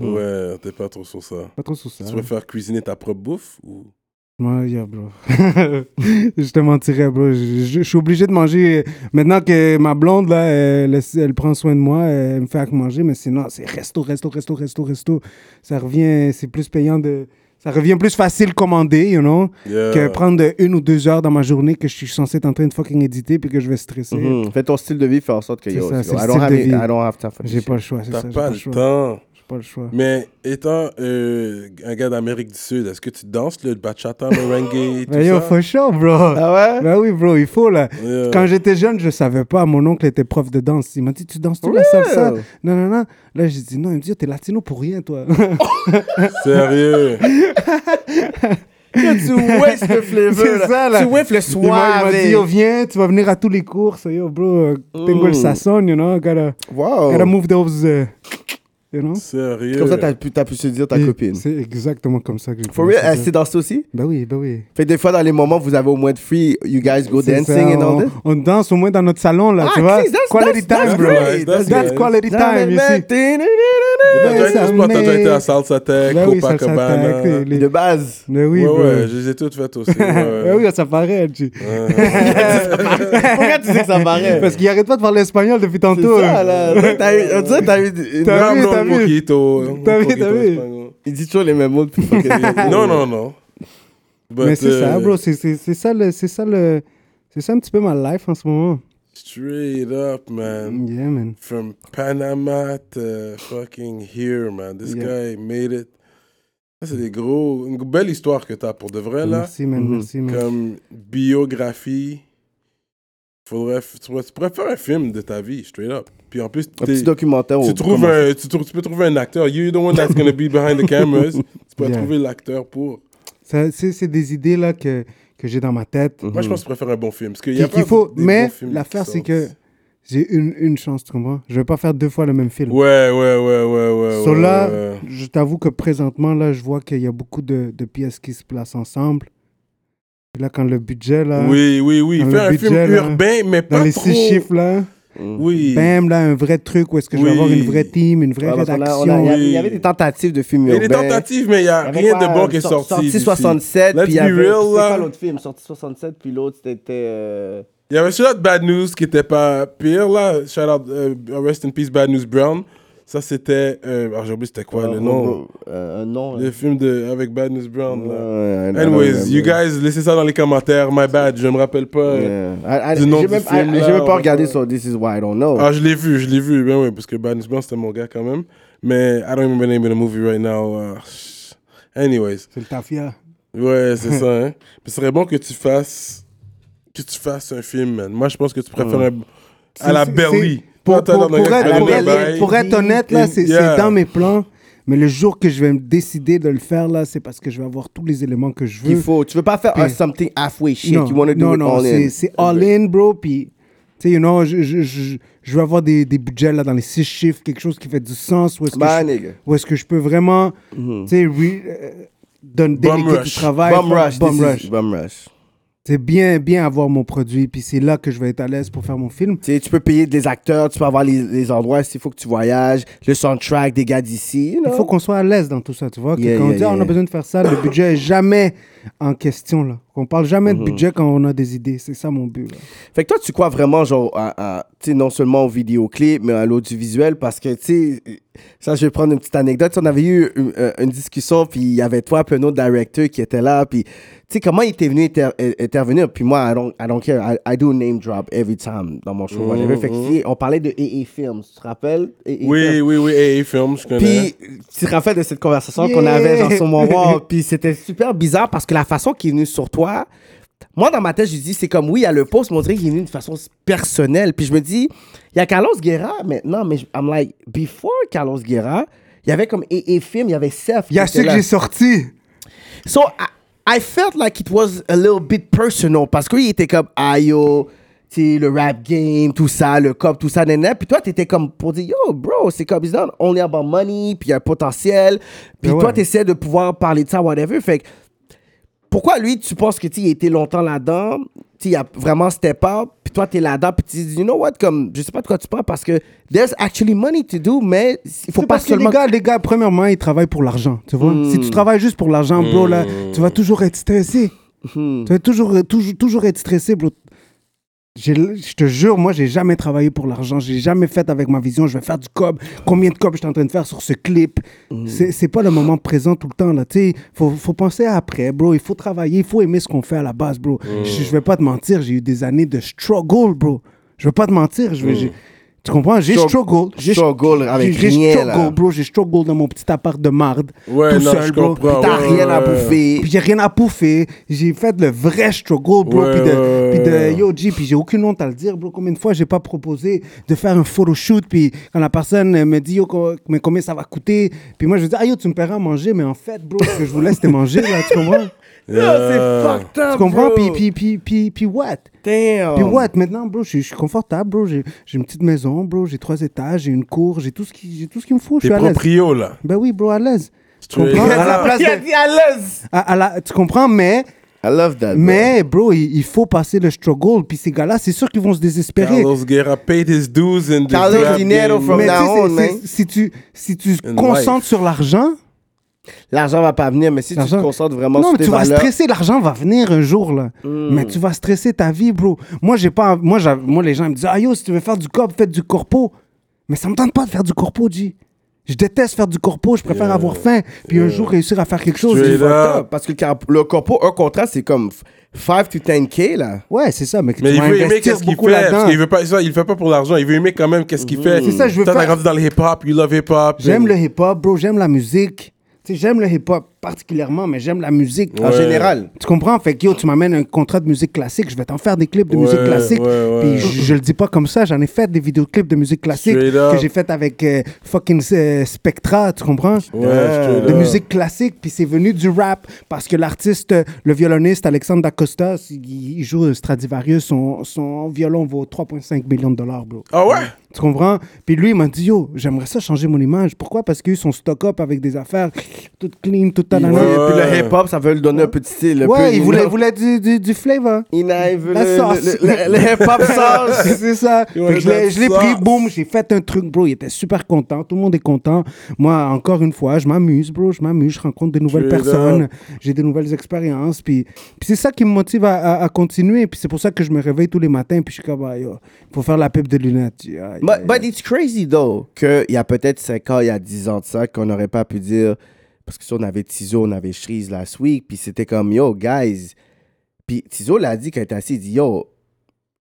Speaker 3: Ouais, t'es pas trop sur ça.
Speaker 4: pas trop sous ça.
Speaker 3: Tu préfères cuisiner ta propre bouffe ou
Speaker 4: Moi, yeah, bro. je te mentirais, bro. Je, je- je suis obligé de manger. Maintenant que ma blonde, là, elle, elle- elle prend soin de moi, elle me fait à manger, mais sinon, c'est resto, resto, resto, resto, resto. Ça revient, c'est plus payant de. Ça revient plus facile commander, you know,
Speaker 3: Yeah.
Speaker 4: que prendre une ou deux heures dans ma journée que je suis censé être en train de fucking éditer puis que je vais stresser.
Speaker 5: Mhm. Fais ton style de vie, fais en sorte que
Speaker 4: C'est
Speaker 5: yo,
Speaker 4: ça,
Speaker 5: yo,
Speaker 4: c'est le
Speaker 5: I don't
Speaker 4: style
Speaker 5: have
Speaker 4: de
Speaker 5: it-
Speaker 4: vie.
Speaker 5: I don't have time for this
Speaker 4: J'ai
Speaker 5: shit.
Speaker 4: pas le choix, c'est
Speaker 3: T'as
Speaker 4: ça. J'ai
Speaker 3: pas
Speaker 4: pas
Speaker 3: le
Speaker 4: le choix.
Speaker 3: temps.
Speaker 4: J'ai pas le choix.
Speaker 3: Mais étant euh, un gars d'Amérique du Sud, est-ce que tu danses le bachata, merengue, tout
Speaker 4: Mais yo,
Speaker 3: ça?
Speaker 4: for sure, bro.
Speaker 5: Ah ouais?
Speaker 4: Ben oui, bro, il faut là.
Speaker 3: Yeah.
Speaker 4: Quand j'étais jeune, je savais pas. Mon oncle était prof de danse. Il m'a dit, tu danses tout la salsa? Non, non, non. Là, j'ai dit, non, il me dit, oh, t'es latino pour rien, toi.
Speaker 3: Sérieux?
Speaker 5: tu waste le flavor.
Speaker 4: C'est
Speaker 5: là.
Speaker 4: ça, là.
Speaker 5: Tu waste le
Speaker 4: Il m'a il
Speaker 5: suave.
Speaker 4: m'a dit, yo, viens, tu vas venir à tous les cours. So, Yo, bro, euh, tengo el sazon, you know. Gotta,
Speaker 5: Wow.
Speaker 4: gotta move those, euh, you know.
Speaker 3: Sérieux?
Speaker 5: Comme ça, t'as pu, t'as pu séduire ta
Speaker 4: Et
Speaker 5: copine.
Speaker 4: C'est exactement comme ça que j'ai
Speaker 5: For real, eh,
Speaker 4: commencé
Speaker 5: elle
Speaker 4: ça.
Speaker 5: s'est dansée aussi?
Speaker 4: Ben oui, ben oui.
Speaker 5: Fait des fois, dans les moments où vous avez au moins de free, you guys go
Speaker 4: C'est
Speaker 5: dancing
Speaker 4: ça,
Speaker 5: and all
Speaker 4: on,
Speaker 5: this?
Speaker 4: on danse au moins dans notre salon, là,
Speaker 5: Ah,
Speaker 4: tu vois.
Speaker 5: Chris, that's-
Speaker 4: quality
Speaker 5: that's-
Speaker 4: time,
Speaker 5: that's
Speaker 4: bro.
Speaker 5: great.
Speaker 3: That's
Speaker 4: That's
Speaker 3: great.
Speaker 4: quality time, ici.
Speaker 3: T'as déjà
Speaker 4: Ben,
Speaker 3: été au
Speaker 4: ça
Speaker 3: spot, t'as déjà
Speaker 4: m'est-
Speaker 3: été à Salsa Tech,
Speaker 4: Ben oui, ça, ça
Speaker 3: Copacabana.
Speaker 4: attaque, les-
Speaker 5: De base.
Speaker 4: Ben oui,
Speaker 3: ouais,
Speaker 4: bro.
Speaker 3: ouais, je les ai toutes faites aussi. ouais,
Speaker 4: Ben
Speaker 3: ouais.
Speaker 4: oui, ça paraît, tu-
Speaker 5: Pourquoi tu dis que ça paraît?
Speaker 4: Parce qu'il arrête pas de parler espagnol depuis
Speaker 5: C'est
Speaker 4: tantôt.
Speaker 5: ça, là. Toi, t'as eu- On dirait que t'as eu une-
Speaker 3: Non,
Speaker 4: T'as- vu,
Speaker 3: non,
Speaker 4: vu.
Speaker 3: un poquito, un
Speaker 4: T'as vu,
Speaker 3: poquito
Speaker 4: t'as vu.
Speaker 3: espagnol.
Speaker 5: Il dit toujours les mêmes mots depuis fucking-
Speaker 3: Non, non, non. But,
Speaker 4: Mais c'est ça,
Speaker 3: euh,
Speaker 4: bro. C'est c'est- c'est ça, le- c'est ça, le- c'est ça un petit peu ma life en ce moment.
Speaker 3: Straight up, man.
Speaker 4: Yeah, man.
Speaker 3: From Panama to fucking here, man. This
Speaker 4: Yeah.
Speaker 3: guy made it. Ça, c'est des gros... Une belle histoire que t'as, pour de vrai, là.
Speaker 4: Merci, man.
Speaker 5: Mhm.
Speaker 4: Merci, man.
Speaker 3: Comme biographie. Faudrait... f- Tu pourrais, tu pourrais faire un film de ta vie, straight up. Puis en plus,
Speaker 5: Un
Speaker 3: t'es-
Speaker 5: petit documentaire.
Speaker 3: tu,
Speaker 5: au-
Speaker 3: trouves
Speaker 5: comment-
Speaker 3: un- tu, trou- tu peux trouver un acteur. You're the one that's gonna be behind the cameras. tu peux
Speaker 4: Yeah.
Speaker 3: trouver l'acteur pour...
Speaker 4: Ça, C'est c'est des idées, là, que, que j'ai dans ma tête.
Speaker 3: Moi, je pense que tu préfères un bon film. Parce qu'il Mhm. y
Speaker 4: Mm-hmm. Puis
Speaker 3: a
Speaker 4: qu'il
Speaker 3: pas
Speaker 4: faut...
Speaker 3: des
Speaker 4: Mais
Speaker 3: bons films qui
Speaker 4: l'affaire, c'est
Speaker 3: sortent.
Speaker 4: que j'ai une, une chance, tu comprends? Je vais pas faire deux fois le même film.
Speaker 3: Ouais, ouais, ouais, ouais, ouais.
Speaker 4: So
Speaker 3: ouais,
Speaker 4: là,
Speaker 3: ouais.
Speaker 4: je t'avoue que présentement, là, je vois qu'il y a beaucoup de, de pièces qui se placent ensemble. Puis là, quand le budget, là,
Speaker 3: Oui, oui, oui.
Speaker 4: hein, dans
Speaker 3: Faire un
Speaker 4: le
Speaker 3: film
Speaker 4: budget, là,
Speaker 3: urbain, mais
Speaker 4: dans
Speaker 3: pas
Speaker 4: les
Speaker 3: trop.
Speaker 4: six chiffres, là,
Speaker 3: Oui.
Speaker 4: bam, là, un vrai truc où est-ce que je
Speaker 3: Oui.
Speaker 4: vais avoir une vraie team, une vraie
Speaker 5: Ouais, parce qu'on a-
Speaker 4: rédaction.
Speaker 5: on a- Il y avait- il y
Speaker 3: Oui.
Speaker 5: avait des tentatives de films
Speaker 3: Il y a
Speaker 5: urbains.
Speaker 3: des tentatives, mais il n'y a
Speaker 5: Avec
Speaker 3: rien
Speaker 5: quoi, euh,
Speaker 3: de bon qui est
Speaker 5: sor-
Speaker 3: sorti. d'ici.
Speaker 5: 67,
Speaker 3: Let's
Speaker 5: puis il y
Speaker 3: be
Speaker 5: avait...
Speaker 3: real,
Speaker 5: c'est
Speaker 3: là.
Speaker 5: quoi l'autre film? Sorti 67, puis l'autre, c'était... euh,
Speaker 3: Il y avait celui-là de Bad News qui n'était pas pire, là. Shout out, euh, Rest in Peace, Bad News Brown. Ça, c'était. Euh, alors, j'ai oublié c'était quoi le
Speaker 5: euh,
Speaker 3: nom.
Speaker 5: euh, Un nom.
Speaker 3: Le film de, avec Bad News Brown,
Speaker 5: Ouais,
Speaker 3: là.
Speaker 5: ouais, ouais,
Speaker 3: Anyways,
Speaker 5: ouais,
Speaker 3: you
Speaker 5: ouais.
Speaker 3: guys, laissez ça dans les commentaires. My bad, je me rappelle pas.
Speaker 5: Yeah. I- I-
Speaker 3: Du
Speaker 5: J'ai
Speaker 3: nom
Speaker 5: même,
Speaker 3: du film,
Speaker 5: I-
Speaker 3: là,
Speaker 5: j'ai même
Speaker 3: on
Speaker 5: pas
Speaker 3: va
Speaker 5: regardé
Speaker 3: pas-
Speaker 5: sur This Is Why I Don't Know.
Speaker 3: Ah, je l'ai vu, je l'ai vu, ben oui, parce que Bad News Brown, c'était mon gars quand même. Mais I don't remember the name of the movie right now. Uh, anyways.
Speaker 4: C'est le tafia.
Speaker 3: Ouais, c'est ça, hein. Puis ce serait bon que tu fasses que tu fasses un film, man. Moi, je pense que tu préfères un- à la
Speaker 4: C'est-
Speaker 3: Belly.
Speaker 4: c'est- Pour,
Speaker 3: Toi, t'as
Speaker 4: pour-
Speaker 3: dans
Speaker 4: pour
Speaker 3: le-
Speaker 4: être,
Speaker 3: dans le
Speaker 4: pour être-
Speaker 3: bail.
Speaker 4: pour être honnête, là, c'est c'est
Speaker 3: Yeah.
Speaker 4: dans mes plans. Mais le jour que je vais me décider de le faire, là, c'est parce que je vais avoir tous les éléments que je veux.
Speaker 5: Il faut, tu veux pas faire un something halfway shit.
Speaker 4: non,
Speaker 5: you want to do
Speaker 4: non,
Speaker 5: it
Speaker 4: non,
Speaker 5: all
Speaker 4: c'est-
Speaker 5: in.
Speaker 4: c'est all in, bro. Puis, tu sais, you know, je, je, je, je veux avoir des, des budgets là, dans les six chiffres, quelque chose qui fait du sens. Où est-ce que,
Speaker 5: Bah,
Speaker 4: je-
Speaker 5: nigga. Mm-hmm.
Speaker 4: où est-ce que je peux vraiment, tu sais, re- euh, donner
Speaker 3: Bum
Speaker 4: déléguer du
Speaker 3: rush.
Speaker 4: travail.
Speaker 5: Bum rush.
Speaker 4: Bum
Speaker 5: this is
Speaker 4: rush.
Speaker 5: Bum rush.
Speaker 4: C'est bien, bien avoir mon produit. Puis c'est là que je vais être à l'aise pour faire mon film.
Speaker 5: Tu sais, tu peux payer des acteurs, tu peux avoir les, les endroits s'il faut que tu voyages, le soundtrack des gars d'ici.
Speaker 4: Il faut qu'on soit à l'aise dans tout ça, tu vois. que
Speaker 5: Yeah,
Speaker 4: quand on
Speaker 5: yeah,
Speaker 4: dit, Ah, on
Speaker 5: yeah.
Speaker 4: a besoin de faire ça, le budget est jamais en question, là. On parle jamais
Speaker 5: Mm-hmm.
Speaker 4: de budget quand on a des idées. C'est ça mon but, là.
Speaker 5: Fait que toi, tu crois vraiment, genre, à, à- tu sais, non seulement au vidéoclip, mais à l'audiovisuel, parce que, tu sais, ça, je vais prendre une petite anecdote. Tu sais, On avait eu une, euh, une discussion, puis il y avait toi, puis un autre directeur qui était là, puis, tu sais, comment il était venu inter- euh, intervenir? Puis moi, I don't, I don't care, I, I do name drop every time dans mon show, whatever. Fait que, tu sais, on parlait de AA Films, tu te rappelles? AA
Speaker 3: Oui,
Speaker 5: Films.
Speaker 3: oui, oui, hey, hey, film, je connais.
Speaker 5: Puis, tu te rappelles de cette conversation qu'on
Speaker 4: Yeah.
Speaker 5: avait genre, sur mon wall. Puis, c'était super bizarre parce que la façon qui est venue sur toi, moi, dans ma tête, je dis, c'est comme oui, il y a le post, mais on dirait qu'il est venu d'une façon personnelle. Puis, je me dis, il y a Carlos Guerra maintenant, mais je- I'm like, before Carlos Guerra, il y avait comme et film, il y avait Seth.
Speaker 4: Il y a
Speaker 5: qui
Speaker 4: ceux
Speaker 5: était
Speaker 4: que
Speaker 5: là.
Speaker 4: j'ai sortis.
Speaker 5: So, I, I felt like it was a little bit personal parce qu'il était comme, ah yo, tu sais, le rap game, tout ça, le cop, tout ça, nanana. Puis toi, t'étais comme pour dire, yo, bro, c'est comme, it's not only about money, puis il y a un potentiel. Puis
Speaker 4: Ben
Speaker 5: toi,
Speaker 4: ouais.
Speaker 5: t'essaies de pouvoir parler de ça, whatever. Fait que, pourquoi lui, tu penses que tu sais, il était longtemps là-dedans? tu sais, il y a vraiment step up, puis toi, t'es là-dedans, puis tu dis, you know what, comme, je sais pas de quoi tu parles, parce que there's actually money to do, mais il faut
Speaker 4: C'est
Speaker 5: pas
Speaker 4: parce que
Speaker 5: seulement... Mm.
Speaker 4: les gars, les gars, premièrement, ils travaillent pour l'argent, tu vois. Si tu travailles juste pour l'argent, bro, là, tu vas toujours être stressé.
Speaker 5: Mm-hmm.
Speaker 4: Tu vas toujours, toujours, toujours être stressé, bro. J'ai- Je te jure, moi, j'ai jamais travaillé pour l'argent. J'ai jamais fait avec ma vision. Je vais faire du cob. Combien de cob je suis en train de faire sur ce clip
Speaker 3: Mm.
Speaker 4: C'est c'est pas le moment présent tout le temps. Là. Tu sais, Faut, faut penser à après, bro. Il faut travailler. Il faut aimer ce qu'on fait à la base, bro.
Speaker 3: Mm.
Speaker 4: Je, je vais pas te mentir. J'ai eu des années de struggle, bro. Je vais pas te mentir.
Speaker 3: Mm.
Speaker 4: Je vais, j'ai- Tu comprends J'ai
Speaker 5: Strug-
Speaker 4: struggle. J'ai
Speaker 5: struggle avec
Speaker 4: j'ai- j'ai
Speaker 5: rien, là.
Speaker 4: struggle, bro. J'ai struggle dans mon petit appart de marde.
Speaker 3: Ouais,
Speaker 4: tout
Speaker 3: non,
Speaker 4: seul,
Speaker 3: je
Speaker 4: bro.
Speaker 3: comprends.
Speaker 5: T'as
Speaker 3: Ouais,
Speaker 5: rien à
Speaker 3: ouais, ouais.
Speaker 5: bouffer.
Speaker 4: Puis j'ai rien à pouffer. J'ai fait le vrai struggle, bro.
Speaker 3: Ouais,
Speaker 4: puis,
Speaker 3: ouais, ouais,
Speaker 4: de, puis
Speaker 3: ouais.
Speaker 4: de yo, G, puis j'ai aucune honte à le dire, bro. Combien de fois j'ai pas proposé de faire un photoshoot, puis quand la personne euh, me dit, yo, co- mais combien ça va coûter, puis moi je dis, ah yo, tu me paieras à manger, mais en fait, bro, ce que je voulais, c'était manger, là, tu comprends?
Speaker 5: Ah, c'est fucked up,
Speaker 4: Tu comprends?
Speaker 5: bro.
Speaker 4: Puis, puis, puis, puis, puis what?
Speaker 5: Damn.
Speaker 3: Oh.
Speaker 4: Puis what? Maintenant, bro, je suis- je suis confortable, bro. J'ai j'ai une petite maison, bro. J'ai trois étages, j'ai une cour, j'ai tout ce qui- j'ai tout ce qu'il me faut. Je
Speaker 3: T'es
Speaker 4: suis à l'aise.
Speaker 3: proprio, là.
Speaker 4: Ben oui, bro, à l'aise. Tu
Speaker 3: Tu es-
Speaker 4: comprends? À la place
Speaker 5: Il a
Speaker 4: de-
Speaker 5: dit à l'aise.
Speaker 4: à- à la- tu comprends, mais,
Speaker 5: I love that. bro.
Speaker 4: mais bro, il, il faut passer le struggle. Puis ces gars-là, c'est sûr qu'ils vont se désespérer.
Speaker 3: Carlos Guerra paid his dues in the
Speaker 5: Carlos
Speaker 3: rap
Speaker 5: Dinero
Speaker 3: game.
Speaker 5: from
Speaker 4: mais tu sais,
Speaker 5: now
Speaker 4: c'est-
Speaker 5: on,
Speaker 4: c'est-
Speaker 5: man.
Speaker 4: si tu si tu te
Speaker 3: In
Speaker 4: concentres
Speaker 3: life.
Speaker 4: sur l'argent,
Speaker 5: L'argent va pas venir, mais si tu te
Speaker 4: l'argent-
Speaker 5: concentres vraiment
Speaker 4: non,
Speaker 5: sur
Speaker 4: mais
Speaker 5: tes
Speaker 4: tu vas
Speaker 5: valeurs.
Speaker 4: stresser, l'argent va venir un jour là. Mais tu vas stresser ta vie, bro. Moi, j'ai pas, moi, j'avais- moi, les gens ils me disent, ah yo, si tu veux faire du corps, fais du corpo. Mais ça me tente pas de faire du corpo, G. Je déteste faire du corpo. Je préfère avoir faim puis un jour réussir à faire quelque chose.
Speaker 3: Straight
Speaker 4: Tu vois.
Speaker 3: up.
Speaker 5: Attends, Ah, Parce que car- le corpo, un contrat, c'est comme 5 to 10K, là.
Speaker 4: Ouais, c'est ça, mais, que
Speaker 3: Mais
Speaker 4: tu
Speaker 3: il
Speaker 4: vas
Speaker 3: veut aimer
Speaker 4: investir
Speaker 3: qu'est-ce qu'il
Speaker 4: beaucoup
Speaker 3: fait.
Speaker 4: là-dedans. Mm.
Speaker 3: Parce qu'il veut pas, ça, il le fait pas pour l'argent. Il veut aimer quand même qu'est-ce qu'il fait.
Speaker 4: C'est ça, je veux
Speaker 3: Toi, t'as
Speaker 4: faire-
Speaker 3: grandi dans le hip-hop, you love hip-hop.
Speaker 4: J'aime le hip-hop, bro. J'aime la musique. Tu sais, j'aime le hip-hop particulièrement, mais j'aime la musique
Speaker 5: En général.
Speaker 4: Tu comprends? Fait que yo, tu m'amènes un contrat de musique classique, je vais t'en faire des clips de
Speaker 3: Ouais,
Speaker 4: musique classique.
Speaker 3: ouais, ouais.
Speaker 4: Puis je, je le dis pas comme ça, j'en ai fait des vidéoclips de musique classique
Speaker 3: Straight up.
Speaker 4: que j'ai fait avec euh, fucking euh, Spectra, tu comprends?
Speaker 3: straight
Speaker 4: de
Speaker 3: up.
Speaker 4: musique classique, puis c'est venu du rap parce que l'artiste, euh, le violoniste Alexandre Dacosta, il, il joue euh, Stradivarius, son, son violon vaut 3,5 millions de dollars, bro.
Speaker 3: Ah ouais?
Speaker 4: Tu comprends? Puis lui, il m'a dit, yo, j'aimerais ça changer mon image. Pourquoi? Parce qu'il a eu son stock-up avec des affaires toutes clean, tout à
Speaker 5: Et
Speaker 4: la
Speaker 5: puis le hip-hop, ça veut lui donner un petit style. un peu-
Speaker 4: Ouais, il voulait, il voulait du, du, du flavor.
Speaker 5: Il a- il veut
Speaker 4: La
Speaker 5: le,
Speaker 4: sauce.
Speaker 5: le- le- le hip-hop sauce.
Speaker 4: c'est ça. Fait
Speaker 3: voulait
Speaker 4: que je l'ai-
Speaker 3: de
Speaker 4: je l'ai
Speaker 3: la
Speaker 4: pris,
Speaker 3: sauce.
Speaker 4: boum, j'ai fait un truc, bro. Il était super content. Tout le monde est content. Moi, encore une fois, je m'amuse, bro. Je m'amuse. Je rencontre de nouvelles
Speaker 3: Straight
Speaker 4: personnes.
Speaker 3: up.
Speaker 4: J'ai des nouvelles expériences. Puis, puis c'est ça qui me motive à, à- à continuer. Puis c'est pour ça que je me réveille tous les matins. Puis je suis comme, ah, yo, faut faire la pipe de lunettes. Yeah, yeah,
Speaker 5: But, but it's crazy though, qu'il y a peut-être 5 ans, il y a 10 ans de ça, qu'on n'aurait pas pu dire. Parce que si on avait Tizo, on avait Shreeze last week, puis c'était comme yo, guys. Puis Tizo l'a dit quand il était assis, il dit yo,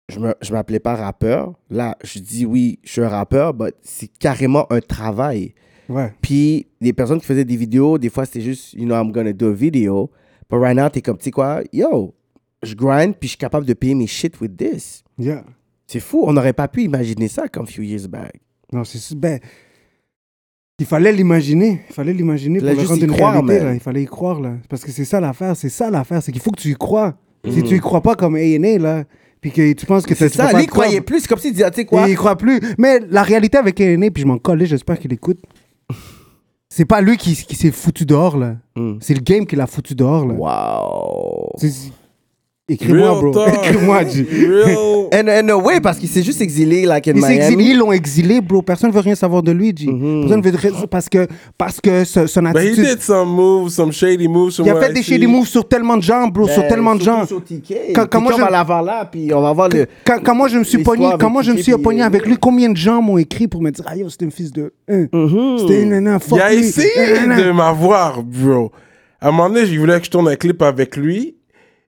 Speaker 5: je me- je m'appelais pas rappeur. Là, je dis oui, je suis un rappeur, mais c'est carrément un travail.
Speaker 4: Ouais.
Speaker 5: Puis des personnes qui faisaient des vidéos, des fois c'était juste, you know, I'm gonna do a video. But right now, t'es comme, tu sais quoi, yo, je grind, puis je suis capable de payer mes shit with this.
Speaker 4: Yeah.
Speaker 5: C'est fou, on n'aurait pas pu imaginer ça comme few years back.
Speaker 4: Non, c'est c'est- ben, il fallait l'imaginer, il fallait l'imaginer pour
Speaker 5: Fallait
Speaker 4: le
Speaker 5: juste
Speaker 4: rendre
Speaker 5: y
Speaker 4: une
Speaker 5: croire,
Speaker 4: réalité.
Speaker 5: man.
Speaker 4: là. Il fallait y croire là, parce que c'est ça l'affaire, c'est ça l'affaire, c'est qu'il faut que tu y crois. Si tu y crois pas comme A&A là, puis que tu penses que t'as-
Speaker 5: Mhm. C'est
Speaker 4: tu peux
Speaker 5: ça,
Speaker 4: pas
Speaker 5: lui
Speaker 4: le croire,
Speaker 5: croyait plus, c'est comme s'il disait, tu sais quoi,
Speaker 4: Il y croit plus. Mais la réalité avec A&A, puis je m'en collais, j'espère qu'il écoute. C'est pas lui qui, qui s'est foutu dehors là,
Speaker 5: Mm.
Speaker 4: c'est le game qui l'a foutu dehors là.
Speaker 5: wow.
Speaker 4: C'est- c'est- Écris-moi
Speaker 3: Real
Speaker 4: bro,
Speaker 3: talk.
Speaker 4: écris-moi. G.
Speaker 3: Real.
Speaker 5: And, and oui, parce qu'il s'est juste exilé, like in
Speaker 4: Il s'est
Speaker 5: Miami. Mhm.
Speaker 4: exilé, Ils l'ont exilé, bro. Personne ne veut rien savoir de lui, G. Personne veut rien- parce que parce que ce- son
Speaker 3: But he
Speaker 4: attitude.
Speaker 3: did some moves, some shady moves. from
Speaker 4: Il a
Speaker 3: what
Speaker 4: fait
Speaker 3: I
Speaker 4: des
Speaker 3: see.
Speaker 4: shady moves sur tellement de gens,
Speaker 5: Euh,
Speaker 4: bro,
Speaker 5: Ben,
Speaker 4: sur tellement de gens. Quand-
Speaker 5: Quand,
Speaker 4: quand moi,
Speaker 5: moi,
Speaker 4: je-
Speaker 5: à l'avoir là, puis on va voir le.
Speaker 4: Quand, quand moi je me suis
Speaker 5: L'histoire
Speaker 4: pogné,
Speaker 5: avec euh.
Speaker 4: quand moi je me
Speaker 5: Piqué,
Speaker 4: suis
Speaker 5: puis-
Speaker 4: pogné avec lui, combien de gens m'ont écrit pour me dire ah yo c'était un fils de, hein.
Speaker 5: Mhm.
Speaker 4: c'était une nana,
Speaker 3: Il
Speaker 4: fuck Eh,
Speaker 3: a
Speaker 4: lui.
Speaker 3: essayé
Speaker 4: Nanana.
Speaker 3: de m'avoir, bro. À un moment donné, il voulait que je tourne un clip avec lui.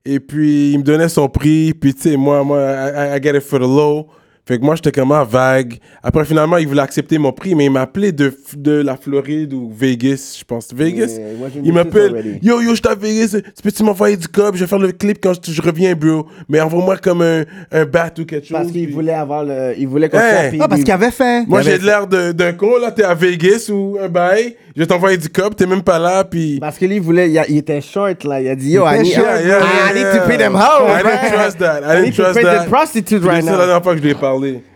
Speaker 3: Et puis, il me donnait son prix. Puis, tu sais, moi, moi I, I- I get it for the low. Fait que moi, j'étais comme un vague. Après, finalement, il voulait accepter mon prix, mais il m'appelait de, de la Floride ou Vegas, je pense. Vegas.
Speaker 5: Yeah, what you
Speaker 3: il
Speaker 5: miss
Speaker 3: m'appelle.
Speaker 5: already.
Speaker 3: Yo, yo, je suis à Vegas. Tu peux-tu m'envoyer du cob? Je vais faire le clip quand je, je reviens, bro. Mais envoie-moi comme un, un bat ou quelque chose.
Speaker 5: Parce qu'il
Speaker 3: Puis-
Speaker 5: voulait avoir le. Il voulait qu'on
Speaker 3: Hey.
Speaker 5: soit- puis-
Speaker 4: Ah parce qu'il avait faim.
Speaker 3: moi,
Speaker 5: Il y
Speaker 3: j'ai
Speaker 5: avait-
Speaker 3: l'air de- d'un con, là, t'es à Vegas ou un bail, je vais t'envoyer du cop, t'es même pas là, puis...
Speaker 5: Parce que lui, il voulait, il, a- il était short, là. Il a dit, yo,
Speaker 4: était
Speaker 5: I need,
Speaker 4: short,
Speaker 5: I-
Speaker 3: yeah, yeah,
Speaker 5: I need
Speaker 3: yeah.
Speaker 5: to pay them
Speaker 3: I
Speaker 5: hoes.
Speaker 3: didn't
Speaker 5: man.
Speaker 3: trust that, I didn't
Speaker 5: need to
Speaker 3: trust
Speaker 5: pay
Speaker 3: that.
Speaker 5: the prostitute
Speaker 3: C'est
Speaker 5: right
Speaker 3: ça la
Speaker 5: now.
Speaker 3: dernière fois que je lui ai parlé.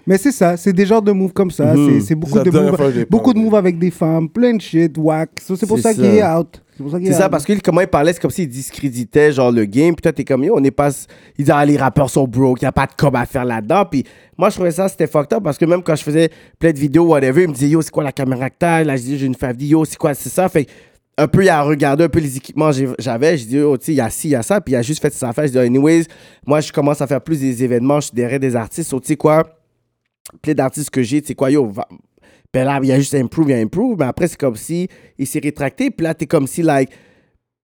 Speaker 4: Mais c'est ça, c'est des genres de moves comme ça.
Speaker 5: Mhm.
Speaker 4: c'est- C'est beaucoup
Speaker 3: C'est la
Speaker 4: de
Speaker 3: dernière fois que
Speaker 4: moves,
Speaker 3: j'ai
Speaker 4: beaucoup de
Speaker 3: parlé.
Speaker 4: moves avec des femmes, plein de shit, whack. So, C'est pour
Speaker 5: C'est
Speaker 4: ça,
Speaker 5: ça.
Speaker 4: qu'il est out. C'est pour ça qu'il
Speaker 5: C'est
Speaker 4: est
Speaker 5: ça,
Speaker 4: out.
Speaker 5: parce que comment il parlait, c'est comme s'il discréditait genre le game. Puis toi, t'es comme, yo, on est pas. Il dit, ah, les rappeurs sont broke, y a pas de com à faire là-dedans. Puis moi, je trouvais ça, c'était fucked up parce que même quand je faisais plein de vidéos, whatever, il me disait, yo, c'est quoi la caméra que t'as Là, je dis, j'ai une fave, yo, c'est quoi, c'est ça. Fait que, un peu, il a regardé un peu les équipements que j'ai- j'avais. Je dis, oh, tu sais, il y a ci, il y a ça. Puis il a juste fait ses affaires. Je dis, anyways, moi, je commence à faire plus des événements, je suis derrière des artistes. So, tu sais quoi, plein d'artistes que j'ai, tu sais quoi, yo, va- ben là, il y a juste improve, il y a improve, mais après, c'est comme si il s'est rétracté, puis là, t'es comme si, like,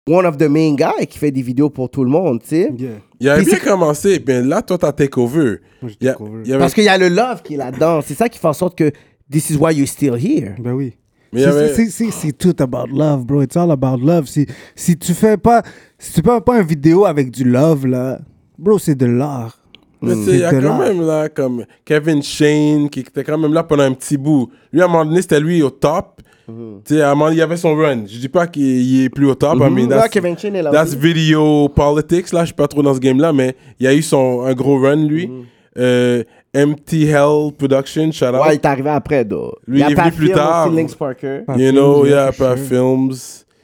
Speaker 5: one of the main guys qui fait des vidéos pour tout le monde, tu sais.
Speaker 4: Yeah.
Speaker 3: Il avait
Speaker 5: Puis
Speaker 3: bien
Speaker 5: c'est-
Speaker 3: commencé, mais là, toi, t'as takeover.
Speaker 4: Moi, j'ai
Speaker 3: Il y a-
Speaker 4: takeover.
Speaker 3: il y avait-
Speaker 5: Parce qu'il y a le love qui est là-dedans. C'est ça qui fait en sorte que this is why you're still here.
Speaker 4: Ben oui.
Speaker 3: Mais il y avait-
Speaker 4: C'est- c'est- C'est c'est tout about love, bro. It's all about love. Si, si tu fais pas, si tu fais pas une vidéo avec du love, là, bro, c'est de l'art.
Speaker 5: Mm.
Speaker 3: Mais tu sais,
Speaker 4: C'est
Speaker 3: il y a
Speaker 4: de
Speaker 3: quand
Speaker 4: l'art.
Speaker 3: même là, comme Kevin Shane, qui était quand même là pendant un petit bout. Lui, à un moment donné, c'était lui au top.
Speaker 5: Mm-hmm.
Speaker 3: Tu sais, à un moment, il avait son run. Je dis pas qu'il il est plus au top. I mean,
Speaker 5: Ouais,
Speaker 3: that's,
Speaker 5: Kevin Shane est Mm-hmm. là
Speaker 3: that's
Speaker 5: aussi.
Speaker 3: video politics. Là, je suis pas trop dans ce game-là, mais il a eu son, un gros run, lui.
Speaker 5: Mm-hmm.
Speaker 3: Euh, Empty Hell Production, shout out.
Speaker 5: Ouais, il est arrivé après, though.
Speaker 3: Lui,
Speaker 5: y a
Speaker 3: il est
Speaker 5: pas
Speaker 3: venu plus
Speaker 5: film
Speaker 3: tard.
Speaker 5: aussi, Lynx Parker.
Speaker 3: You know, yeah, pas films.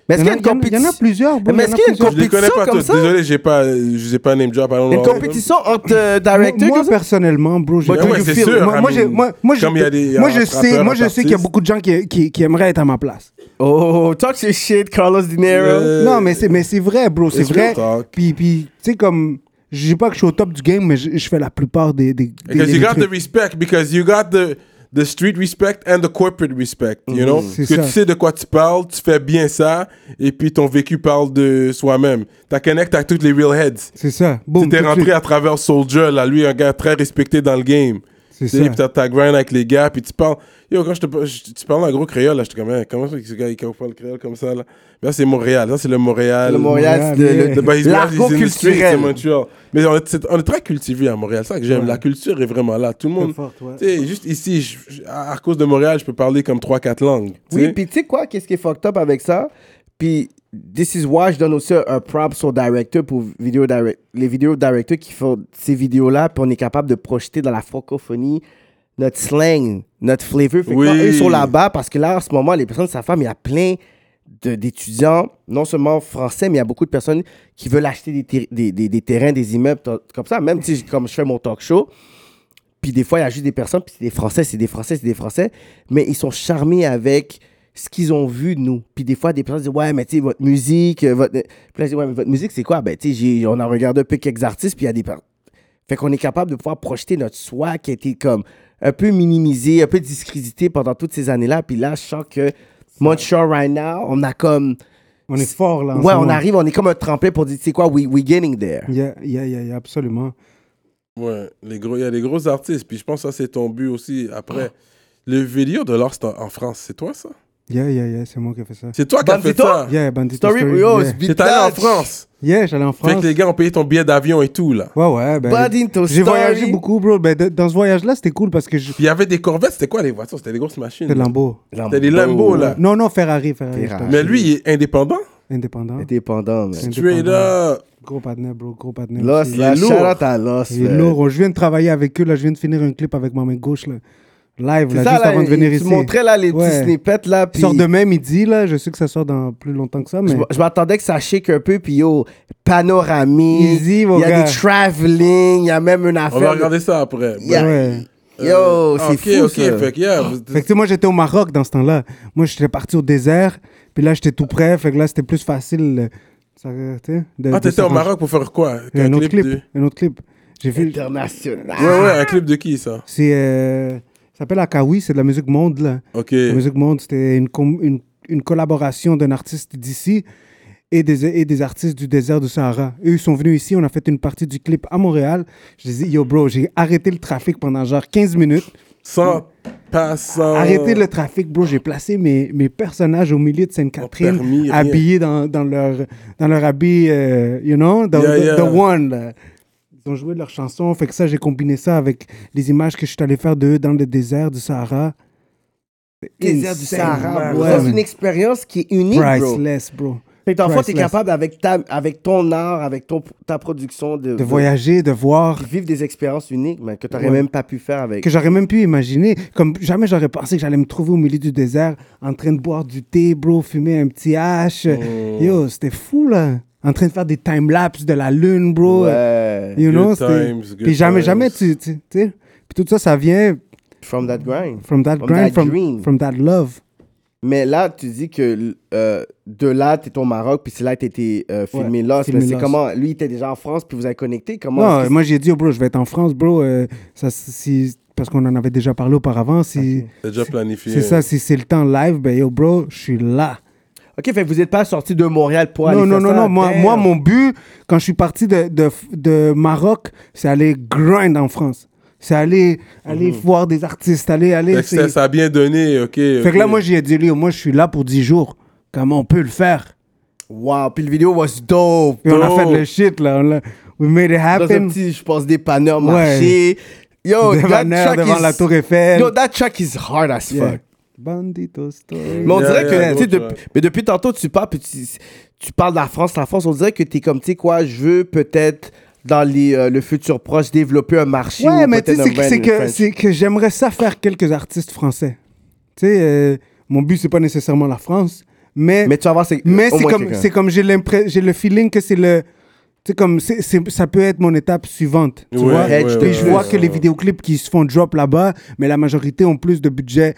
Speaker 5: Mais est-ce
Speaker 4: Il y
Speaker 5: qu'il y a une
Speaker 4: en a- il y en a- il y en a
Speaker 5: compétition?
Speaker 4: plusieurs, bro.
Speaker 5: Mais
Speaker 4: il y
Speaker 5: est-ce
Speaker 4: en a
Speaker 5: qu'il y a une
Speaker 4: plusieurs.
Speaker 3: Je les connais
Speaker 5: Compétition
Speaker 3: pas
Speaker 5: comme
Speaker 3: tous.
Speaker 5: ça?
Speaker 3: Désolé, j'ai pas, je n'ai pas name drop. I don't
Speaker 5: Une
Speaker 3: know.
Speaker 5: compétition entre euh, directeurs
Speaker 4: Moi,
Speaker 5: comme ça?
Speaker 4: personnellement, bro, je
Speaker 5: But
Speaker 3: do you feel-
Speaker 4: moi, moi, j'ai- moi, moi,
Speaker 3: Comme il y a des-
Speaker 4: je- moi,
Speaker 3: un
Speaker 4: je sais,
Speaker 3: rappeur,
Speaker 4: moi,
Speaker 3: un
Speaker 4: je sais qu'il y a
Speaker 3: artiste.
Speaker 4: beaucoup de gens qui, qui, qui aimeraient être à ma place.
Speaker 5: Oh, talk your shit, Carlos De Niro.
Speaker 3: Euh,
Speaker 4: non, mais c'est, mais c'est vrai, bro, c'est
Speaker 3: it's
Speaker 4: vrai.
Speaker 3: real talk.
Speaker 4: Puis, puis tu sais, comme, je dis pas que je suis au top du game, mais je, je fais la plupart des. des, des-
Speaker 3: Because
Speaker 4: des
Speaker 3: you got
Speaker 4: trucs.
Speaker 3: the respect, because you got the, the street respect and the corporate respect, you know?
Speaker 4: Mm-hmm. C'est
Speaker 3: que
Speaker 4: ça.
Speaker 3: tu sais de quoi tu parles, tu fais bien ça, et puis ton vécu parle de soi-même. T'as connect à toutes les real heads.
Speaker 4: C'est ça. Boom,
Speaker 3: T'es
Speaker 4: tout de
Speaker 3: rentré
Speaker 4: suite.
Speaker 3: à travers Soldier, là, lui, un gars très respecté dans le game.
Speaker 4: C'est
Speaker 3: Tu sais,
Speaker 4: ça.
Speaker 3: puis t'as ta grind avec les gars, puis tu parles. Yo, quand je te par- je- tu parles en gros créole, là, j'étais comme, Hein, comment ça que ce gars, il parle créole comme ça, là? Là, c'est Montréal, ça, c'est le Montréal.
Speaker 5: Le Montréal,
Speaker 4: Montréal,
Speaker 5: c'est
Speaker 4: yeah.
Speaker 5: le-
Speaker 3: Le
Speaker 5: le-
Speaker 3: baseball,
Speaker 5: l'argot
Speaker 3: c'est une street, c'est
Speaker 5: culturel.
Speaker 3: Montreal. Mais on est, c'est- on est très cultivé à Montréal, c'est ça que j'aime. La culture est vraiment là. Tout le monde.
Speaker 4: forte, ouais.
Speaker 3: Tu sais, juste ici, je- je- à, à cause de Montréal, je peux parler comme 3-4 langues. tu
Speaker 5: Oui,
Speaker 3: sais.
Speaker 5: puis tu sais quoi, qu'est-ce qui est fucked up avec ça? Puis, this is why je donne aussi un, un props au directeur pour vidéo direct, les vidéos directeurs qui font ces vidéos-là, puis on est capable de projeter dans la francophonie notre slang, notre flavor. Fait que
Speaker 3: Oui.
Speaker 5: quand eux sont là-bas, parce que là, en ce moment, les personnes de sa femme, il y a plein de- d'étudiants, non seulement français, mais il y a beaucoup de personnes qui veulent acheter des, ter- des, des- des terrains, des immeubles, to- comme ça. Même si, comme je fais mon talk show, puis des fois, il y a juste des personnes, puis c'est des Français, c'est des Français, c'est des Français, mais ils sont charmés avec ce qu'ils ont vu de nous. Puis des fois, des personnes disent Ouais, mais tu sais, votre musique, euh, votre. Puis là, je dis Ouais, mais votre musique, c'est quoi Ben, tu sais, j'ai- on a regardé un peu quelques artistes, puis il y a des. per- Fait qu'on est capable de pouvoir projeter notre soi qui a été comme un peu minimisé, un peu discrédité pendant toutes ces années-là. Puis là, je sens que Montreal, right now, on a comme.
Speaker 4: On est fort, là. en ce
Speaker 5: Ouais, on
Speaker 4: moment. Mm.
Speaker 5: arrive, on est comme un tremplin pour dire Tu sais quoi, we, we getting there.
Speaker 4: Yeah, yeah, yeah, yeah, absolument.
Speaker 3: Ouais, les gros- il y a des gros artistes. Puis je pense que ça, c'est ton but aussi après.
Speaker 5: Ah.
Speaker 3: Le vidéo de l'or, c'est en, en France. C'est toi, ça
Speaker 4: Yeah, yeah, yeah, c'est moi qui ai fait ça.
Speaker 3: C'est toi qui as fait
Speaker 5: Bandito?
Speaker 3: ça
Speaker 4: Yeah, Bandito
Speaker 5: Story, oh,
Speaker 4: Story.
Speaker 5: yo,
Speaker 4: yeah.
Speaker 5: vite
Speaker 3: T'es allé en
Speaker 5: là,
Speaker 3: France.
Speaker 4: Yeah, j'allais en France.
Speaker 3: Fait que les gars ont payé ton billet d'avion et tout, là.
Speaker 4: Ouais, ouais, ben.
Speaker 5: Bandito
Speaker 4: J'ai
Speaker 5: Story.
Speaker 4: voyagé beaucoup, bro. Ben, de- dans ce voyage-là, c'était cool parce que je.
Speaker 3: Puis il y avait des Corvettes, c'était quoi les voitures C'était des grosses machines.
Speaker 4: C'était Lambo.
Speaker 3: C'était des Lambo, là.
Speaker 4: Non, non, Ferrari, Ferrari.
Speaker 5: Ferrari.
Speaker 3: Mais lui, il est indépendant.
Speaker 4: Indépendant.
Speaker 5: Indépendant, man.
Speaker 3: Straight up.
Speaker 4: Gros partenaire, bro. Gros partenaire.
Speaker 5: Lost,
Speaker 4: aussi.
Speaker 5: là,
Speaker 3: lourd.
Speaker 5: shout out à Lost.
Speaker 4: Il est
Speaker 5: man.
Speaker 4: lourd. oh, Je viens de travailler avec eux. Là, je viens de finir un clip avec ma main gauche. Là. Live, là, juste avant de venir
Speaker 5: il-
Speaker 4: ici.
Speaker 5: Tu montrais là les
Speaker 4: Ouais.
Speaker 5: petits snippets là.
Speaker 4: Il
Speaker 5: Puis
Speaker 4: sort demain midi. Là. Je sais que ça sort dans plus longtemps que ça. Mais...
Speaker 5: Je m- je m'attendais que ça shake un peu, puis yo, panoramique.
Speaker 4: Easy, mon
Speaker 5: Il y a
Speaker 4: gars.
Speaker 5: du traveling, il y a même une affaire.
Speaker 3: On va regarder ça après.
Speaker 5: Yeah.
Speaker 4: Ouais. Oh, Euh,
Speaker 5: Yo, c'est
Speaker 3: Ah, ok,
Speaker 5: fou.
Speaker 3: ok.
Speaker 5: ça.
Speaker 3: Fait que, yeah, vous-
Speaker 4: Fait que, tu sais, moi, j'étais au Maroc dans ce temps-là. Moi, j'étais parti au désert. Puis là, j'étais tout prêt. Fait que là, c'était plus facile. euh, Ça, tu sais, de,
Speaker 3: Ah,
Speaker 4: de
Speaker 3: t'étais au
Speaker 4: s'arranger.
Speaker 3: Maroc pour faire quoi
Speaker 4: Un autre clip.
Speaker 3: de-
Speaker 4: Un autre clip. J'ai fait.
Speaker 5: International.
Speaker 3: Ouais, ouais, un clip de qui ça
Speaker 4: C'est. euh, Ça s'appelle Akawi. C'est de la musique monde, là.
Speaker 3: Ok.
Speaker 4: La Musique Monde, c'était une, com- une, une collaboration d'un artiste d'ici et des, et des artistes du désert du Sahara. Eux, ils sont venus ici, on a fait une partie du clip à Montréal. Je les ai dit, yo bro, j'ai arrêté le trafic pendant genre 15 minutes.
Speaker 3: Sans passant.
Speaker 4: Arrêté le trafic, bro, j'ai placé mes, mes personnages au milieu de Sainte-Catherine,
Speaker 3: Pas permis, rien.
Speaker 4: habillés dans, dans, leur, dans leur habit, euh, you know, dans
Speaker 3: Yeah,
Speaker 4: the,
Speaker 3: yeah.
Speaker 4: the One. là. Ils ont joué leur chanson, fait que ça, j'ai combiné ça avec les images que je suis allé faire d'eux dans le désert du Sahara.
Speaker 5: Désert du
Speaker 4: Insane,
Speaker 5: Sahara,
Speaker 4: man.
Speaker 5: bro.
Speaker 4: Ouais,
Speaker 5: Ça, C'est
Speaker 4: man.
Speaker 5: une expérience qui est unique, bro.
Speaker 4: Priceless, bro.
Speaker 5: Fait que dans le fond, t'es
Speaker 4: Priceless.
Speaker 5: capable, avec, ta, avec ton art, avec ton, ta production, de,
Speaker 4: de voyager, de voir,
Speaker 5: de vivre des expériences uniques man, que t'aurais
Speaker 4: Ouais.
Speaker 5: même pas pu faire avec.
Speaker 4: que j'aurais même pu imaginer. Comme jamais j'aurais pensé que j'allais me trouver au milieu du désert en train de boire du thé, bro, fumer un petit hash. Yo, c'était fou, là. En train de faire des time-lapse de la lune, bro.
Speaker 5: Ouais.
Speaker 4: You
Speaker 3: Good
Speaker 4: know, c'était.
Speaker 3: times, good
Speaker 4: Puis jamais,
Speaker 3: times.
Speaker 4: jamais, tu tu- tu sais. Puis tout ça, ça vient
Speaker 5: From that grind.
Speaker 4: from that
Speaker 5: From
Speaker 4: grind,
Speaker 5: that
Speaker 4: from,
Speaker 5: dream.
Speaker 4: from that love.
Speaker 5: Mais là, tu dis que euh, de là, t'es au Maroc, puis c'est là que t'étais euh, filmé
Speaker 4: Ouais,
Speaker 5: là.
Speaker 4: filmé
Speaker 5: Mais c'est
Speaker 4: Lost.
Speaker 5: comment Lui, il était déjà en France, puis vous avez connecté. Comment
Speaker 4: Non,
Speaker 5: est-ce que-
Speaker 4: moi j'ai dit, oh, bro, je vais être en France, bro. euh, ça, si, parce qu'on en avait déjà parlé auparavant. Si,
Speaker 3: T'as déjà planifié.
Speaker 4: C'est ça, si c'est le temps live, ben yo, bro, je suis là.
Speaker 5: Ok, fait que vous n'êtes pas sorti de Montréal pour aller
Speaker 4: non, non,
Speaker 5: faire
Speaker 4: non,
Speaker 5: ça,
Speaker 4: non. Moi,
Speaker 5: damn.
Speaker 4: moi, mon but, quand je suis parti de, de, de Maroc, c'est aller grind en France. C'est aller, aller
Speaker 5: Mhm.
Speaker 4: voir des artistes, aller, aller.
Speaker 3: Fait que ça,
Speaker 4: c'est-
Speaker 3: ça a bien donné, ok.
Speaker 4: Fait que là, moi, j'ai dit, Léo, moi, je suis là pour 10 jours. Comment on peut le faire?
Speaker 5: Wow, puis le vidéo was dope.
Speaker 4: Puis on
Speaker 3: Bro.
Speaker 4: a fait le shit, là. on l'a- we made
Speaker 5: Oh.
Speaker 4: it
Speaker 5: Dans un
Speaker 4: happen.
Speaker 5: petit, Oh, je pense, dépanneur
Speaker 4: Ouais.
Speaker 5: marché. Yo,
Speaker 4: Devant
Speaker 5: that
Speaker 4: Nair,
Speaker 5: track
Speaker 4: devant
Speaker 5: is-
Speaker 4: la Tour Eiffel.
Speaker 5: Yo, that track is hard as fuck.
Speaker 4: Yeah. Bandito story.
Speaker 5: Mais on
Speaker 3: Yeah,
Speaker 5: dirait
Speaker 3: yeah,
Speaker 5: que,
Speaker 3: yeah,
Speaker 5: tu sais,
Speaker 3: d'autres,
Speaker 5: de-
Speaker 3: ouais.
Speaker 5: mais depuis tantôt, tu parles, puis tu, tu parles de la France, la France, on dirait que t'es comme, tu sais quoi, je veux peut-être, dans les, euh, le futur proche, développer un marché.
Speaker 4: Ouais,
Speaker 5: ou
Speaker 4: mais tu sais,
Speaker 5: peut-être
Speaker 4: c'est
Speaker 5: un
Speaker 4: que- c'est
Speaker 5: brand
Speaker 4: que,
Speaker 5: French.
Speaker 4: c'est que j'aimerais ça faire quelques artistes français. Tu sais, euh, mon but, c'est pas nécessairement la France, mais,
Speaker 5: Mais
Speaker 4: mais,
Speaker 5: tu vas voir, c'est. au
Speaker 4: c'est
Speaker 5: moins
Speaker 4: comme,
Speaker 5: quelqu'un.
Speaker 4: c'est comme j'ai l'impré- j'ai le feeling que c'est le. Tu sais, comme, c'est- c'est- ça peut être mon étape suivante. Tu
Speaker 3: Ouais,
Speaker 4: vois?
Speaker 5: ouais,
Speaker 4: Puis
Speaker 5: ouais,
Speaker 4: je
Speaker 5: ouais,
Speaker 4: vois
Speaker 3: ouais,
Speaker 4: que
Speaker 3: ouais.
Speaker 4: les vidéoclips qui se font drop là-bas, mais la majorité ont plus de budget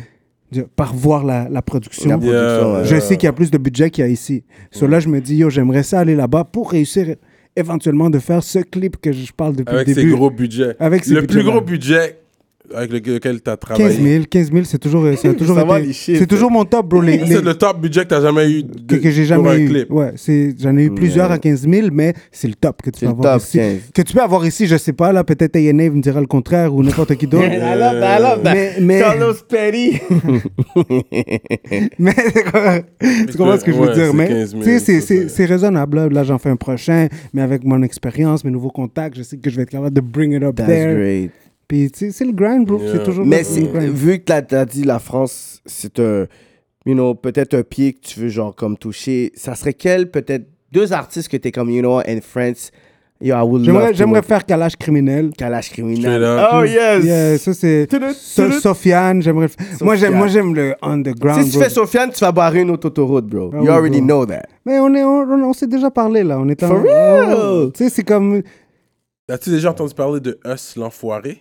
Speaker 4: de- par voir la, la production.
Speaker 5: La production,
Speaker 3: Yeah.
Speaker 5: ouais.
Speaker 4: Je sais qu'il y a plus de budget qu'il y a ici. So là, je me dis, yo, j'aimerais ça aller là-bas pour réussir éventuellement de faire ce clip que je parle depuis
Speaker 3: Avec
Speaker 4: le
Speaker 3: ses
Speaker 4: début.
Speaker 3: gros budgets.
Speaker 4: Avec ces
Speaker 3: le plus
Speaker 4: budgets-là.
Speaker 3: gros budget avec lequel t'as
Speaker 4: 15
Speaker 3: travaillé.
Speaker 4: 000, 15 000, c'est toujours, euh, ça a toujours
Speaker 5: Ça va,
Speaker 4: été-
Speaker 5: les chiffres.
Speaker 4: c'est toujours mon top, bro. Les, les-
Speaker 3: C'est le top budget que t'as jamais eu
Speaker 4: que,
Speaker 3: de-
Speaker 4: que j'ai
Speaker 3: pour un
Speaker 4: jamais eu.
Speaker 3: clip.
Speaker 4: Ouais, c'est, j'en ai eu plusieurs à 15 000, mais c'est le top que tu
Speaker 5: C'est
Speaker 4: peux
Speaker 5: le
Speaker 4: avoir
Speaker 5: top
Speaker 4: ici.
Speaker 5: 15.
Speaker 4: Que tu peux avoir ici, je sais pas, là, peut-être ANA me dira le contraire ou n'importe qui d'autre.
Speaker 5: I love that, I love that.
Speaker 4: mais, mais,
Speaker 5: Carlos Petty.
Speaker 4: mais, tu comprends ce que je veux
Speaker 3: Ouais, c'est
Speaker 4: dire, mais,
Speaker 3: 15 000,
Speaker 4: tu sais, c'est,
Speaker 3: c'est
Speaker 4: c'est,
Speaker 3: ça.
Speaker 4: c'est raisonnable, là, Là, j'en fais un prochain, mais avec mon expérience, mes nouveaux contacts, je sais que je vais être capable de bring it up
Speaker 5: That's
Speaker 4: there.
Speaker 5: great.
Speaker 4: Puis, tu sais, c'est le grind, bro,
Speaker 3: Yeah.
Speaker 4: c'est toujours
Speaker 5: Mais
Speaker 4: le-
Speaker 5: c'est-
Speaker 4: le grind.
Speaker 5: vu que tu as dit la France, c'est un, you know, peut-être un pied que tu veux genre comme toucher, ça serait quel peut-être deux artistes que tu es comme, you know, in France, yo, I would love
Speaker 4: J'aimerais,
Speaker 5: to
Speaker 4: j'aimerais
Speaker 5: work-
Speaker 4: faire calage criminel.
Speaker 5: Kalash
Speaker 3: Straight
Speaker 5: Criminal.
Speaker 3: up.
Speaker 5: Oh yes!
Speaker 4: Yeah, ça c'est
Speaker 5: Tudut,
Speaker 4: So-
Speaker 5: tudut.
Speaker 4: Sofiane, j'aimerais moi j'aime
Speaker 5: Sofiane.
Speaker 4: moi j'aime le underground.
Speaker 5: si tu
Speaker 4: bro.
Speaker 5: fais Sofiane, tu vas barrer une autre autoroute, bro.
Speaker 4: Ah
Speaker 5: you
Speaker 4: oui,
Speaker 5: already
Speaker 4: bro.
Speaker 5: know that.
Speaker 4: Mais on est on, on- on s'est déjà parlé là, on est en
Speaker 5: For real?
Speaker 4: Oh, Tu sais c'est comme
Speaker 3: As-tu déjà entendu parler de Us l'enfoiré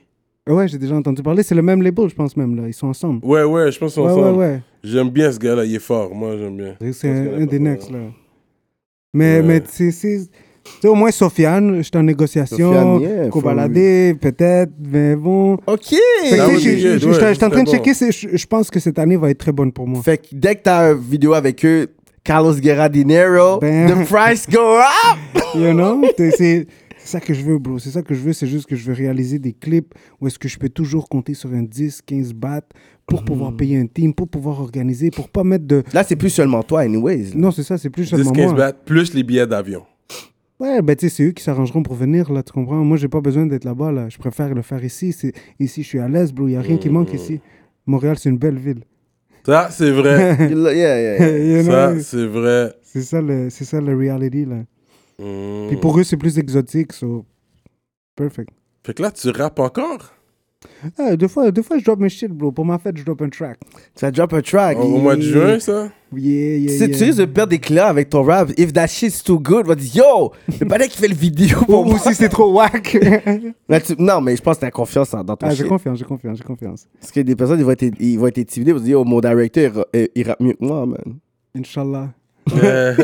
Speaker 4: ouais, j'ai déjà entendu parler, c'est le même label je pense même là, ils sont ensemble.
Speaker 3: Ouais, ouais, je pense qu'on
Speaker 4: Ouais ouais ouais.
Speaker 3: J'aime bien ce gars-là, il est fort. Moi, j'aime bien.
Speaker 4: C'est-
Speaker 3: Je
Speaker 4: C'est
Speaker 3: pense
Speaker 4: un,
Speaker 3: qu'il y en a
Speaker 4: un
Speaker 3: pas
Speaker 4: des
Speaker 3: mal.
Speaker 4: next là. Mais
Speaker 3: Ouais.
Speaker 4: mais c'est c'est tu sais, au moins Sofiane, j'étais en négociation,
Speaker 5: Sofiane, yeah,
Speaker 4: Kobalade peut-être, mais bon.
Speaker 5: Ok!
Speaker 4: Fait que,
Speaker 3: Ah
Speaker 4: tu
Speaker 3: oui,
Speaker 4: sais,
Speaker 3: yeah,
Speaker 4: je- je-
Speaker 3: ouais,
Speaker 4: je- J'étais en train de
Speaker 3: c'est bon.
Speaker 4: checker, c'est- je je pense que cette année va être très bonne pour moi.
Speaker 5: Fait que dès que t'as une vidéo avec eux, Carlos Guerra Dinero,
Speaker 4: Ben.
Speaker 5: the price go up!
Speaker 4: You know? T'es- C'est c'est ça que je veux, bro. C'est ça que je veux. C'est juste que je veux réaliser des clips où est-ce que je peux toujours compter sur un 10, 15 bahts
Speaker 3: Mm.
Speaker 4: pour pouvoir payer un team, pour pouvoir organiser, pour pas mettre de.
Speaker 5: Là, c'est plus seulement toi, anyways. là.
Speaker 4: Non, c'est ça, c'est plus seulement
Speaker 3: 10, 15
Speaker 4: moi.
Speaker 3: bahts, plus les billets d'avion.
Speaker 4: Ouais, ben tu sais, c'est eux qui s'arrangeront pour venir, là, tu comprends? Moi, j'ai pas besoin d'être là-bas, là. Je préfère le faire ici. C'est- Ici, je suis à l'aise, bro. Y a rien qui manque
Speaker 3: Mm.
Speaker 4: ici. Montréal, c'est une belle ville.
Speaker 3: Ça, c'est vrai.
Speaker 5: You lo- yeah, yeah, yeah.
Speaker 4: You know?
Speaker 3: ça, c'est vrai.
Speaker 4: C'est ça, le, c'est ça, le reality, là.
Speaker 3: Mm.
Speaker 4: Puis pour eux, c'est plus exotique, so. Perfect.
Speaker 3: Fait que là, tu rappes encore
Speaker 4: Ah, deux, fois, deux fois, je drop mes shit, bro. Pour ma fête, je drop un track.
Speaker 5: Tu vas drop un track.
Speaker 4: Ah,
Speaker 3: Au- au mois de juin, ça
Speaker 4: Yeah, yeah,
Speaker 5: Tu sais,
Speaker 4: yeah.
Speaker 5: tu risques de perdre des clients avec ton rap. If that shit's too good, va dire yo, le balai qui fait le vidéo
Speaker 4: Ou,
Speaker 5: pour
Speaker 4: ou
Speaker 5: moi.
Speaker 4: si c'est trop whack.
Speaker 3: Ah,
Speaker 5: Mais tu- non, mais je pense que t'as confiance en- dans ton
Speaker 4: ah, j'ai
Speaker 5: shit.
Speaker 4: confiance, j'ai confiance, j'ai confiance.
Speaker 5: Parce que des personnes, ils vont être, ils vont être intimidés. Ils vont se dire yo, mon directeur, il, ra- euh, il rappe mieux que moi, man.
Speaker 4: Inch'Allah.
Speaker 3: Euh,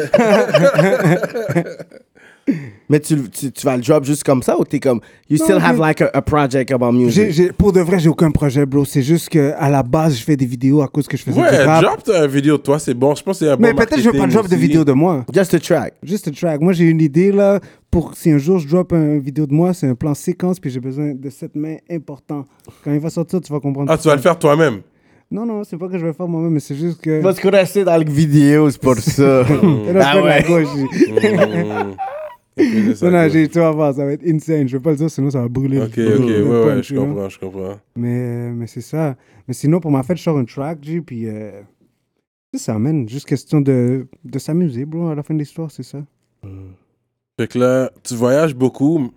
Speaker 5: Mais tu, le- tu, tu vas le drop juste comme ça ou t'es comme, you
Speaker 4: Non,
Speaker 5: still have
Speaker 4: j'ai-
Speaker 5: like a, a project about
Speaker 4: J'ai-
Speaker 5: music?
Speaker 4: j'ai- pour de vrai, j'ai aucun projet, bro. C'est juste que à la base, je fais des vidéos à cause que je faisais du
Speaker 3: ouais,
Speaker 4: rap.
Speaker 3: drop ta vidéo de toi, c'est bon. Je pense que c'est un bon
Speaker 4: Mais peut-être je veux pas
Speaker 3: marketing
Speaker 4: drop de
Speaker 3: aussi.
Speaker 4: vidéo de moi.
Speaker 5: Just a track.
Speaker 4: Juste un track. Moi, j'ai une idée là. Pour si un jour je drop un- une vidéo de moi, c'est un plan séquence, puis j'ai besoin de cette main important. Quand il va sortir, tu vas comprendre.
Speaker 3: Ah, tu vas le faire toi-même
Speaker 4: Non, non, c'est pas que je vais le faire moi-même, mais c'est juste que.
Speaker 5: Parce qu'on rester dans le vidéo, c'est pour ça. Ah
Speaker 3: Ah
Speaker 4: Et là, je fais de la
Speaker 3: Hmm.
Speaker 4: gauche.
Speaker 3: Ok,
Speaker 4: Non,
Speaker 3: ça,
Speaker 4: non,
Speaker 3: cool.
Speaker 4: j'ai- tu vas voir, ça va être insane. Je vais pas le dire, sinon ça va brûler. le-
Speaker 3: Ok, ok,
Speaker 4: le
Speaker 3: ouais, ouais,
Speaker 4: punch,
Speaker 3: je
Speaker 4: you know?
Speaker 3: comprends, je comprends.
Speaker 4: Mais, mais c'est ça. Mais sinon, pour ma fête, je sors un track, G, puis euh, C'est ça, man. Juste question de, de s'amuser, bro. À la fin de l'histoire, c'est ça.
Speaker 3: Fait que là, tu voyages beaucoup.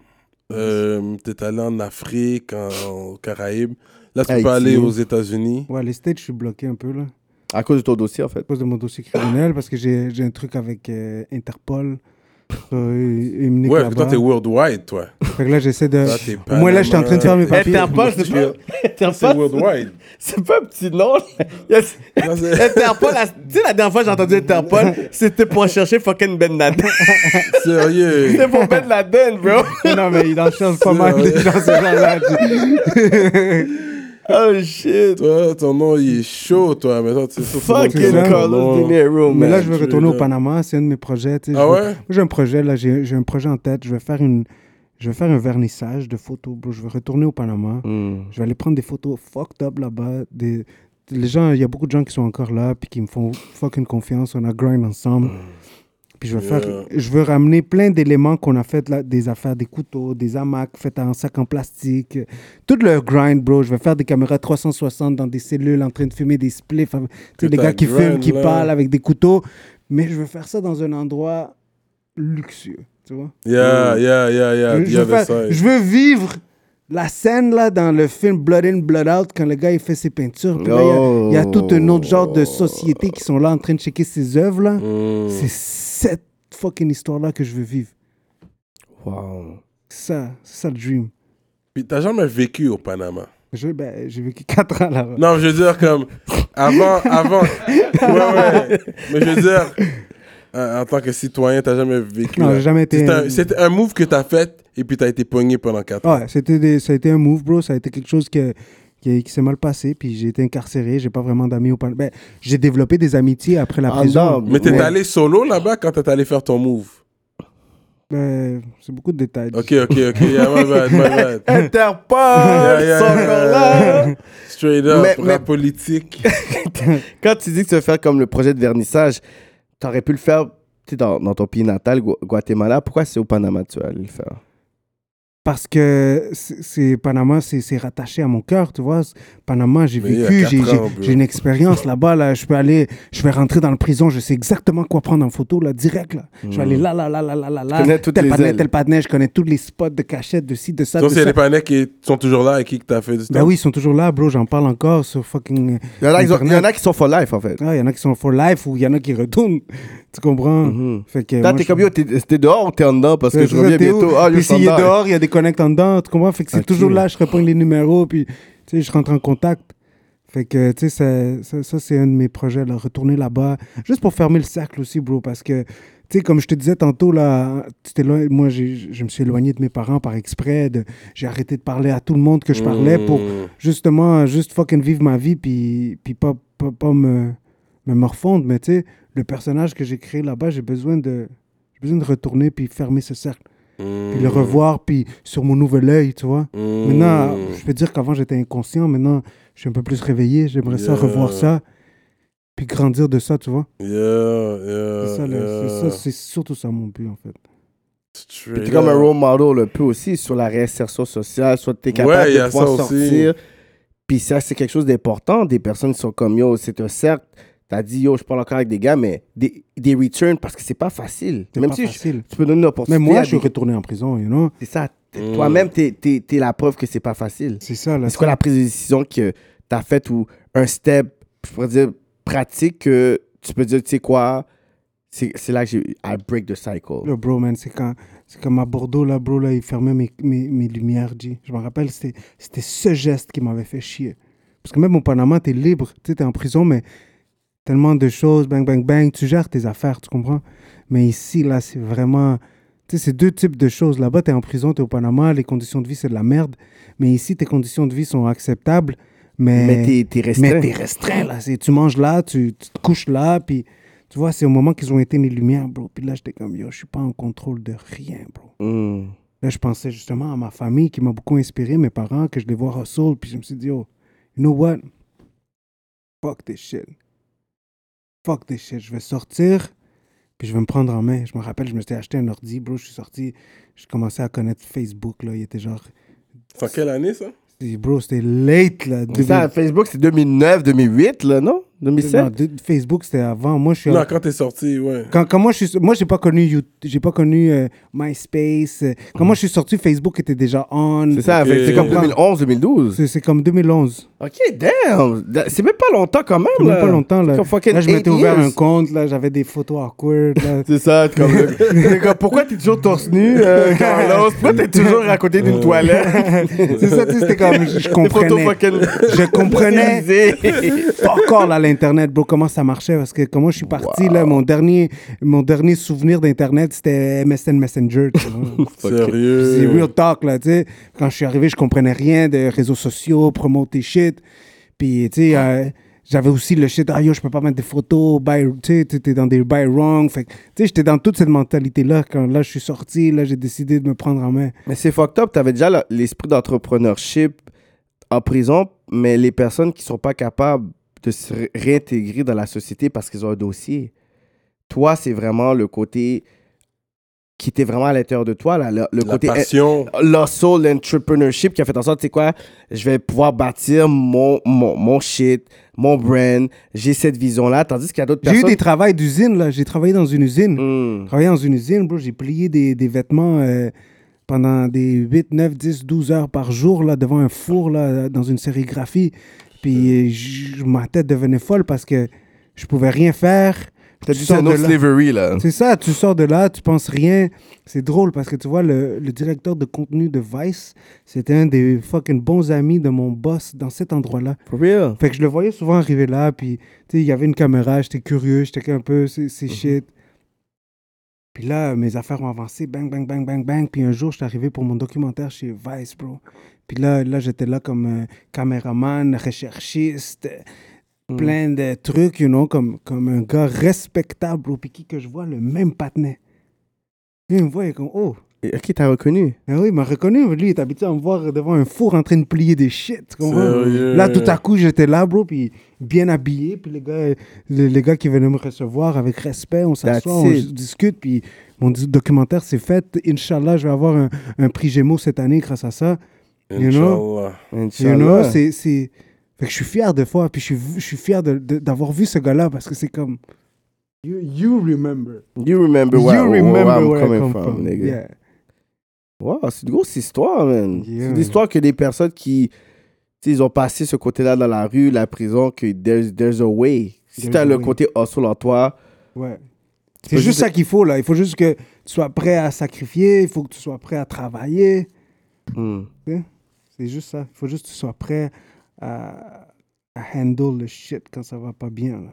Speaker 3: Euh, T'es allé en Afrique, en, aux Caraïbes. Là, tu
Speaker 5: Haïti.
Speaker 3: peux aller aux États-Unis.
Speaker 4: Ouais, les States, je suis bloqué un peu, là. À
Speaker 5: À cause de ton dossier, en fait.
Speaker 4: cause de mon dossier criminel, parce que j'ai j'ai un truc avec euh, Interpol. Euh, ils- ils me niquent
Speaker 3: Ouais, parce que toi,
Speaker 4: là-bas.
Speaker 3: t'es worldwide, toi.
Speaker 4: Fait que là, j'essaie de.
Speaker 3: Là, t'es
Speaker 4: Moi, là, je suis en train de faire mes
Speaker 3: Panama,
Speaker 4: papiers.
Speaker 5: Interpol, c'est pas...
Speaker 3: C'est
Speaker 5: Interpol,
Speaker 3: worldwide.
Speaker 5: c'est pas un petit nom. là. Yes.
Speaker 3: Là, c'est-
Speaker 5: Interpol, la- tu sais, la dernière fois que j'ai entendu Interpol, c'était pour chercher fucking Ben Laden.
Speaker 3: Sérieux.
Speaker 5: C'était pour Ben Laden, bro.
Speaker 4: non, mais il en change pas mal
Speaker 3: C'est
Speaker 4: des gens, ces gens-là.
Speaker 5: Oh shit.
Speaker 3: Toi, ton nom, il est chaud, toi. Mais toi, tu sais, ça, tout le monde
Speaker 5: Fucking
Speaker 3: connaît ton nom.
Speaker 5: Carlos De Niro,
Speaker 4: Mais là,
Speaker 5: man.
Speaker 4: je veux
Speaker 3: tu
Speaker 4: retourner
Speaker 3: es
Speaker 4: au
Speaker 3: là.
Speaker 4: Panama. C'est un de mes projets. tu sais,
Speaker 3: Ah
Speaker 4: je veux-
Speaker 3: ouais?
Speaker 4: Moi, j'ai un projet, là. J'ai j'ai un projet en tête. Je vais faire une. Je vais faire un vernissage de photos, bro. Je vais retourner au Panama.
Speaker 5: Hmm.
Speaker 4: Je vais aller prendre des photos fucked up là-bas. Des... Les gens, il y a beaucoup de gens qui sont encore là, puis qui me font fucking confiance. On a grind ensemble. Puis je vais faire,
Speaker 3: Mm. Yeah.
Speaker 4: je veux ramener plein d'éléments qu'on a fait là, des affaires, des couteaux, des hamacs faits en sac en plastique, euh, tout le grind, bro. Je vais faire des caméras 360 dans des cellules en train de fumer des spliffs, avec- tu sais,
Speaker 3: Tout
Speaker 4: des
Speaker 3: un
Speaker 4: gars qui
Speaker 3: grind,
Speaker 4: filment, qui
Speaker 3: là.
Speaker 4: parlent avec des couteaux. Mais je veux faire ça dans un endroit luxueux, tu vois.
Speaker 5: Mm.
Speaker 3: Yeah, yeah, yeah, yeah.
Speaker 4: Je-
Speaker 3: the
Speaker 4: je, veux
Speaker 3: other
Speaker 4: faire-
Speaker 3: side.
Speaker 4: je veux vivre la scène là dans le film Blood In, Blood Out quand le gars il fait ses peintures. Puis là, il y a- il y, a tout un autre genre de société qui sont là en train de checker ses œuvres là.
Speaker 3: Mm.
Speaker 4: C'est cette fucking histoire là que je veux vivre.
Speaker 5: Wow.
Speaker 4: C'est ça, c'est ça le dream.
Speaker 3: Puis t'as jamais vécu au Panama.
Speaker 4: Je- ben, J'ai vécu 4 ans là-bas.
Speaker 3: Non, je veux dire, comme. Avant, avant. Ouais, ouais. Mais je veux dire, euh, en, en tant que citoyen, t'as jamais vécu.
Speaker 4: Non,
Speaker 3: là.
Speaker 4: j'ai jamais été
Speaker 3: C'était
Speaker 4: un-
Speaker 3: un, c'était un move que t'as fait et puis t'as été pogné pendant 4 ans.
Speaker 4: Ouais, c'était des- ça a été un move, bro. Ça a été quelque chose que- qui, qui s'est mal passé. Puis j'ai été incarcéré. J'ai pas vraiment d'amis au Panama. Ben, j'ai développé des amitiés après la
Speaker 5: Ah,
Speaker 4: prison.
Speaker 5: non,
Speaker 3: Mais t'es
Speaker 5: Ouais.
Speaker 3: allé solo là-bas quand t'es allé faire ton move.
Speaker 4: Ben, c'est beaucoup de détails.
Speaker 3: Ok, ok, ok. Yeah, my bad, my bad.
Speaker 5: Interpol,
Speaker 3: Yeah, yeah,
Speaker 5: ils sont encore là.
Speaker 3: yeah. Straight up,
Speaker 5: Mais-
Speaker 3: rap
Speaker 5: mais-
Speaker 3: politique.
Speaker 5: Quand tu dis que tu veux faire comme le projet de vernissage, t'aurais pu le faire tu sais, dans, dans ton pays natal, Gu- Guatemala. Pourquoi c'est au Panama que tu vas aller le faire?
Speaker 4: Parce que c'est- c'est Panama, c'est c'est rattaché à mon cœur, tu vois. Panama, j'ai
Speaker 3: Mais il y a
Speaker 4: vécu,
Speaker 3: quatre
Speaker 4: j'ai- j'ai
Speaker 3: ans, bro.
Speaker 4: j'ai une expérience là-bas. Là, je peux aller, je vais rentrer dans le prison, je sais exactement quoi prendre en photo là, direct là. Je vais aller là, là, là, là, là, là, là.
Speaker 5: Mm. connais toutes
Speaker 4: tel
Speaker 5: les
Speaker 4: patinet,
Speaker 5: ailes.
Speaker 4: tel patinet, je connais tous les spots de cachette, de ci, de ça,
Speaker 3: Donc,
Speaker 4: de
Speaker 3: c'est
Speaker 4: ça.
Speaker 3: les panneaux qui sont toujours là et qui que t'as fait du
Speaker 4: Ben
Speaker 3: temps.
Speaker 4: oui, ils sont toujours là, bro. J'en parle encore sur fucking.
Speaker 5: Il y en a, qui sont- il y en
Speaker 4: Internet.
Speaker 5: a qui sont for life, en fait.
Speaker 4: Ah, il y en a qui sont for life ou il y en a qui retournent. Tu comprends? Fait que.
Speaker 5: Là,
Speaker 4: moi,
Speaker 5: Mm-hmm. t'es
Speaker 4: je-
Speaker 5: comme yo, t'es t'es dehors ou t'es en dedans parce que
Speaker 4: Ouais,
Speaker 5: je
Speaker 4: c'est ça,
Speaker 5: reviens
Speaker 4: t'es où?
Speaker 5: bientôt. Ah, yo,
Speaker 4: puis
Speaker 5: je suis en
Speaker 4: s'il est
Speaker 5: dedans.
Speaker 4: dehors, il y a des connects en dedans, tu comprends? Fait que c'est
Speaker 5: Ok.
Speaker 4: toujours là, je reprends les numéros, puis tu sais, je rentre en contact. Fait que, tu sais, ça, ça, ça, c'est un de mes projets, là, retourner là-bas, juste pour fermer le cercle aussi, bro, parce que, tu sais, comme je te disais tantôt, là, tu t'éloignes- moi, j'ai- je me suis éloigné de mes parents par exprès, de- j'ai arrêté de parler à tout le monde que je parlais
Speaker 3: Mmh.
Speaker 4: pour,
Speaker 3: Mm,
Speaker 4: justement, euh, juste fucking vivre ma vie, puis, puis pas, pas, pas me, me morfondre. Mais tu sais, le personnage que j'ai créé là-bas, j'ai besoin de j'ai besoin de retourner puis fermer ce cercle.
Speaker 3: mm,
Speaker 4: Puis le revoir, puis sur mon nouvel œil, tu vois. Maintenant, je peux dire qu'avant, j'étais inconscient. Maintenant, je suis un peu plus réveillé. J'aimerais ça,
Speaker 3: Yeah.
Speaker 4: revoir ça, puis grandir de ça, tu vois.
Speaker 3: Yeah, yeah.
Speaker 4: C'est ça, le-
Speaker 3: Euh, yeah.
Speaker 4: c'est ça, c'est surtout ça mon but, en fait.
Speaker 3: Straight
Speaker 5: Puis t'es comme un
Speaker 3: up.
Speaker 5: role model un peu aussi sur la réinsertion sociale, soit t'es capable
Speaker 3: Ouais, y
Speaker 5: de
Speaker 3: a
Speaker 5: pouvoir
Speaker 3: ça aussi.
Speaker 5: sortir. Puis ça, c'est quelque chose d'important. Des personnes qui sont comme yo, c'est un cercle. T'as dit yo, je parle encore avec des gars, mais des, des returns parce que c'est pas facile.
Speaker 4: C'est
Speaker 5: Même
Speaker 4: pas
Speaker 5: si je-
Speaker 4: facile.
Speaker 5: tu peux donner une opportunité.
Speaker 4: Mais moi,
Speaker 5: à
Speaker 4: je suis
Speaker 5: des-
Speaker 4: retourné en prison, you know.
Speaker 5: C'est ça. T'es-
Speaker 3: Mm.
Speaker 5: Toi-même, t'es, t'es- t'es la preuve que c'est pas facile.
Speaker 4: C'est ça, là.
Speaker 5: C'est quoi la prise de décision que t'as faite ou un step, je pourrais dire, pratique que tu peux dire, tu sais quoi, c'est, c'est là que j'ai. I break the cycle.
Speaker 4: Le bro, man, c'est quand, c'est comme à Bordeaux, là, bro, là, il fermait mes, mes, mes lumières, G. Je me rappelle, c'était, c'était ce geste qui m'avait fait chier. Parce que même au Panama, t'es libre, tu sais, t'es en prison, mais tellement de choses, bang, bang, bang, tu gères tes affaires, tu comprends? Mais ici, là, c'est vraiment. Tu sais, c'est deux types de choses. Là-bas, t'es en prison, t'es au Panama, les conditions de vie, c'est de la merde. Mais ici, tes conditions de vie sont acceptables, mais.
Speaker 5: Mais t'es, t'es restreint.
Speaker 4: Mais t'es restreint, là. C'est- Tu manges là, tu, tu te couches là, puis tu vois, c'est au moment qu'ils ont éteint les lumières, bro. Puis là, j'étais comme, yo, je suis pas en contrôle de rien, bro.
Speaker 5: Mm.
Speaker 4: Là, je pensais justement à ma famille qui m'a beaucoup inspiré, mes parents, que je les vois hustle, puis je me suis dit, yo, you know what? Fuck this shit. Fuck this shit. Je vais sortir, puis je vais me prendre en main. Je me rappelle, je me suis acheté un ordi, bro. Je suis sorti, je commençais à connaître Facebook, là. Il était genre,
Speaker 3: C'est en quelle année ça
Speaker 4: bro, c'était late, là.
Speaker 5: Ça, Facebook, c'est 2009, 2008, là, non?
Speaker 4: Non,
Speaker 5: 2007?
Speaker 4: de- Facebook, c'était avant. Moi, je suis.
Speaker 3: Non, quand t'es sorti, ouais.
Speaker 4: Quand, quand moi, je suis, moi, j'ai pas connu, You- j'ai pas connu euh, MySpace. euh, Quand moi, je suis sorti, Facebook était déjà on.
Speaker 5: C'est ça,
Speaker 3: Ok.
Speaker 5: fait que c'est comme 2011, 2012.
Speaker 4: C'est, c'est comme 2011.
Speaker 5: Ok, damn! Da- C'est même pas longtemps quand même.
Speaker 4: C'est même
Speaker 5: là.
Speaker 4: pas longtemps, là.
Speaker 5: C'est comme fucking
Speaker 4: Là, je m'étais
Speaker 5: eight
Speaker 4: ouvert
Speaker 5: years.
Speaker 4: un compte, là, j'avais des photos awkward, là.
Speaker 5: C'est ça, comme, C'est comme, pourquoi t'es toujours torse nu, euh, Carlos? Pourquoi t'es toujours à côté d'une toilette?
Speaker 4: C'est ça, tu sais, c'était comme, je,
Speaker 5: Des
Speaker 4: je
Speaker 5: photos
Speaker 4: Euh, comprenais.
Speaker 5: fucking...
Speaker 4: Je comprenais
Speaker 5: Réalisées.
Speaker 4: encore, là, l'Internet, bro, comment ça marchait, parce que comment je suis parti, là, mon dernier, mon dernier souvenir d'Internet, c'était MSN Messenger, tu vois.
Speaker 3: Sérieux.
Speaker 4: C'est real talk, là, tu sais. Quand je suis arrivé, je comprenais rien de réseaux sociaux, promoter shit. Puis, tu sais, euh, j'avais aussi le shit, ah yo, je peux pas mettre des photos, buy, tu sais, t'es dans des buy wrong. Fait que, tu sais, j'étais dans toute cette mentalité-là. Quand là, je suis sorti, là, j'ai décidé de me prendre en main.
Speaker 5: Mais c'est fucked up. T'avais déjà la- l'esprit d'entrepreneurship en prison, mais les personnes qui sont pas capables de se ré- réintégrer dans la société parce qu'ils ont un dossier. Toi, c'est vraiment le côté qui était vraiment à l'intérieur de toi, là, le, le
Speaker 3: La
Speaker 5: côté
Speaker 3: passion.
Speaker 5: le soul entrepreneurship qui a fait en sorte, tu sais quoi, je vais pouvoir bâtir mon, mon, mon shit, mon brand, j'ai cette vision-là, tandis qu'il y a d'autres
Speaker 4: J'ai eu
Speaker 5: personnes...
Speaker 4: des travails d'usine, là. J'ai travaillé dans une usine.
Speaker 5: Hmm.
Speaker 4: travaillé dans une usine, bro. J'ai plié des, des vêtements euh, pendant des 8, 9, 10, 12 heures par jour, là, devant un four, là, dans une sérigraphie. Puis euh, j- ma tête devenait folle parce que je pouvais rien faire.
Speaker 5: T'as
Speaker 4: Tu
Speaker 5: dit
Speaker 4: sors
Speaker 5: c'est
Speaker 4: de
Speaker 5: no
Speaker 4: là-
Speaker 5: slavery, là.
Speaker 4: C'est ça, tu sors de là, tu penses rien. C'est drôle parce que tu vois, le, le directeur de contenu de Vice, c'était un des fucking bons amis de mon boss dans cet endroit-là.
Speaker 5: For real.
Speaker 4: Fait que je le voyais souvent arriver là, puis tu sais, il y avait une caméra, j'étais curieux, j'étais un peu, c'est c'est shit. Puis là, mes affaires ont avancé, bang, bang, bang, bang, bang. Puis un jour, je suis arrivé pour mon documentaire chez Vice, bro. Puis là, là j'étais là comme euh, caméraman, recherchiste, euh, plein de trucs, you know, comme, comme un gars respectable, bro. Puis qui que je vois, le même patinet. Lui, il me voit, il est comme, oh,
Speaker 5: Et- Ok, t'as reconnu.
Speaker 4: ah oui, il m'a reconnu. Lui, il est habitué à me voir devant un four en train de plier des shit. tu comprends?
Speaker 3: Sérieux?
Speaker 4: Là, tout à coup, j'étais là, bro, puis bien habillé. Puis les gars, les, les gars qui venaient me recevoir avec respect, on
Speaker 5: That's
Speaker 4: s'assoit, on
Speaker 5: it.
Speaker 4: discute. Puis mon di- documentaire, c'est fait. Inch'Allah, je vais avoir un, un prix Gémeaux cette année grâce à ça. You know?
Speaker 3: Inch'Allah.
Speaker 4: You know,
Speaker 5: Inch'Allah.
Speaker 4: c'est... c'est- Fait que je suis fier de fois, puis je suis, je suis fier de- de- d'avoir vu ce gars-là parce que c'est comme... You, you remember.
Speaker 5: You remember where,
Speaker 4: you
Speaker 5: where
Speaker 4: remember
Speaker 5: I'm
Speaker 4: where
Speaker 5: coming
Speaker 4: I come
Speaker 5: from,
Speaker 4: from.
Speaker 5: nigga.
Speaker 4: Yeah.
Speaker 5: Wow, c'est une grosse histoire, man.
Speaker 4: Yeah.
Speaker 5: C'est une histoire que des personnes qui, tu sais, ils ont passé ce côté-là dans la rue, la prison, que there's, there's a way. Si
Speaker 4: There's
Speaker 5: t'as
Speaker 4: a
Speaker 5: le
Speaker 4: way.
Speaker 5: côté hustle en toi,
Speaker 4: Ouais. C'est
Speaker 5: peux
Speaker 4: juste
Speaker 5: juste-
Speaker 4: ça qu'il faut, là. Il faut juste que tu sois prêt à sacrifier, il faut que tu sois prêt à travailler.
Speaker 5: hmm,
Speaker 4: C'est juste ça. Il faut juste que tu sois prêt à, à handle le shit quand ça va pas bien, là.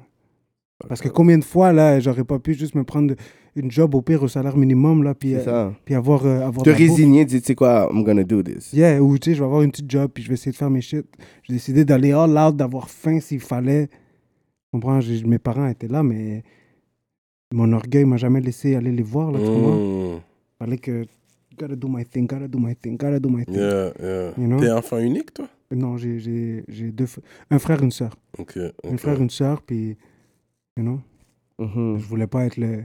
Speaker 4: Parce que combien de fois, là, j'aurais pas pu juste me prendre une job au pire au salaire minimum, là, puis,
Speaker 5: c'est
Speaker 4: euh,
Speaker 5: ça.
Speaker 4: puis avoir, euh, avoir
Speaker 5: Te
Speaker 4: de la bouffe.
Speaker 5: résigner, dire, tu sais quoi, I'm gonna do this.
Speaker 4: Yeah, ou tu sais, je vais avoir une petite job, puis je vais essayer de faire mes shit. J'ai décidé d'aller all out, d'avoir faim s'il fallait. Tu comprends? J'ai- Mes parents étaient là, mais mon orgueil m'a jamais laissé aller les voir, là,
Speaker 5: Mmh.
Speaker 4: tu comprends?
Speaker 3: Mm.
Speaker 4: fallait que gotta do my thing, gotta do my thing, gotta do my thing.
Speaker 3: Yeah, yeah.
Speaker 4: You know?
Speaker 3: T'es enfant unique, toi?
Speaker 4: Non, j'ai- j'ai j'ai deux fr- un frère une sœur,
Speaker 3: Ok.
Speaker 4: un
Speaker 3: ok.
Speaker 4: frère une sœur puis you know,
Speaker 5: Mhm.
Speaker 4: je voulais pas être le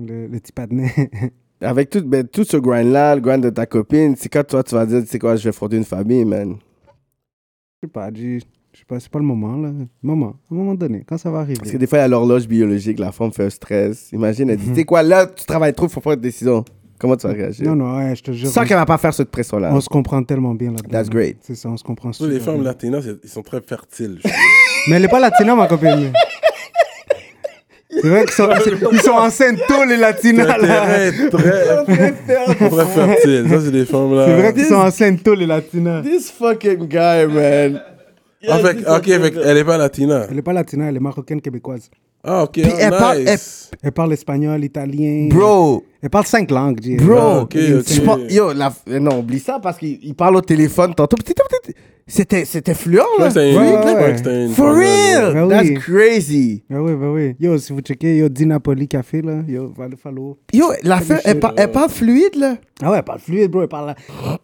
Speaker 4: le, le petit patinet.
Speaker 5: Avec tout, ben, tout ce grind-là, le grind de ta copine, c'est quand toi, tu vas dire, tu sais quoi, je vais fonder une famille, man.
Speaker 4: je sais pas, j'ai- je sais pas, c'est pas le moment là, moment, à un moment donné, quand ça va arriver.
Speaker 5: Parce que des fois, il y a l'horloge biologique, la femme fait un stress. Imagine, elle dit, tu sais quoi, là, tu travailles trop, faut prendre une décision. Comment tu vas réagir?
Speaker 4: Mhm. Non non, ouais, je te jure.
Speaker 5: Sans qu'elle va pas faire cette pression-là.
Speaker 4: on se comprend tellement bien là-dedans.
Speaker 5: That's great.
Speaker 4: C'est ça, on se comprend.
Speaker 3: Tous les
Speaker 4: super
Speaker 3: femmes
Speaker 4: bien.
Speaker 3: latinas, elles- ils sont très fertiles.
Speaker 4: Mais elle est pas latina ma copine. C'est vrai qu'ils sont, ils sont enceintes tous les latinos là.
Speaker 3: très, très, très fertiles. Ça, c'est des femmes là.
Speaker 4: C'est vrai qu'ils sont enceintes tous les latinos.
Speaker 5: This fucking guy, man.
Speaker 3: Ah, fait- ok, fait que elle est pas latina.
Speaker 4: Elle est pas latina, elle est marocaine québécoise.
Speaker 3: Ah, ok.
Speaker 5: elle
Speaker 3: ah,
Speaker 5: parle-
Speaker 3: nice.
Speaker 4: Elle parle espagnol, italien.
Speaker 5: Bro,
Speaker 4: Elle parle cinq langues. dis-
Speaker 5: bro.
Speaker 3: Ah, ok, ok.
Speaker 5: Je pense- yo, la- eh, non, oublie ça parce qu'il il parle au téléphone tantôt. Petit- petit- C'était, c'était fluent,
Speaker 3: Je crois
Speaker 5: là.
Speaker 3: que c'est une-
Speaker 4: Ouais,
Speaker 3: je
Speaker 4: ouais,
Speaker 3: crois
Speaker 4: ouais.
Speaker 3: que c'est une
Speaker 5: For
Speaker 3: femme, là,
Speaker 5: real.
Speaker 4: Ben oui.
Speaker 5: That's crazy.
Speaker 4: Ben oui, ben oui. Yo, si vous checkez, yo, Di Napoli Café, là. Yo, va le follow.
Speaker 5: Yo, la fin, elle, par- elle parle fluide, là.
Speaker 4: Ah ouais, elle parle fluide, bro. Elle parle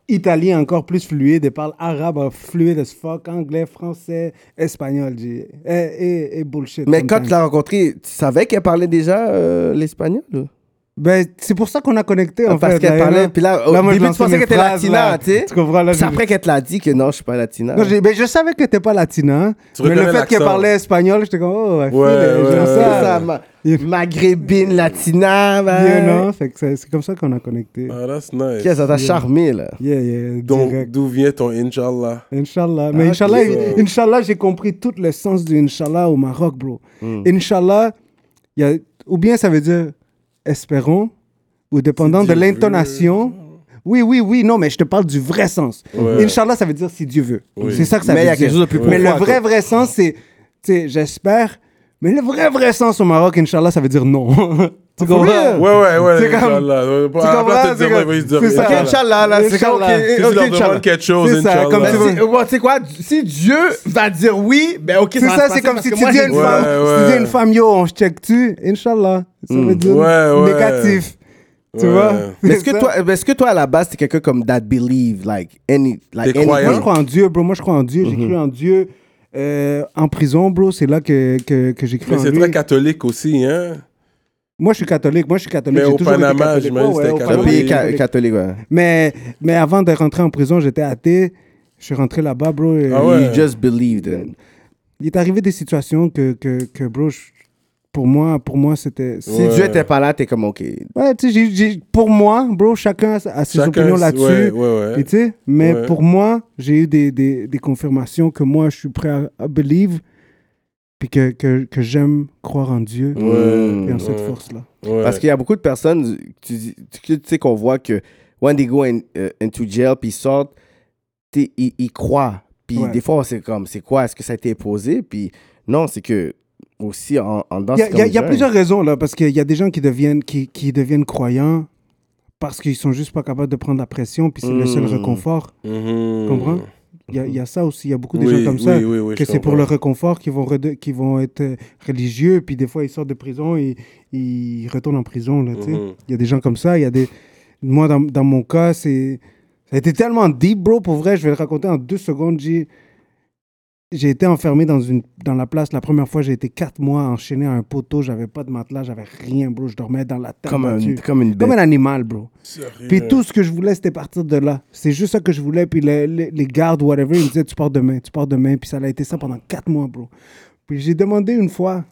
Speaker 4: italien encore plus fluide. Elle parle arabe euh, fluide as fuck. Anglais, français, espagnol, dis. Et, et, eh, bullshit.
Speaker 5: Mais quand tu
Speaker 4: sometimes.
Speaker 5: l'as rencontrée, tu savais qu'elle parlait déjà euh, l'espagnol? là?
Speaker 4: Ben, c'est pour ça qu'on a connecté, en
Speaker 5: Ah, Parce
Speaker 4: fait.
Speaker 5: qu'elle
Speaker 4: là,
Speaker 5: parlait,
Speaker 4: là.
Speaker 5: puis là, au
Speaker 4: Là, moi, je
Speaker 5: début, tu
Speaker 4: lançais
Speaker 5: pensais
Speaker 4: mes
Speaker 5: qu'elle était
Speaker 4: phrases,
Speaker 5: latina,
Speaker 4: là.
Speaker 5: tu sais.
Speaker 4: Tu comprends, là,
Speaker 5: C'est
Speaker 4: je-
Speaker 5: après qu'elle te l'a dit que non, je suis pas latina.
Speaker 4: Non, j'ai- ben, je savais que t'étais pas latina,
Speaker 3: Tu
Speaker 4: mais le
Speaker 3: reconnais
Speaker 4: fait qu'elle
Speaker 3: l'accent.
Speaker 4: parlait espagnol, j'étais comme, oh, ouais,
Speaker 3: ouais,
Speaker 5: C'est
Speaker 3: ouais.
Speaker 5: ça, ma- maghrébine, latina, man.
Speaker 4: Yeah, non, fait que c'est c'est comme ça qu'on a connecté.
Speaker 3: Ah, that's
Speaker 5: Qu'est-ce
Speaker 3: nice.
Speaker 5: que ça t'a charmé, là?
Speaker 4: Yeah, yeah,
Speaker 3: Donc,
Speaker 4: direct.
Speaker 3: d'où vient ton Inch'Allah
Speaker 4: Inch'Allah. Mais
Speaker 5: Ah,
Speaker 4: Inch'Allah,
Speaker 5: ok.
Speaker 4: Inch'Allah, j'ai compris tout le sens du Inch'Allah au Maroc, bro.
Speaker 5: Hmm.
Speaker 4: Inch'Allah, il y a- ou bien ça veut dire espérons, ou dépendant
Speaker 3: Si
Speaker 4: de
Speaker 3: Dieu
Speaker 4: l'intonation. Oui, oui, oui, non, mais je te parle du vrai sens.
Speaker 3: Ouais.
Speaker 4: Inch'Allah, ça veut dire si Dieu veut.
Speaker 3: Oui.
Speaker 4: C'est ça que ça
Speaker 5: Mais il
Speaker 4: veut
Speaker 5: y
Speaker 4: dire.
Speaker 5: a quelque chose de plus
Speaker 4: mais le
Speaker 5: profond,
Speaker 4: vrai,
Speaker 5: quoi.
Speaker 4: vrai sens, c'est, tu sais, j'espère, mais le vrai, vrai sens au Maroc, Inch'Allah, ça veut dire non.
Speaker 5: Ah,
Speaker 4: tu comprends?
Speaker 3: Ouais, ouais, ouais.
Speaker 4: C'est comme-
Speaker 3: Inch'Allah. Ouais,
Speaker 4: tu
Speaker 3: à la place de dire
Speaker 4: comprends, c'est
Speaker 3: non,
Speaker 4: comme-
Speaker 3: ils vont se
Speaker 4: c'est
Speaker 3: dire
Speaker 4: ça.
Speaker 5: Ok, Inch'Allah, là, c'est comme, ok,
Speaker 4: Inch'Allah.
Speaker 5: ok,
Speaker 3: Si tu leur
Speaker 5: Inch'Allah.
Speaker 3: demandes quelque chose,
Speaker 4: C'est ça,
Speaker 3: Inch'Allah.
Speaker 4: comme
Speaker 5: Ben,
Speaker 4: tu
Speaker 5: c'est-
Speaker 4: vois.
Speaker 5: ouais, tu sais quoi, du- si Dieu va dire oui, ben ok, ça
Speaker 4: C'est
Speaker 5: va
Speaker 4: ça,
Speaker 5: se
Speaker 4: c'est
Speaker 5: passer
Speaker 4: comme
Speaker 5: parce
Speaker 4: si
Speaker 5: que
Speaker 4: tu
Speaker 5: moi,
Speaker 4: dis à
Speaker 5: j'ai
Speaker 4: une
Speaker 5: une femme.
Speaker 4: femme,
Speaker 3: Ouais,
Speaker 4: si tu
Speaker 3: ouais. Hmm.
Speaker 4: dis à une femme, yo, on se check-tu, Inch'Allah. Ça veut dire
Speaker 3: Ouais, ouais.
Speaker 4: négatif. Tu
Speaker 3: Ouais.
Speaker 4: vois?
Speaker 5: Mais Est-ce
Speaker 4: C'est
Speaker 5: que
Speaker 4: ça.
Speaker 5: toi, est-ce que toi à la base t'es quelqu'un comme that believe like any like
Speaker 3: T'es
Speaker 5: anything?
Speaker 4: Moi, je
Speaker 3: croyant.
Speaker 4: crois en Dieu, bro. Moi, je crois en Dieu. J'ai
Speaker 3: Mhm.
Speaker 4: cru en Dieu. Euh, en prison, bro, c'est là que, que, que j'ai cru
Speaker 3: Mais
Speaker 4: en
Speaker 3: c'est
Speaker 4: lui.
Speaker 3: très catholique aussi, hein.
Speaker 4: Moi, je suis catholique. Moi, je suis catholique.
Speaker 3: Mais
Speaker 4: J'ai
Speaker 3: au
Speaker 4: toujours été
Speaker 3: Panama,
Speaker 4: catholique.
Speaker 3: j'imagine,
Speaker 4: Ouais, ouais,
Speaker 3: c'était
Speaker 4: au
Speaker 5: C'est un
Speaker 4: Panama,
Speaker 5: pays
Speaker 3: catholique.
Speaker 4: j'étais
Speaker 5: ca- catholique, ouais.
Speaker 4: Mais, mais avant de rentrer en prison, j'étais athée. Je suis rentré là-bas, bro. et-
Speaker 3: Ah ouais.
Speaker 5: You just believed. it.
Speaker 4: Il est arrivé des situations que, que, que bro, je- pour moi, pour moi c'était...
Speaker 5: Si
Speaker 3: Ouais.
Speaker 5: Dieu était pas là, t'es comme ok.
Speaker 4: Ouais, tu sais, j'ai- j'ai- pour moi, bro, chacun a, sa- a ses
Speaker 3: Chacun-
Speaker 4: opinions là-dessus.
Speaker 3: ouais, ouais, ouais.
Speaker 4: Et tu sais, mais
Speaker 3: Ouais.
Speaker 4: pour moi, j'ai eu des, des, des confirmations que moi, je suis prêt à, à believe, puis que, que, que j'aime croire en Dieu et en
Speaker 5: Mm.
Speaker 4: cette force-là.
Speaker 3: Ouais.
Speaker 5: Parce qu'il y a beaucoup de personnes, tu, dis- tu- tu sais qu'on voit que when they go in- euh, into jail puis ils sortent, t'sais, ils, ils croient. Puis
Speaker 4: Ouais.
Speaker 5: des fois c'est comme c'est quoi, est-ce que ça a été posé? Puis non, c'est que aussi en, en danse.
Speaker 4: Il y a,
Speaker 5: Ah, c'est comme
Speaker 4: il y a- il y a
Speaker 5: jeune.
Speaker 4: plusieurs raisons, là, parce qu'il y a des gens qui deviennent, qui, qui deviennent croyants parce qu'ils sont juste pas capables de prendre la pression, puis c'est le seul
Speaker 5: Mm.
Speaker 3: Hmm.
Speaker 4: réconfort.
Speaker 3: Mhm.
Speaker 4: Tu comprends? Il y, a, il y a ça aussi, il y a beaucoup de
Speaker 3: Oui,
Speaker 4: gens comme
Speaker 3: oui,
Speaker 4: ça,
Speaker 3: oui, oui, je
Speaker 4: que c'est pour
Speaker 3: comprends.
Speaker 4: le réconfort qu'ils vont, rede- qu'ils vont être euh, religieux, puis des fois ils sortent de prison et ils retournent en prison. Là, tu sais.
Speaker 3: Mhm.
Speaker 4: Il y a des gens comme ça, il y a des... Moi, dans, dans mon cas, c'est... Ça a été tellement deep, bro, pour vrai, je vais le raconter en deux secondes. J'ai, j'ai été enfermé dans, une... dans la place. La première fois, j'ai été quatre mois enchaîné à un poteau, j'avais pas de matelas, j'avais rien, bro. Je dormais dans la tête
Speaker 5: comme un,
Speaker 4: battue.
Speaker 5: comme une bête.
Speaker 4: Comme un animal, bro.
Speaker 3: Sérieux.
Speaker 4: Puis tout ce que je voulais, c'était partir de là. C'est juste ça que je voulais. Puis les, les- les gardes, whatever, ils me disaient, tu pars demain, tu pars demain. Puis ça a été ça pendant quatre mois, bro. Puis j'ai demandé une fois,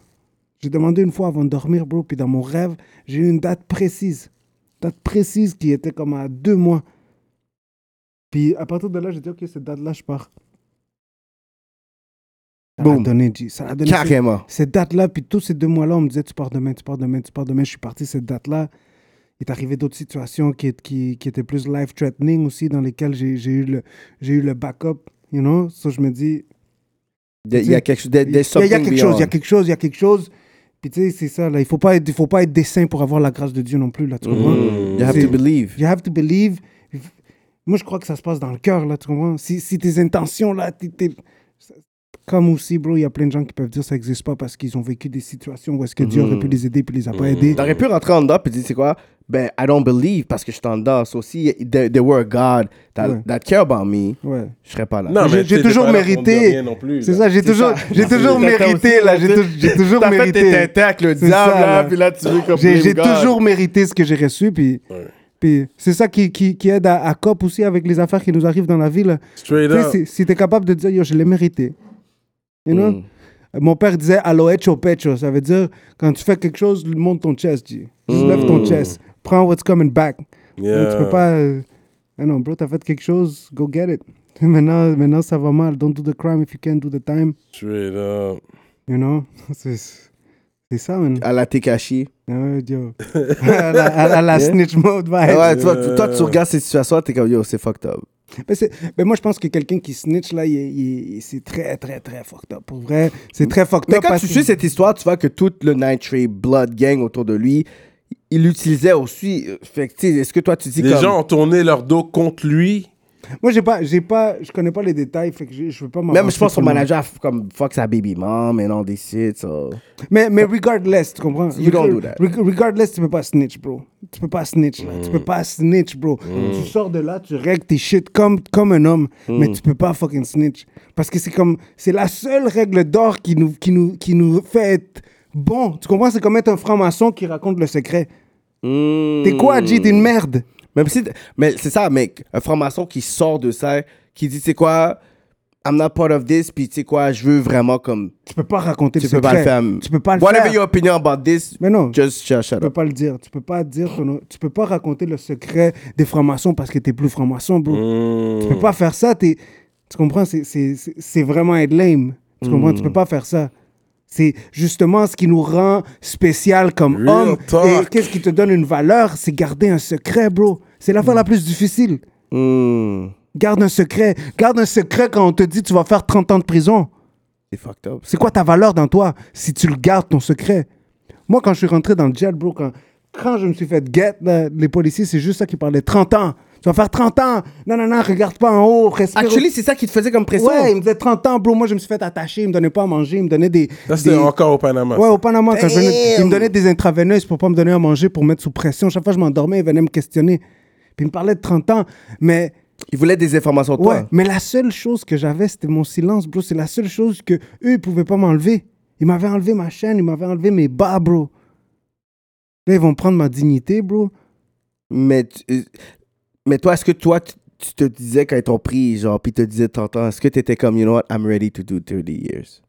Speaker 4: j'ai demandé une fois avant de dormir, bro. Puis dans mon rêve, j'ai eu une date précise. Date précise qui était comme à deux mois. Puis à partir de là, j'ai dit, OK, cette date-là, je pars. Ça l'a
Speaker 5: Boom.
Speaker 4: donné, G. Ça l'a donné.
Speaker 5: Carrément.
Speaker 4: Cette date-là, puis tous ces deux mois-là, on me disait tu pars demain, tu pars demain, tu pars demain. Je suis parti cette date-là. Il est arrivé d'autres situations qui, qui, qui étaient plus life-threatening aussi, dans lesquelles j'ai j'ai eu, le- j'ai eu le backup. You know? So je me dis,
Speaker 5: Il y a- il y a quelque chose. there-
Speaker 4: il y, a-
Speaker 5: there's
Speaker 4: il y a
Speaker 5: something
Speaker 4: quelque chose, il y a
Speaker 5: beyond.
Speaker 4: quelque chose, il y a quelque chose. Puis tu sais, c'est ça, là. Il ne faut, pas être- il faut pas être des saints pour avoir la grâce de Dieu non plus, là. Tu comprends?
Speaker 5: Mm. You have
Speaker 4: C'est-
Speaker 5: to believe.
Speaker 4: You have to believe. Moi, je crois que ça se passe dans le cœur, là, tu comprends? Si, si tes intentions, là, t'es- t'es- Comme aussi, bro, il y a plein de gens qui peuvent dire que ça n'existe pas parce qu'ils ont vécu des situations où est-ce que Dieu
Speaker 5: Mhm.
Speaker 4: aurait pu les aider puis les a pas aidés.
Speaker 5: T'aurais pu rentrer en dedans et dire, c'est quoi? Ben, I don't believe parce que je suis en dedans. So, si there, there were a God that,
Speaker 4: Ouais.
Speaker 5: that care about me,
Speaker 4: Ouais.
Speaker 5: je serais pas là.
Speaker 3: Non, mais
Speaker 4: J'ai- J'ai
Speaker 3: t'es
Speaker 4: toujours
Speaker 3: pas là pour me dire
Speaker 4: mérité.
Speaker 3: rien non plus,
Speaker 4: C'est
Speaker 3: là.
Speaker 4: ça, j'ai
Speaker 5: Mhm. C'est
Speaker 4: toujours,
Speaker 5: ça.
Speaker 4: j'ai toujours
Speaker 5: T'as- t'as
Speaker 4: mérité,
Speaker 5: aussi-
Speaker 4: là. J'ai tou- j'ai toujours
Speaker 5: T'as fait tes
Speaker 4: mérité.
Speaker 5: tintins avec le
Speaker 4: C'est
Speaker 5: diable,
Speaker 4: ça,
Speaker 5: là,
Speaker 4: là.
Speaker 5: puis là, tu veux comme
Speaker 4: J'ai
Speaker 5: blame
Speaker 4: j'ai
Speaker 5: God.
Speaker 4: toujours mérité ce que j'ai reçu, puis. Puis c'est ça qui, qui, qui aide à, à cop aussi avec les affaires qui nous arrivent dans la vie. là.
Speaker 3: Straight
Speaker 4: Tu sais,
Speaker 3: up.
Speaker 4: si, si t'es capable de dire, yo, je l'ai mérité. You know?
Speaker 5: Mm.
Speaker 4: Mon père disait, allo hecho pecho. Ça veut dire, quand tu fais quelque chose, monte ton chest, G. Juste
Speaker 5: Mm.
Speaker 4: Lève ton chest. Prends what's coming back.
Speaker 3: Yeah.
Speaker 4: Tu peux pas. euh, Ah non, bro, t'as fait quelque chose, go get it. maintenant, maintenant, ça va mal. Don't do the crime if you can't do the time.
Speaker 3: Straight up.
Speaker 4: You know? C'est c'est ça, man. Ah
Speaker 5: À la Tekashi.
Speaker 4: Ouais, yo. à la, à la- à la snitch mode, vibe.
Speaker 5: Ouais, tu vois, tu- toi, tu regardes cette situation, t'es comme, yo, c'est fucked up.
Speaker 4: Mais, c'est- mais moi, je pense que quelqu'un qui snitch, là, il, il- il- c'est très, très, très fucked up. Pour vrai, c'est très fucked
Speaker 5: Mais
Speaker 4: up.
Speaker 5: quand
Speaker 4: parce
Speaker 5: tu
Speaker 4: que-
Speaker 5: suis cette histoire, tu vois que tout le Nitrate Blood Gang autour de lui, il l'utilisait aussi. Fait que, tu sais, est-ce que toi, tu dis
Speaker 3: Les
Speaker 5: comme...
Speaker 3: gens ont tourné leur dos contre lui.
Speaker 4: Moi, j'ai pas, j'ai pas, je connais pas les détails, fait que j'ai- je veux pas m'avancer
Speaker 5: Même, je pense, son
Speaker 4: trop loin.
Speaker 5: manager, comme, fuck sa baby mom, and all this shit, so...
Speaker 4: Mais, mais regardless, tu comprends?
Speaker 5: You don't do that.
Speaker 4: Reg- Regardless, tu peux pas snitch, bro. Tu peux pas snitch, là.
Speaker 5: Mm.
Speaker 4: Tu peux pas snitch, bro. Tu sors de là, tu règles tes shit comme, comme un homme,
Speaker 5: Mm.
Speaker 4: mais tu peux pas fucking snitch. Parce que c'est comme, c'est la seule règle d'or qui nous, qui, nous, qui nous fait être bon. Tu comprends? C'est comme être un franc-maçon qui raconte le secret. T'es quoi, G?
Speaker 5: Mm.
Speaker 4: T'es une merde.
Speaker 5: Même si, mais c'est ça, mec. Un franc-maçon qui sort de ça, qui dit, tu sais quoi, I'm not part of this, puis tu sais quoi, je veux vraiment comme.
Speaker 4: Tu peux pas raconter
Speaker 5: Tu
Speaker 4: le
Speaker 5: peux pas le
Speaker 4: secret.
Speaker 5: faire.
Speaker 4: Tu peux pas le
Speaker 5: Whatever
Speaker 4: faire.
Speaker 5: your opinion about this,
Speaker 4: Mais non.
Speaker 5: just shut, shut
Speaker 4: Tu peux
Speaker 5: up.
Speaker 4: pas le dire. Tu peux pas dire ton- Tu peux pas raconter le secret des francs-maçons parce que t'es plus franc-maçon, bro.
Speaker 3: Mm. Hmm.
Speaker 4: Tu peux pas faire ça. t'es- Tu comprends? c'est- c'est- C'est c'est vraiment être lame. Tu comprends?
Speaker 3: Mm.
Speaker 4: Tu peux pas faire ça. C'est justement ce qui nous rend spécial comme
Speaker 3: Real
Speaker 4: homme. Et
Speaker 3: talk.
Speaker 4: qu'est-ce qui te donne une valeur? C'est garder un secret, bro. C'est l'affaire la plus difficile.
Speaker 5: Mm.
Speaker 4: Garde un secret. Garde un secret quand on te dit tu vas faire 30 ans de prison.
Speaker 5: C'est fucked up.
Speaker 4: C'est quoi ta valeur dans toi si tu le gardes ton secret? Moi, quand je suis rentré dans le jet, bro, quand, quand je me suis fait get, là, les policiers, c'est juste ça qui parlait. 30 ans. Tu vas faire 30 ans. Non, non, non, regarde pas en haut. Respire.
Speaker 5: Actually, c'est ça qui te faisait comme pression.
Speaker 4: ouais, il me disait 30 ans, bro. Moi, je me suis fait attacher. Il me donnait pas à manger. Il me donnait des.
Speaker 3: Ça, c'était
Speaker 4: des-
Speaker 3: encore au Panama.
Speaker 4: Ouais, au Panama, quand je venais-
Speaker 5: Damn.
Speaker 4: il me donnait des intraveineuses pour pas me donner à manger, pour mettre sous pression. Chaque fois que je m'endormais, il venait me questionner. Puis il me parlait de 30 ans. Mais
Speaker 5: Il voulait des informations de
Speaker 4: Ouais,
Speaker 5: toi.
Speaker 4: mais la seule chose que j'avais, c'était mon silence, bro. C'est la seule chose que eux ils pouvaient pas m'enlever. Ils m'avaient enlevé ma chaîne, ils m'avaient enlevé mes bas, bro. Là, ils vont prendre ma dignité, bro.
Speaker 5: Mais, tu- euh, mais toi, est-ce que toi, tu, tu te disais quand ils t'ont pris, genre, puis ils te disaient 30 ans, est-ce que t'étais comme, you know what, I'm ready to do 30 years?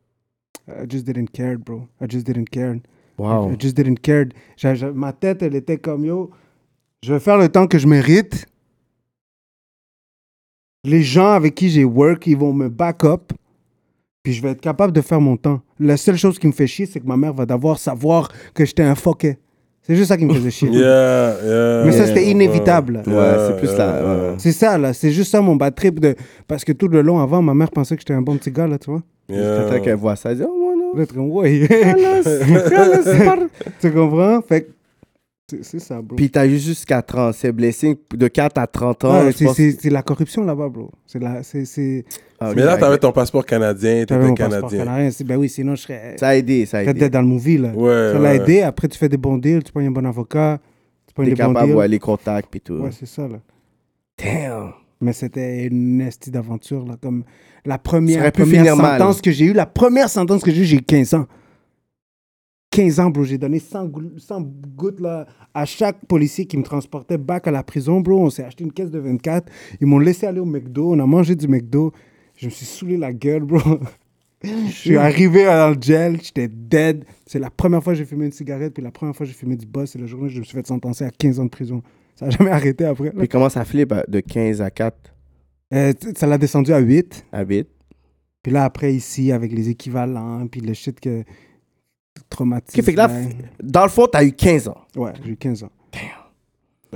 Speaker 4: I just didn't care, bro. I just didn't care.
Speaker 5: Wow.
Speaker 4: I just didn't care. J'a- j'a- ma tête, elle était comme, yo, je vais faire le temps que je mérite. Les gens avec qui j'ai work, ils vont me back up. Puis je vais être capable de faire mon temps. La seule chose qui me fait chier, c'est que ma mère va devoir savoir que j'étais un fucké. C'est juste ça qui me faisait chier.
Speaker 3: Yeah, yeah.
Speaker 4: Mais ça, c'était inévitable.
Speaker 5: Ouais, c'est plus là. ouais.
Speaker 4: C'est ça, là. C'est juste ça, mon bad trip. De... Parce que tout le long avant, ma mère pensait que j'étais un bon petit gars, là, tu vois.
Speaker 5: Jusqu'à temps
Speaker 3: Yeah.
Speaker 5: qu'elle voit ça, elle dit, oh, moi, non.
Speaker 4: Là, t'es comme, ouais. tu comprends? Fait que c'est- c'est ça, bro.
Speaker 5: Puis t'as eu jusqu'à 30, c'est blessing de 4 à 30 ans.
Speaker 4: Ouais,
Speaker 5: je
Speaker 4: c'est-
Speaker 5: pense-
Speaker 4: c'est c'est la corruption là-bas, bro. C'est la. c'est- c'est-
Speaker 5: Ah, ok,
Speaker 3: Mais là,
Speaker 5: ok.
Speaker 3: t'avais ton passeport canadien,
Speaker 4: J'avais
Speaker 3: t'étais
Speaker 4: mon passeport
Speaker 3: canadien.
Speaker 4: canadien. C'est- Ben oui, sinon, je serais.
Speaker 5: Ça a aidé, ça a
Speaker 4: Peut-être d'être
Speaker 5: aidé.
Speaker 4: dans le movie, là.
Speaker 3: Ouais,
Speaker 4: ça l'a
Speaker 3: ouais.
Speaker 4: aidé. Après, tu fais des bons deals, tu prends un bon avocat, tu prends
Speaker 5: T'es
Speaker 4: des bons
Speaker 5: capable,
Speaker 4: deals.
Speaker 5: ouais, les contacts puis tout.
Speaker 4: Ouais, c'est ça, là.
Speaker 5: Damn.
Speaker 4: Mais c'était une estie d'aventure, là. Comme la première,
Speaker 5: aurait pu
Speaker 4: première
Speaker 5: finir mal.
Speaker 4: sentence que j'ai eue, la première sentence que j'ai eue, j'ai eu 15 ans. 15 ans, bro. J'ai donné 100, gou- 100 gouttes, là, à chaque policier qui me transportait back à la prison, bro. On s'est acheté une caisse de 24. Ils m'ont laissé aller au McDo. On a mangé du McDo. Je me suis saoulé la gueule, bro. Je suis arrivé dans le gel, j'étais dead. C'est la première fois que j'ai fumé une cigarette, puis la première fois que j'ai fumé du boss, c'est le jour où je me suis fait sentencer à 15 ans de prison. Ça n'a jamais arrêté après.
Speaker 5: Puis comment ça flippe euh, de 15 à 4
Speaker 4: Euh, t- ça l'a descendu à 8.
Speaker 5: à 8?
Speaker 4: Puis là, après, ici, avec les équivalents, puis le shit que traumatisme.
Speaker 5: Ok, fait que là,
Speaker 4: hein.
Speaker 5: f- dans le fond, t'as eu 15 ans.
Speaker 4: Ouais, j'ai eu 15 ans.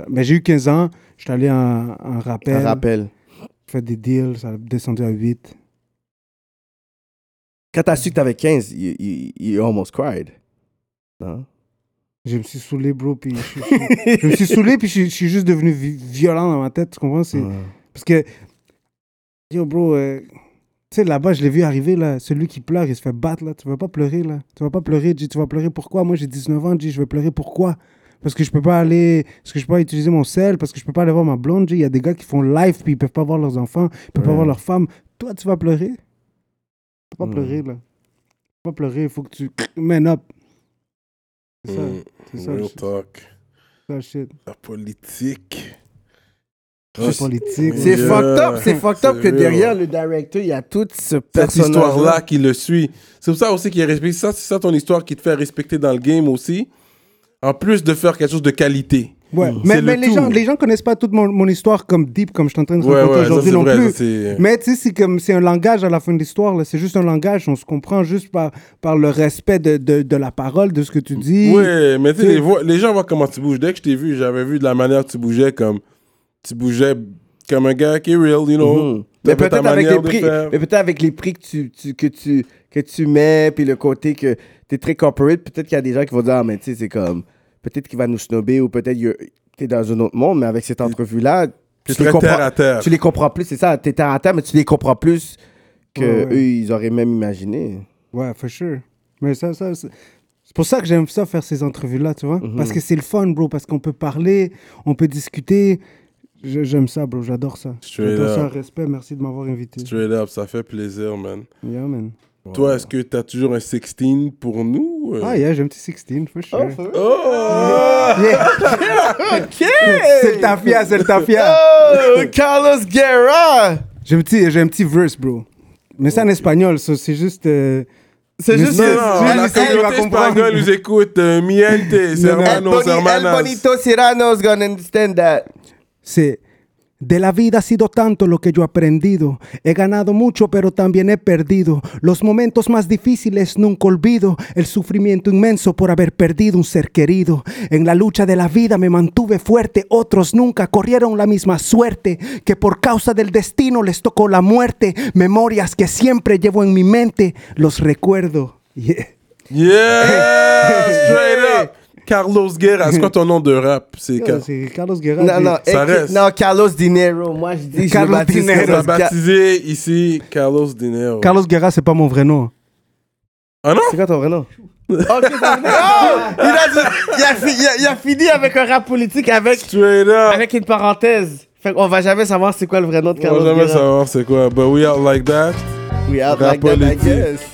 Speaker 4: Mais j'ai eu 15 ans, je suis allé en, en
Speaker 5: Un
Speaker 4: rappel,
Speaker 5: rappel.
Speaker 4: j'ai fait des deals, ça a descendu à 8.
Speaker 5: Quand t'as su que t'avais 15, you, you, you almost cried. Hein? Non?
Speaker 4: Je me suis saoulé, bro, puis je, suis- je- je me suis saoulé, puis je, je suis juste devenu vi- violent dans ma tête, tu comprends? C'est-
Speaker 5: Ouais.
Speaker 4: Parce que, yo, bro, euh, tu sais, là-bas, je l'ai vu arriver, là, celui qui pleure, il se fait battre, là. Tu vas pas pleurer, là. Tu vas pas pleurer, dis, tu vas pleurer pourquoi? Moi, j'ai 19 ans, dis, je vais pleurer pourquoi? Parce que je peux pas aller, parce que je peux pas utiliser mon sel, parce que je peux pas aller voir ma blonde, dis. Il y a des gars qui font live, puis ils peuvent pas voir leurs enfants, ils peuvent pas
Speaker 5: Ouais.
Speaker 4: voir leurs femmes. Toi, tu vas pleurer? Tu peux pas
Speaker 5: Mm.
Speaker 4: pleurer, là. Tu peux pas pleurer, il faut que tu man up. C'est ça,
Speaker 5: Hmm.
Speaker 3: Mm.
Speaker 4: c'est ça, le
Speaker 3: Real
Speaker 4: shit,
Speaker 3: talk.
Speaker 4: ça, le shit.
Speaker 3: La politique.
Speaker 4: C'est politique.
Speaker 5: C'est
Speaker 3: Yeah.
Speaker 5: fucked up, c'est fucked up
Speaker 3: C'est
Speaker 5: que
Speaker 3: real.
Speaker 5: derrière le directeur, il y a toute ce
Speaker 3: cette
Speaker 5: personnage hein.
Speaker 3: histoire-là qui le suit. C'est pour ça aussi qu'il est respecté. Ça, c'est ça ton histoire qui te fait respecter dans le game aussi. En plus de faire quelque chose de qualité. Mm.
Speaker 4: Ouais,
Speaker 3: C'est
Speaker 4: mais,
Speaker 3: le
Speaker 4: mais les,
Speaker 3: tout.
Speaker 4: gens, les gens connaissent pas toute mon, mon histoire comme deep, comme je suis en train de
Speaker 3: Ouais,
Speaker 4: raconter
Speaker 3: ouais, ça
Speaker 4: aujourd'hui
Speaker 3: c'est
Speaker 4: non
Speaker 3: vrai.
Speaker 4: plus.
Speaker 3: ça, c'est-
Speaker 4: Mais tu sais, c'est comme c'est un langage à la fin de l'histoire. là. C'est juste un langage. On se comprend juste par, par le respect de, de, de la parole, de ce que tu dis.
Speaker 3: Ouais, mais tu sais,
Speaker 4: C'est-
Speaker 3: les, voix- les gens voient comment tu bouges. Dès que je t'ai vu, j'avais vu de la manière que tu bougeais comme. Tu bougeais comme un gars qui est real, you know.
Speaker 5: Mhm. Mais
Speaker 3: T'avais ta
Speaker 5: peut-être avec
Speaker 3: manière
Speaker 5: les
Speaker 3: de
Speaker 5: prix,
Speaker 3: faire.
Speaker 5: mais peut-être avec les prix que tu, tu- que tu que tu mets, puis le côté que t'es très corporate, peut-être qu'il y a des gens qui vont dire ah mais tu sais c'est comme peut-être qu'il va nous snobber ou peut-être que t'es dans un autre monde, mais avec cette entrevue là, tu
Speaker 3: très
Speaker 5: les comprends,
Speaker 3: terre à terre.
Speaker 5: tu les comprends plus, c'est ça, t'es terre à terre, mais tu les comprends plus que
Speaker 4: Ouais, ouais.
Speaker 5: eux ils auraient même imaginé.
Speaker 4: Ouais, for sure. Mais ça, ça c'est c'est pour ça que j'aime ça faire ces entrevues-là, tu vois.
Speaker 3: Mhm.
Speaker 4: Parce que c'est le fun, bro. Parce qu'on peut parler, on peut discuter. Je- J'aime ça, bro. J'adore ça.
Speaker 3: Straight
Speaker 4: J'adore ça.
Speaker 3: up.
Speaker 4: Respect. Merci de m'avoir invité.
Speaker 3: Straight up, ça fait plaisir, man.
Speaker 4: Yeah, man.
Speaker 3: Toi, est-ce que t'as toujours un 16 pour nous euh?
Speaker 4: Ah, yeah, j'ai un petit 16, for sure.
Speaker 3: Oh!
Speaker 4: Yeah.
Speaker 5: OK!
Speaker 4: C'est le tafia, c'est le tafia.
Speaker 5: Oh, Carlos Guerra!
Speaker 4: J'ai un, petit- j'ai un petit verse, bro. Mais c'est en espagnol, so c'est juste. euh,
Speaker 5: C'est
Speaker 4: Mais
Speaker 5: juste
Speaker 4: non,
Speaker 5: que-
Speaker 4: non,
Speaker 5: juste-
Speaker 3: la
Speaker 4: elle va
Speaker 3: communauté
Speaker 4: comprendre.
Speaker 3: espagnole nous écoute. euh, miente,
Speaker 5: El,
Speaker 3: hermanos,
Speaker 5: Boni- El
Speaker 3: hermanas.
Speaker 5: Bonito Cyrano's gonna understand that.
Speaker 4: C'est de la vida ha sido tanto lo que yo he aprendido. He ganado mucho, pero también he perdido. Los momentos más difíciles nunca olvido. El sufrimiento inmenso por haber perdido un ser querido. En la lucha de la vida me mantuve fuerte. Otros nunca corrieron la misma suerte. Que por causa del destino les tocó la muerte. Memorias que siempre llevo en mi mente. Los recuerdo. Yeah.
Speaker 3: Yeah! Straight up! Carlos Guerra, c'est quoi ton nom de rap? C'est Car-
Speaker 4: Carlos Guerrero.
Speaker 5: Non, non,
Speaker 3: Ça
Speaker 5: écoute,
Speaker 3: reste.
Speaker 5: non, Carlos Dinero. Moi, je dis,
Speaker 4: Carlos
Speaker 5: je le baptise
Speaker 4: Dinero.
Speaker 3: On a
Speaker 5: Carlos Ga-
Speaker 3: baptisé ici Carlos Dinero.
Speaker 4: Carlos Guerra, c'est pas mon vrai nom.
Speaker 3: Ah non?
Speaker 5: C'est quoi ton vrai nom? Ok, ça veut dire- Oh! il, a dit- il a fi- il a- il a fini avec un rap politique avec,
Speaker 3: Straight up!
Speaker 5: avec une parenthèse. Fait qu'on va jamais savoir c'est quoi le vrai nom de
Speaker 3: On
Speaker 5: Carlos
Speaker 3: va jamais
Speaker 5: Guerra.
Speaker 3: savoir c'est quoi. But we out like that.
Speaker 5: We out like
Speaker 3: Rap
Speaker 5: that, I
Speaker 3: politique.
Speaker 5: guess.